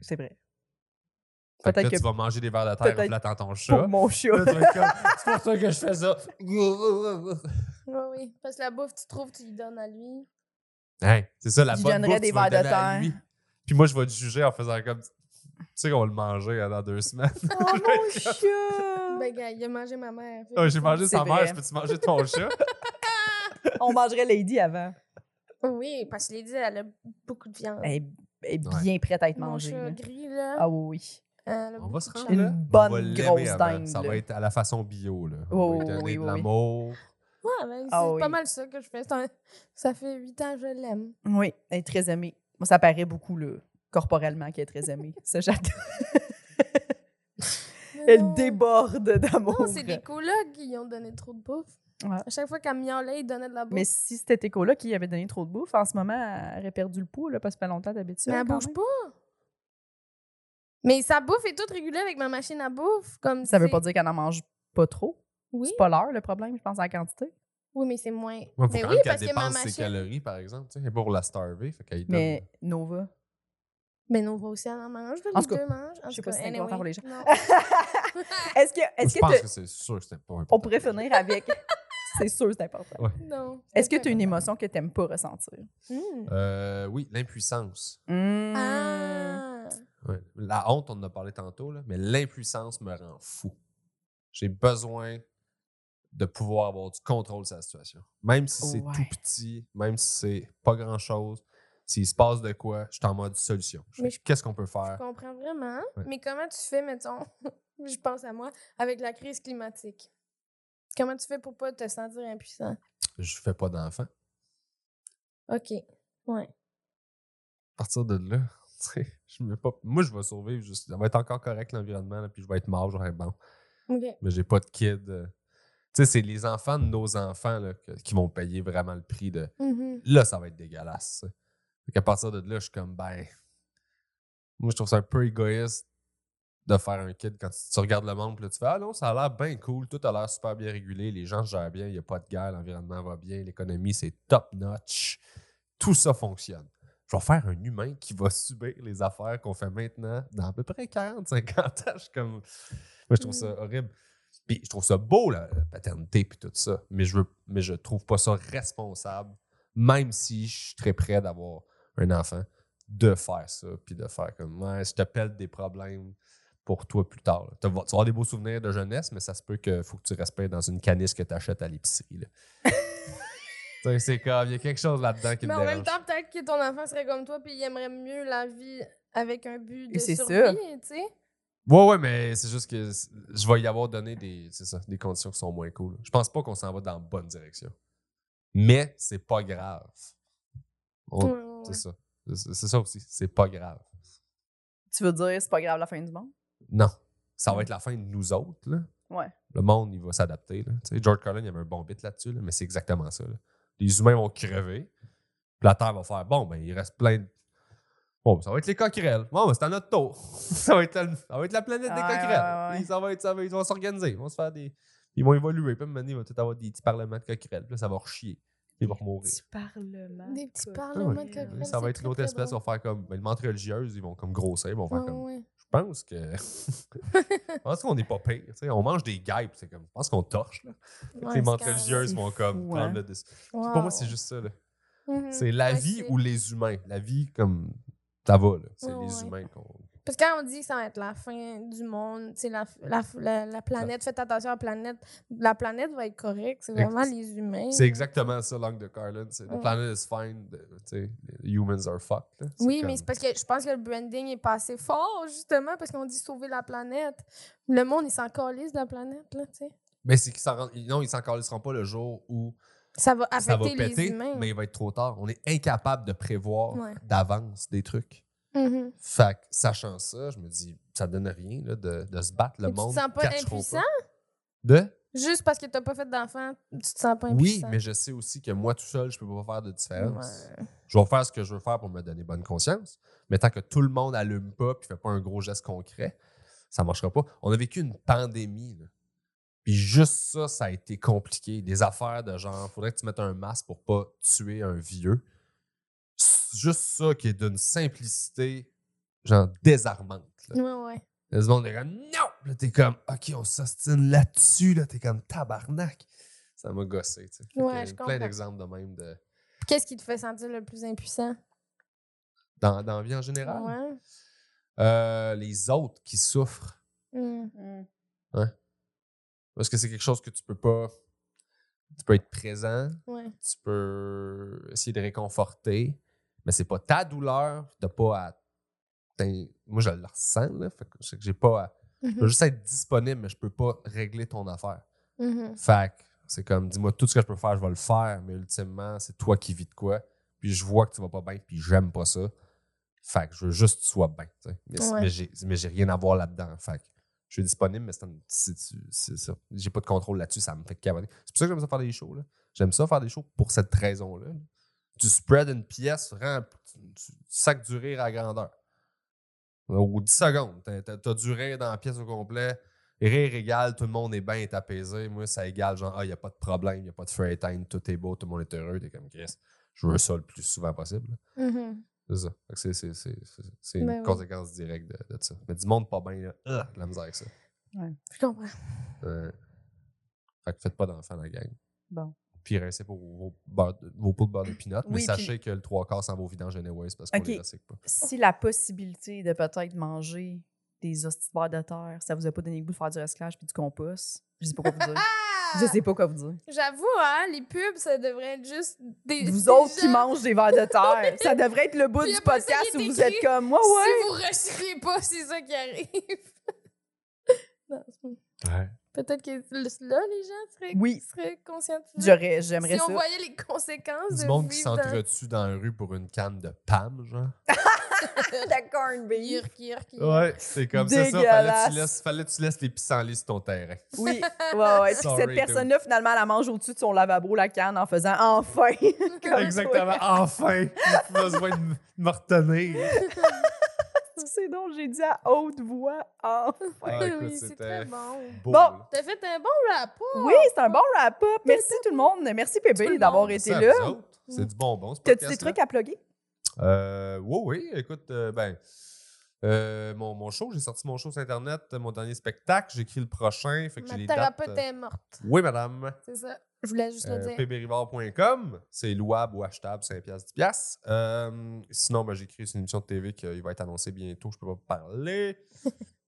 [SPEAKER 2] C'est vrai.
[SPEAKER 4] Fait que
[SPEAKER 2] Peut-être
[SPEAKER 4] là,
[SPEAKER 2] que-
[SPEAKER 4] tu vas manger des vers de terre en
[SPEAKER 2] peut-être
[SPEAKER 4] flattant ton chat.
[SPEAKER 2] Pour mon chat.
[SPEAKER 4] Là, tu vas être comme, C'est pour ça que je fais ça.
[SPEAKER 3] Ouais, oui, parce que la bouffe, tu trouves, tu lui donnes à lui.
[SPEAKER 4] Hein, c'est ça, la
[SPEAKER 2] Je
[SPEAKER 4] bonne
[SPEAKER 2] donnerais
[SPEAKER 4] bouffe,
[SPEAKER 2] des
[SPEAKER 4] tu vas le
[SPEAKER 2] vers de
[SPEAKER 4] donner à
[SPEAKER 2] terre.
[SPEAKER 4] lui. Puis moi, je vais te juger en faisant comme... Tu sais qu'on va le manger hein, dans deux semaines.
[SPEAKER 2] Oh, mon chat!
[SPEAKER 3] Ben, gars, il a mangé ma mère. fait
[SPEAKER 4] Ah,
[SPEAKER 3] que
[SPEAKER 4] J'ai
[SPEAKER 3] ça-
[SPEAKER 4] mangé
[SPEAKER 2] C'est
[SPEAKER 4] sa
[SPEAKER 2] vrai.
[SPEAKER 4] mère, je peux-tu manger ton chat?
[SPEAKER 3] Ben,
[SPEAKER 2] On mangerait Lady avant.
[SPEAKER 3] Oui, parce que Lady, elle a beaucoup de viande.
[SPEAKER 2] Elle est, elle est bien prête à être
[SPEAKER 3] Mon
[SPEAKER 2] mangée.
[SPEAKER 3] chat
[SPEAKER 2] là.
[SPEAKER 3] gris, là.
[SPEAKER 2] Ah oui, oui.
[SPEAKER 3] elle a
[SPEAKER 4] On
[SPEAKER 3] beaucoup
[SPEAKER 4] va
[SPEAKER 3] de
[SPEAKER 4] se rendre
[SPEAKER 3] viande.
[SPEAKER 4] là.
[SPEAKER 2] Une
[SPEAKER 4] On
[SPEAKER 2] bonne
[SPEAKER 4] va l'aimer
[SPEAKER 2] grosse
[SPEAKER 4] avant.
[SPEAKER 2] dingue,
[SPEAKER 4] Ça
[SPEAKER 2] là.
[SPEAKER 4] va être à la façon bio. Là.
[SPEAKER 2] Oh,
[SPEAKER 4] On va lui donner
[SPEAKER 2] oui,
[SPEAKER 4] de
[SPEAKER 2] oui, oui.
[SPEAKER 4] l'amour.
[SPEAKER 3] Ouais, ben, c'est
[SPEAKER 2] Ah oui.
[SPEAKER 3] pas mal ça que je fais. C'est un- Ça fait huit ans que je l'aime.
[SPEAKER 2] Oui, elle est très aimée. Moi, ça paraît beaucoup, là, corporellement, qu'elle est très aimée. Ça, j'adore.
[SPEAKER 3] Mais
[SPEAKER 2] Elle
[SPEAKER 3] non.
[SPEAKER 2] déborde d'amour.
[SPEAKER 3] Ah. Non, c'est des colocs qui ont donné trop de bouffe.
[SPEAKER 2] Ouais.
[SPEAKER 3] À chaque fois qu'elle miaulait, ils donnaient de la bouffe.
[SPEAKER 2] Mais si c'était tes là qui avait donné trop de bouffe, en ce moment, elle aurait perdu le poids, là, parce que ça fait longtemps que t'habites
[SPEAKER 3] Mais
[SPEAKER 2] seule,
[SPEAKER 3] elle
[SPEAKER 2] quand
[SPEAKER 3] bouge
[SPEAKER 2] même.
[SPEAKER 3] pas. Mais sa bouffe est toute régulée avec ma machine à bouffe. Comme
[SPEAKER 2] Ça veut
[SPEAKER 3] c'est-
[SPEAKER 2] pas dire qu'elle en mange pas trop.
[SPEAKER 3] Oui,
[SPEAKER 2] C'est pas l'heure, le problème, je pense, à la quantité.
[SPEAKER 3] oui mais c'est moins.
[SPEAKER 4] Il faut
[SPEAKER 3] mais
[SPEAKER 4] quand
[SPEAKER 3] oui,
[SPEAKER 4] même qu'elle
[SPEAKER 3] parce que ma
[SPEAKER 4] dépense ses
[SPEAKER 3] machine.
[SPEAKER 4] calories, par exemple. tu sais. Elle est pas pour la starver. Fait qu'elle lui donne-
[SPEAKER 2] Mais Nova.
[SPEAKER 3] Mais Ben, nous, on va aussi, elle en mange. là,
[SPEAKER 2] En
[SPEAKER 3] les
[SPEAKER 2] tout cas,
[SPEAKER 3] deux mangent. En
[SPEAKER 2] je sais
[SPEAKER 3] tout
[SPEAKER 2] pas
[SPEAKER 3] cas,
[SPEAKER 2] si c'est important pour les gens.
[SPEAKER 3] non.
[SPEAKER 2] Est-ce que.
[SPEAKER 4] Moi,
[SPEAKER 2] Est-ce
[SPEAKER 4] je
[SPEAKER 2] que
[SPEAKER 4] pense
[SPEAKER 2] t'as-
[SPEAKER 4] que c'est sûr que c'était pas important.
[SPEAKER 2] On pourrait finir avec. c'est sûr, c'est important.
[SPEAKER 3] Non.
[SPEAKER 2] Est-ce que tu as une
[SPEAKER 3] Hmm.
[SPEAKER 2] émotion que t'aimes pas ressentir?
[SPEAKER 4] Euh, oui, l'impuissance.
[SPEAKER 2] Hmm.
[SPEAKER 3] Ah.
[SPEAKER 4] Ouais. La honte, on en a parlé tantôt, là, mais l'impuissance me rend fou. J'ai besoin de pouvoir avoir du contrôle sur la situation. Même si c'est
[SPEAKER 2] Ouais.
[SPEAKER 4] tout petit, même si c'est pas grand-chose, s'il se passe de quoi, je suis en mode solution. Je
[SPEAKER 3] Mais
[SPEAKER 4] fais,
[SPEAKER 3] je-
[SPEAKER 4] Qu'est-ce qu'on peut faire?
[SPEAKER 3] Je comprends vraiment.
[SPEAKER 4] Ouais.
[SPEAKER 3] Mais comment tu fais, mettons, je pense à moi, avec la crise climatique? Comment tu fais pour pas te sentir impuissant?
[SPEAKER 4] Je fais pas d'enfant.
[SPEAKER 3] OK. Ouais.
[SPEAKER 4] à partir de là, tu sais, je me mets pas. Moi, je vais survivre. je- ça va être encore correct l'environnement, là, puis je vais être mort, je vais être bon.
[SPEAKER 3] OK.
[SPEAKER 4] Mais j'ai pas de kid. euh. Tu sais, c'est les enfants de nos enfants là, que- qui vont payer vraiment le prix de.
[SPEAKER 3] Mhm.
[SPEAKER 4] Là, ça va être dégueulasse. ça. Fait qu'à partir de là, je suis comme, ben. Moi, je trouve ça un peu égoïste de faire un kid quand tu, tu regardes le monde, puis là, tu fais, ah non, ça a l'air bien cool, tout a l'air super bien régulé, les gens se gèrent bien, il n'y a pas de guerre, l'environnement va bien, l'économie, c'est top notch. Tout ça fonctionne. je vais faire un humain qui va subir les affaires qu'on fait maintenant dans à peu près 40, 50 ans. Je suis comme. Moi, je trouve ça horrible. Puis je trouve ça beau, la, la paternité, puis tout ça. Mais je veux, mais je trouve pas ça responsable, même si je suis très près d'avoir un enfant, de faire ça, puis de faire comme, ouais, je te pèle des problèmes pour toi plus tard. là. Tu vas tu vas avoir des beaux souvenirs de jeunesse, mais ça se peut qu'il faut que tu respectes dans une canisse que tu achètes à l'épicerie. là. Tu sais, c'est comme, il y a quelque chose là-dedans qui
[SPEAKER 3] Mais
[SPEAKER 4] me
[SPEAKER 3] en même
[SPEAKER 4] dérange.
[SPEAKER 3] temps, peut-être que ton enfant serait comme toi puis il aimerait mieux la vie avec un but de
[SPEAKER 2] c'est ça.
[SPEAKER 3] survie, tu sais.
[SPEAKER 4] Ouais, ouais, mais c'est juste que c- je vais y avoir donné des, c'est ça, des conditions qui sont moins cool. Je pense pas qu'on s'en va dans la bonne direction. Mais c'est pas grave. On-
[SPEAKER 3] Ouais, ouais,
[SPEAKER 4] C'est ça. C'est c'est ça aussi. C'est pas grave.
[SPEAKER 2] Tu veux dire, c'est pas grave la fin du monde?
[SPEAKER 4] Non. Ça va être la fin de nous autres. Là.
[SPEAKER 2] Ouais.
[SPEAKER 4] Le monde, il va s'adapter. là. Tu sais, George Carlin, il y avait un bon bit là-dessus, là, mais c'est exactement ça. là. Les humains vont crever. Puis la Terre va faire bon, ben il reste plein de. Bon, ben, ça va être les coquerelles. Bon, ben, c'est à notre tour. ça, va être la... ça va être la planète des
[SPEAKER 2] Ouais,
[SPEAKER 4] coquerelles.
[SPEAKER 2] ouais, ouais.
[SPEAKER 4] Et Ça va être, ça va... Ils vont s'organiser. Ils vont se faire des. Ils vont évoluer. Puis à un moment donné, il va tout avoir des petits parlements de coquerelles. Puis là, ça va rechier. Ils vont mourir.
[SPEAKER 5] Petit parlement.
[SPEAKER 3] Des petits
[SPEAKER 5] Coquerelle.
[SPEAKER 3] parlements de
[SPEAKER 5] ouais.
[SPEAKER 3] coquerelles,
[SPEAKER 4] Ah Ça va
[SPEAKER 3] c'est
[SPEAKER 4] être une
[SPEAKER 3] très,
[SPEAKER 4] autre
[SPEAKER 3] très
[SPEAKER 4] espèce.
[SPEAKER 3] drôle.
[SPEAKER 4] Ils vont faire comme. ben, le monde religieuse, ils vont comme grossir. Ils vont faire
[SPEAKER 3] Ouais,
[SPEAKER 4] comme.
[SPEAKER 3] ouais.
[SPEAKER 4] Je pense que. je pense qu'on n'est pas pire. tu sais. On mange des guêpes, c'est comme. Je pense qu'on torche. Là.
[SPEAKER 3] Ouais,
[SPEAKER 4] les
[SPEAKER 3] c'est
[SPEAKER 4] mentes
[SPEAKER 3] carré.
[SPEAKER 4] religieuses
[SPEAKER 2] C'est
[SPEAKER 4] vont comme
[SPEAKER 2] fou, hein.
[SPEAKER 4] prendre le dessus.
[SPEAKER 3] Wow.
[SPEAKER 4] Pour moi, c'est juste ça. là.
[SPEAKER 3] Mhm.
[SPEAKER 4] C'est la
[SPEAKER 3] Ouais,
[SPEAKER 4] vie
[SPEAKER 3] c'est-
[SPEAKER 4] ou les humains. La vie, comme. Ça va, là. C'est
[SPEAKER 3] Ouais,
[SPEAKER 4] les
[SPEAKER 3] ouais.
[SPEAKER 4] humains qu'on.
[SPEAKER 3] Parce que quand on dit que ça va être la fin du monde, tu sais, la, la, la, la planète, faites attention à la planète. La planète va être correcte, c'est vraiment
[SPEAKER 4] Ex-
[SPEAKER 3] les humains.
[SPEAKER 4] C'est exactement ça, l'angle de Carlin. c'est The
[SPEAKER 3] Mm. Ouais.
[SPEAKER 4] planet is fine. the- tu sais, the humans are fucked. là. C'est
[SPEAKER 3] Oui,
[SPEAKER 4] comme-
[SPEAKER 3] mais c'est parce que je pense que le branding est passé fort, justement, parce qu'on dit sauver la planète. Le monde, il s'en calisse de la planète, là, tu sais.
[SPEAKER 4] Mais c'est qu'ils s'en rendent- Non, ils s'en calisseront pas le jour où
[SPEAKER 3] Ça va affecter
[SPEAKER 4] ça va
[SPEAKER 3] les
[SPEAKER 4] péter,
[SPEAKER 3] humains.
[SPEAKER 4] mais il va être trop tard. On est incapable de prévoir
[SPEAKER 3] Ouais.
[SPEAKER 4] d'avance des trucs.
[SPEAKER 3] Mhm.
[SPEAKER 4] Fait que, sachant ça, je me dis, ça donne rien là, de, de se battre. Le
[SPEAKER 3] Mais tu te
[SPEAKER 4] monde.
[SPEAKER 3] sens pas
[SPEAKER 4] catcheront
[SPEAKER 3] impuissant?
[SPEAKER 4] De?
[SPEAKER 3] Juste parce que t'as pas fait d'enfant, tu te sens pas
[SPEAKER 4] Oui,
[SPEAKER 3] impuissant.
[SPEAKER 4] mais je sais aussi que moi, tout seul, je peux pas faire de différence.
[SPEAKER 3] Ouais.
[SPEAKER 4] Je vais faire ce que je veux faire pour me donner bonne conscience. Mais tant que tout le monde allume pas et fait pas un gros geste concret, ça marchera pas. On a vécu une pandémie. là. Puis juste ça, ça a été compliqué. Des affaires de genre, faudrait que tu mettes un masque pour pas tuer un vieux. C'est Juste ça qui est d'une simplicité, genre, désarmante. là.
[SPEAKER 3] Ouais, ouais.
[SPEAKER 4] Là, le monde est comme non! Là, t'es comme OK, on s'ostine là-dessus, là, t'es comme tabarnak. Ça m'a gossé, tu sais. Fait
[SPEAKER 3] Ouais,
[SPEAKER 4] que
[SPEAKER 3] je
[SPEAKER 4] plein
[SPEAKER 3] comprends.
[SPEAKER 4] d'exemples de même de,
[SPEAKER 3] Qu'est-ce qui te fait sentir le plus impuissant?
[SPEAKER 4] dans, dans la vie en général.
[SPEAKER 3] Ouais.
[SPEAKER 4] Euh, les autres qui souffrent.
[SPEAKER 3] Mhm.
[SPEAKER 4] Parce que c'est quelque chose que tu peux pas. Tu peux être présent,
[SPEAKER 3] Ouais.
[SPEAKER 4] tu peux essayer de réconforter, mais c'est pas ta douleur, t'as pas à. t'in- Moi, je le ressens, là. Fait que je sais que j'ai pas à. Je peux
[SPEAKER 3] Mhm.
[SPEAKER 4] juste être disponible, mais je peux pas régler ton affaire.
[SPEAKER 3] Mhm.
[SPEAKER 4] Fait que c'est comme, dis-moi tout ce que je peux faire, je vais le faire, mais ultimement, c'est toi qui vis de quoi. Puis je vois que tu vas pas bien, puis j'aime pas ça. Fait que je veux juste que tu sois bien. tu sais. Mais,
[SPEAKER 3] Ouais.
[SPEAKER 4] mais j'ai- mais j'ai rien à voir là-dedans. Fait que je suis disponible, mais c'est un- c'est c'est ça. J'ai pas de contrôle là-dessus, ça me fait cabaner. C'est pour ça que j'aime ça faire des shows. là. J'aime ça faire des shows pour cette raison-là. Tu spread une pièce, rends- tu, tu- tu sacs du rire à grandeur. Au 10 secondes, t'as- t'as t'as du rire dans la pièce au complet. Rire égale, tout le monde est bien, est apaisé. Moi, ça égale, genre, ah, il n'y a pas de problème, il n'y a pas de freight time, tout est beau, tout le monde est heureux. T'es comme, Chris, je veux ça le plus souvent possible.
[SPEAKER 3] Mhm.
[SPEAKER 4] C'est ça. Fait que c'est- c'est- c'est c'est- c'est une
[SPEAKER 3] Ben oui.
[SPEAKER 4] conséquence directe de, de ça. Mais du monde pas bien, là, ah, de la misère avec ça.
[SPEAKER 3] Je comprends.
[SPEAKER 4] Euh, Fait que faites pas d'enfants, la gang.
[SPEAKER 2] Bon.
[SPEAKER 4] Puis rincez pour vos, beurres de- vos pots de beurre de peanut, mais
[SPEAKER 2] Oui,
[SPEAKER 4] sachez que le trois quarts s'en va au vidange anyways parce qu'on
[SPEAKER 2] Ok.
[SPEAKER 4] les recycle pas.
[SPEAKER 2] Si la possibilité de peut-être manger des hosties de barres de terre, ça vous a pas donné le goût de faire du recyclage puis du compost, je sais pas quoi vous dire.
[SPEAKER 3] Ah!
[SPEAKER 2] je sais pas quoi vous dire.
[SPEAKER 3] J'avoue, hein, les pubs, ça devrait être juste des.
[SPEAKER 2] Vous
[SPEAKER 3] des
[SPEAKER 2] autres qui
[SPEAKER 3] gens-
[SPEAKER 2] mangez des verres de terre, ça devrait être le bout
[SPEAKER 3] Puis
[SPEAKER 2] du
[SPEAKER 3] après ça, il
[SPEAKER 2] podcast
[SPEAKER 3] est
[SPEAKER 2] où vous
[SPEAKER 3] écrit,
[SPEAKER 2] êtes comme
[SPEAKER 4] Ah
[SPEAKER 2] moi, ouais.
[SPEAKER 3] Si vous recyclez pas, c'est ça qui arrive. non, c'est pas- Peut-être que le- là, les gens seraient,
[SPEAKER 2] Oui.
[SPEAKER 3] seraient conscients de ça.
[SPEAKER 2] J'aurais, j'aimerais
[SPEAKER 3] si on
[SPEAKER 2] ça.
[SPEAKER 3] voyait les conséquences
[SPEAKER 4] Du
[SPEAKER 3] de
[SPEAKER 4] monde qui
[SPEAKER 3] vivre dans...
[SPEAKER 4] s'entretue dans la rue pour une canne de PAM, genre.
[SPEAKER 2] de corn beef.
[SPEAKER 3] Yurk, yurk, yurk.
[SPEAKER 4] Ouais, c'est comme c'est ça. Fallait que
[SPEAKER 2] Dégueulasse.
[SPEAKER 4] tu laisses, fallait que tu laisses les pissenlits sur ton terrain.
[SPEAKER 2] Oui, ouais, ouais. Puis
[SPEAKER 4] Sorry,
[SPEAKER 2] cette personne-là, finalement, elle la mange au-dessus de son lavabo, la canne, en faisant enfin. Comme toi.
[SPEAKER 4] Exactement. Enfin, j'ai plus besoin de m- de me retenir.
[SPEAKER 2] C'est donc, j'ai dit à haute voix, enfin.
[SPEAKER 4] Ah, écoute,
[SPEAKER 3] oui, c'est
[SPEAKER 4] c'était-
[SPEAKER 3] très bon.
[SPEAKER 4] Beau,
[SPEAKER 2] Bon.
[SPEAKER 4] là.
[SPEAKER 3] T'as fait un bon rap. hein?
[SPEAKER 2] Oui, c'est un bon wrap-up. Merci tout le monde. Merci
[SPEAKER 3] Tout le
[SPEAKER 2] Pépé
[SPEAKER 3] monde.
[SPEAKER 2] d'avoir été
[SPEAKER 4] Ça,
[SPEAKER 2] là.
[SPEAKER 4] vous autres, C'est du bonbon. ce
[SPEAKER 2] T'as-tu des
[SPEAKER 4] podcast-là.
[SPEAKER 2] trucs à plugger?
[SPEAKER 4] Euh, oui, oui, écoute, euh, ben, euh, mon, mon show, j'ai sorti mon show sur Internet, euh, mon dernier spectacle, j'écris le prochain, fait que j'ai
[SPEAKER 3] Ma
[SPEAKER 4] les dates.
[SPEAKER 3] thérapeute
[SPEAKER 4] euh,
[SPEAKER 3] est morte.
[SPEAKER 4] Oui, madame.
[SPEAKER 3] C'est ça. Je voulais juste le
[SPEAKER 4] Euh,
[SPEAKER 3] dire.
[SPEAKER 4] pbrivard.com, c'est louable ou achetable, 5 piastres, 10 piastres. Euh, sinon, ben, j'écris sur une émission de TV qui euh, va être annoncée bientôt, je peux pas parler.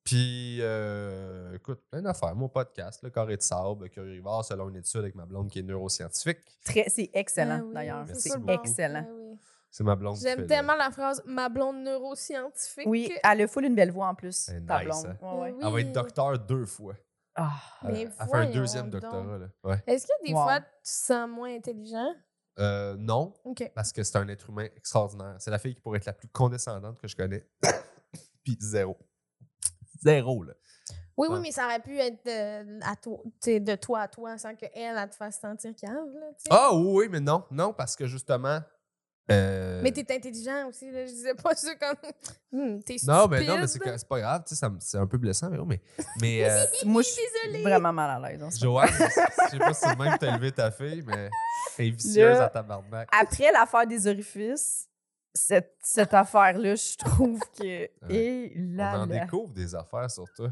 [SPEAKER 4] Puis, euh, écoute, plein d'affaires. Mon podcast, Le Carré de Sable, Curieux Rivard, selon une étude avec ma blonde qui est neuroscientifique.
[SPEAKER 2] Très- C'est excellent,
[SPEAKER 3] Ah oui,
[SPEAKER 2] d'ailleurs.
[SPEAKER 4] c'est
[SPEAKER 2] C'est
[SPEAKER 3] ça le bon.
[SPEAKER 2] excellent.
[SPEAKER 3] Ah oui.
[SPEAKER 4] C'est ma blonde qui fait
[SPEAKER 3] J'aime
[SPEAKER 4] le-
[SPEAKER 3] tellement la phrase ma blonde neuroscientifique. Euh,
[SPEAKER 2] Oui, elle a full une belle voix en plus,
[SPEAKER 4] C'est
[SPEAKER 2] ta
[SPEAKER 4] nice,
[SPEAKER 2] blonde.
[SPEAKER 4] hein?
[SPEAKER 2] Ouais, ouais.
[SPEAKER 3] Oui.
[SPEAKER 4] Elle va être docteur deux fois.
[SPEAKER 2] Ah.
[SPEAKER 4] Elle-
[SPEAKER 3] Mais
[SPEAKER 4] elle fait un
[SPEAKER 3] voyons
[SPEAKER 4] deuxième
[SPEAKER 3] donc.
[SPEAKER 4] doctorat. Là. Ouais.
[SPEAKER 3] Est-ce que des
[SPEAKER 2] Wow.
[SPEAKER 3] fois tu te sens moins intelligent?
[SPEAKER 4] Euh, non,
[SPEAKER 3] OK.
[SPEAKER 4] parce que c'est un être humain extraordinaire. C'est la fille qui pourrait être la plus condescendante que je connais. Puis zéro. Zéro, là.
[SPEAKER 3] Oui,
[SPEAKER 4] Ah.
[SPEAKER 3] oui, mais ça aurait pu être de, à toi, tu sais, de toi à toi sans qu'elle, elle, elle te fasse sentir cave. Là, tu sais.
[SPEAKER 4] Ah oui, oui, mais non. Non, parce que justement. euh,
[SPEAKER 3] Mais t'es intelligent aussi. Là, je disais pas ça comme. Hum, t'es
[SPEAKER 4] Non, mais non, mais c'est
[SPEAKER 3] stupide.
[SPEAKER 4] que- c'est pas grave. Tu sais, ça me- c'est un peu blessant, mais, oh, mais, mais euh,
[SPEAKER 2] Moi, je suis
[SPEAKER 3] Désolée.
[SPEAKER 2] vraiment mal à l'aise. en ce moment.
[SPEAKER 4] Joanne, je sais pas si c'est le même que t'as élevé ta fille, mais elle est vicieuse
[SPEAKER 2] Là-
[SPEAKER 4] à tabarnak.
[SPEAKER 2] Après l'affaire des orifices, cette, cette affaire-là, je trouve que. Et
[SPEAKER 4] On
[SPEAKER 2] Ah, là,
[SPEAKER 4] en
[SPEAKER 2] là.
[SPEAKER 4] découvre des affaires sur toi.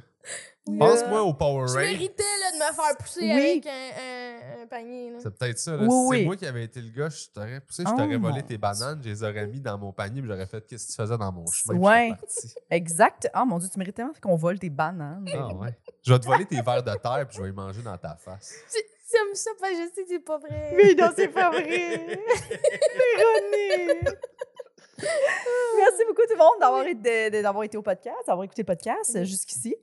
[SPEAKER 3] Oui.
[SPEAKER 4] Pense-moi au Power
[SPEAKER 3] Je
[SPEAKER 4] Rangers.
[SPEAKER 3] méritais là, de me faire pousser
[SPEAKER 2] Oui.
[SPEAKER 3] avec un, un- un panier. Là.
[SPEAKER 4] C'est peut-être ça. Là.
[SPEAKER 2] Oui,
[SPEAKER 4] si c'est
[SPEAKER 2] oui.
[SPEAKER 4] moi qui avais été le gars, je t'aurais poussé, je
[SPEAKER 2] Oh
[SPEAKER 4] t'aurais
[SPEAKER 2] mon
[SPEAKER 4] volé tes bananes, je les aurais mis dans mon panier, puis j'aurais fait qu'est-ce que tu faisais dans mon chemin. puis
[SPEAKER 2] Ouais.
[SPEAKER 4] j'étais parti.
[SPEAKER 2] Exact. Ah, mon Dieu, tu mérites tellement qu'on vole tes bananes.
[SPEAKER 4] Ah ouais. Je vais te voler tes verres de terre, puis je vais les manger dans ta face.
[SPEAKER 3] C'est- J'aime ça parce que je sais que c'est pas vrai.
[SPEAKER 2] Mais non, c'est pas vrai! Ironique! Merci beaucoup tout le monde d'avoir été, de- d'avoir été au podcast, d'avoir écouté le podcast euh, jusquisi.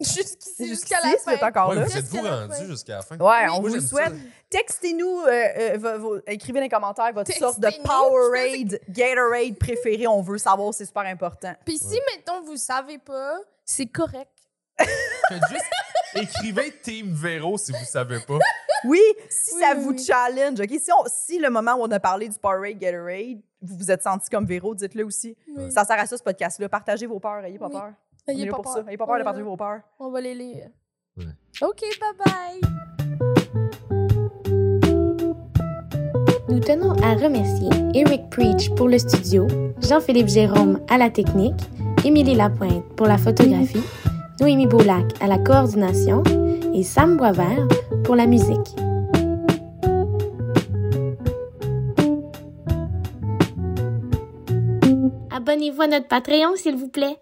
[SPEAKER 3] Jusqu'ici, jusqu'à
[SPEAKER 2] Jusqu'ici,
[SPEAKER 3] la
[SPEAKER 2] si vous êtes
[SPEAKER 3] fin.
[SPEAKER 2] encore
[SPEAKER 4] Ouais,
[SPEAKER 2] là.
[SPEAKER 4] vous êtes-vous
[SPEAKER 3] Jusqu'à la fin.
[SPEAKER 4] rendu jusqu'à la fin?
[SPEAKER 2] Ouais,
[SPEAKER 4] Moi,
[SPEAKER 2] on vous le
[SPEAKER 4] j'aime ça.
[SPEAKER 2] souhaite. Textez-nous, euh, euh, vos- vos- écrivez dans les commentaires votre sorte de
[SPEAKER 3] Textez-nous.
[SPEAKER 2] Powerade, Gatorade préférée. On veut savoir, c'est super important.
[SPEAKER 3] Puis si, mettons, vous savez pas, c'est correct.
[SPEAKER 4] Faites juste écrivez Team Véro si vous savez pas.
[SPEAKER 2] Oui, si
[SPEAKER 3] Oui,
[SPEAKER 2] ça
[SPEAKER 3] oui,
[SPEAKER 2] vous
[SPEAKER 3] oui.
[SPEAKER 2] challenge, OK? Si, on- si le moment où on a parlé du Powerade, Gatorade, vous vous êtes senti comme Véro, dites-le aussi.
[SPEAKER 3] Oui.
[SPEAKER 2] Ça sert à ça, ce podcast-là. Partagez vos peurs, ayez pas
[SPEAKER 3] Oui.
[SPEAKER 2] peur. On
[SPEAKER 3] Ayez
[SPEAKER 2] est là
[SPEAKER 3] pas
[SPEAKER 2] pour
[SPEAKER 3] peur.
[SPEAKER 2] ça. Ayez pas
[SPEAKER 3] On
[SPEAKER 2] peur de
[SPEAKER 3] est là.
[SPEAKER 2] partager vos peurs.
[SPEAKER 3] On va les lire.
[SPEAKER 4] Ouais.
[SPEAKER 3] OK, bye-bye.
[SPEAKER 5] Nous tenons à remercier Eric Preach pour le studio, Jean-Philippe Jérôme à la technique, Émilie Lapointe pour la photographie, Noémie Boulac à la coordination et Sam Boisvert pour la musique. Abonnez-vous à notre Patreon, s'il vous plaît.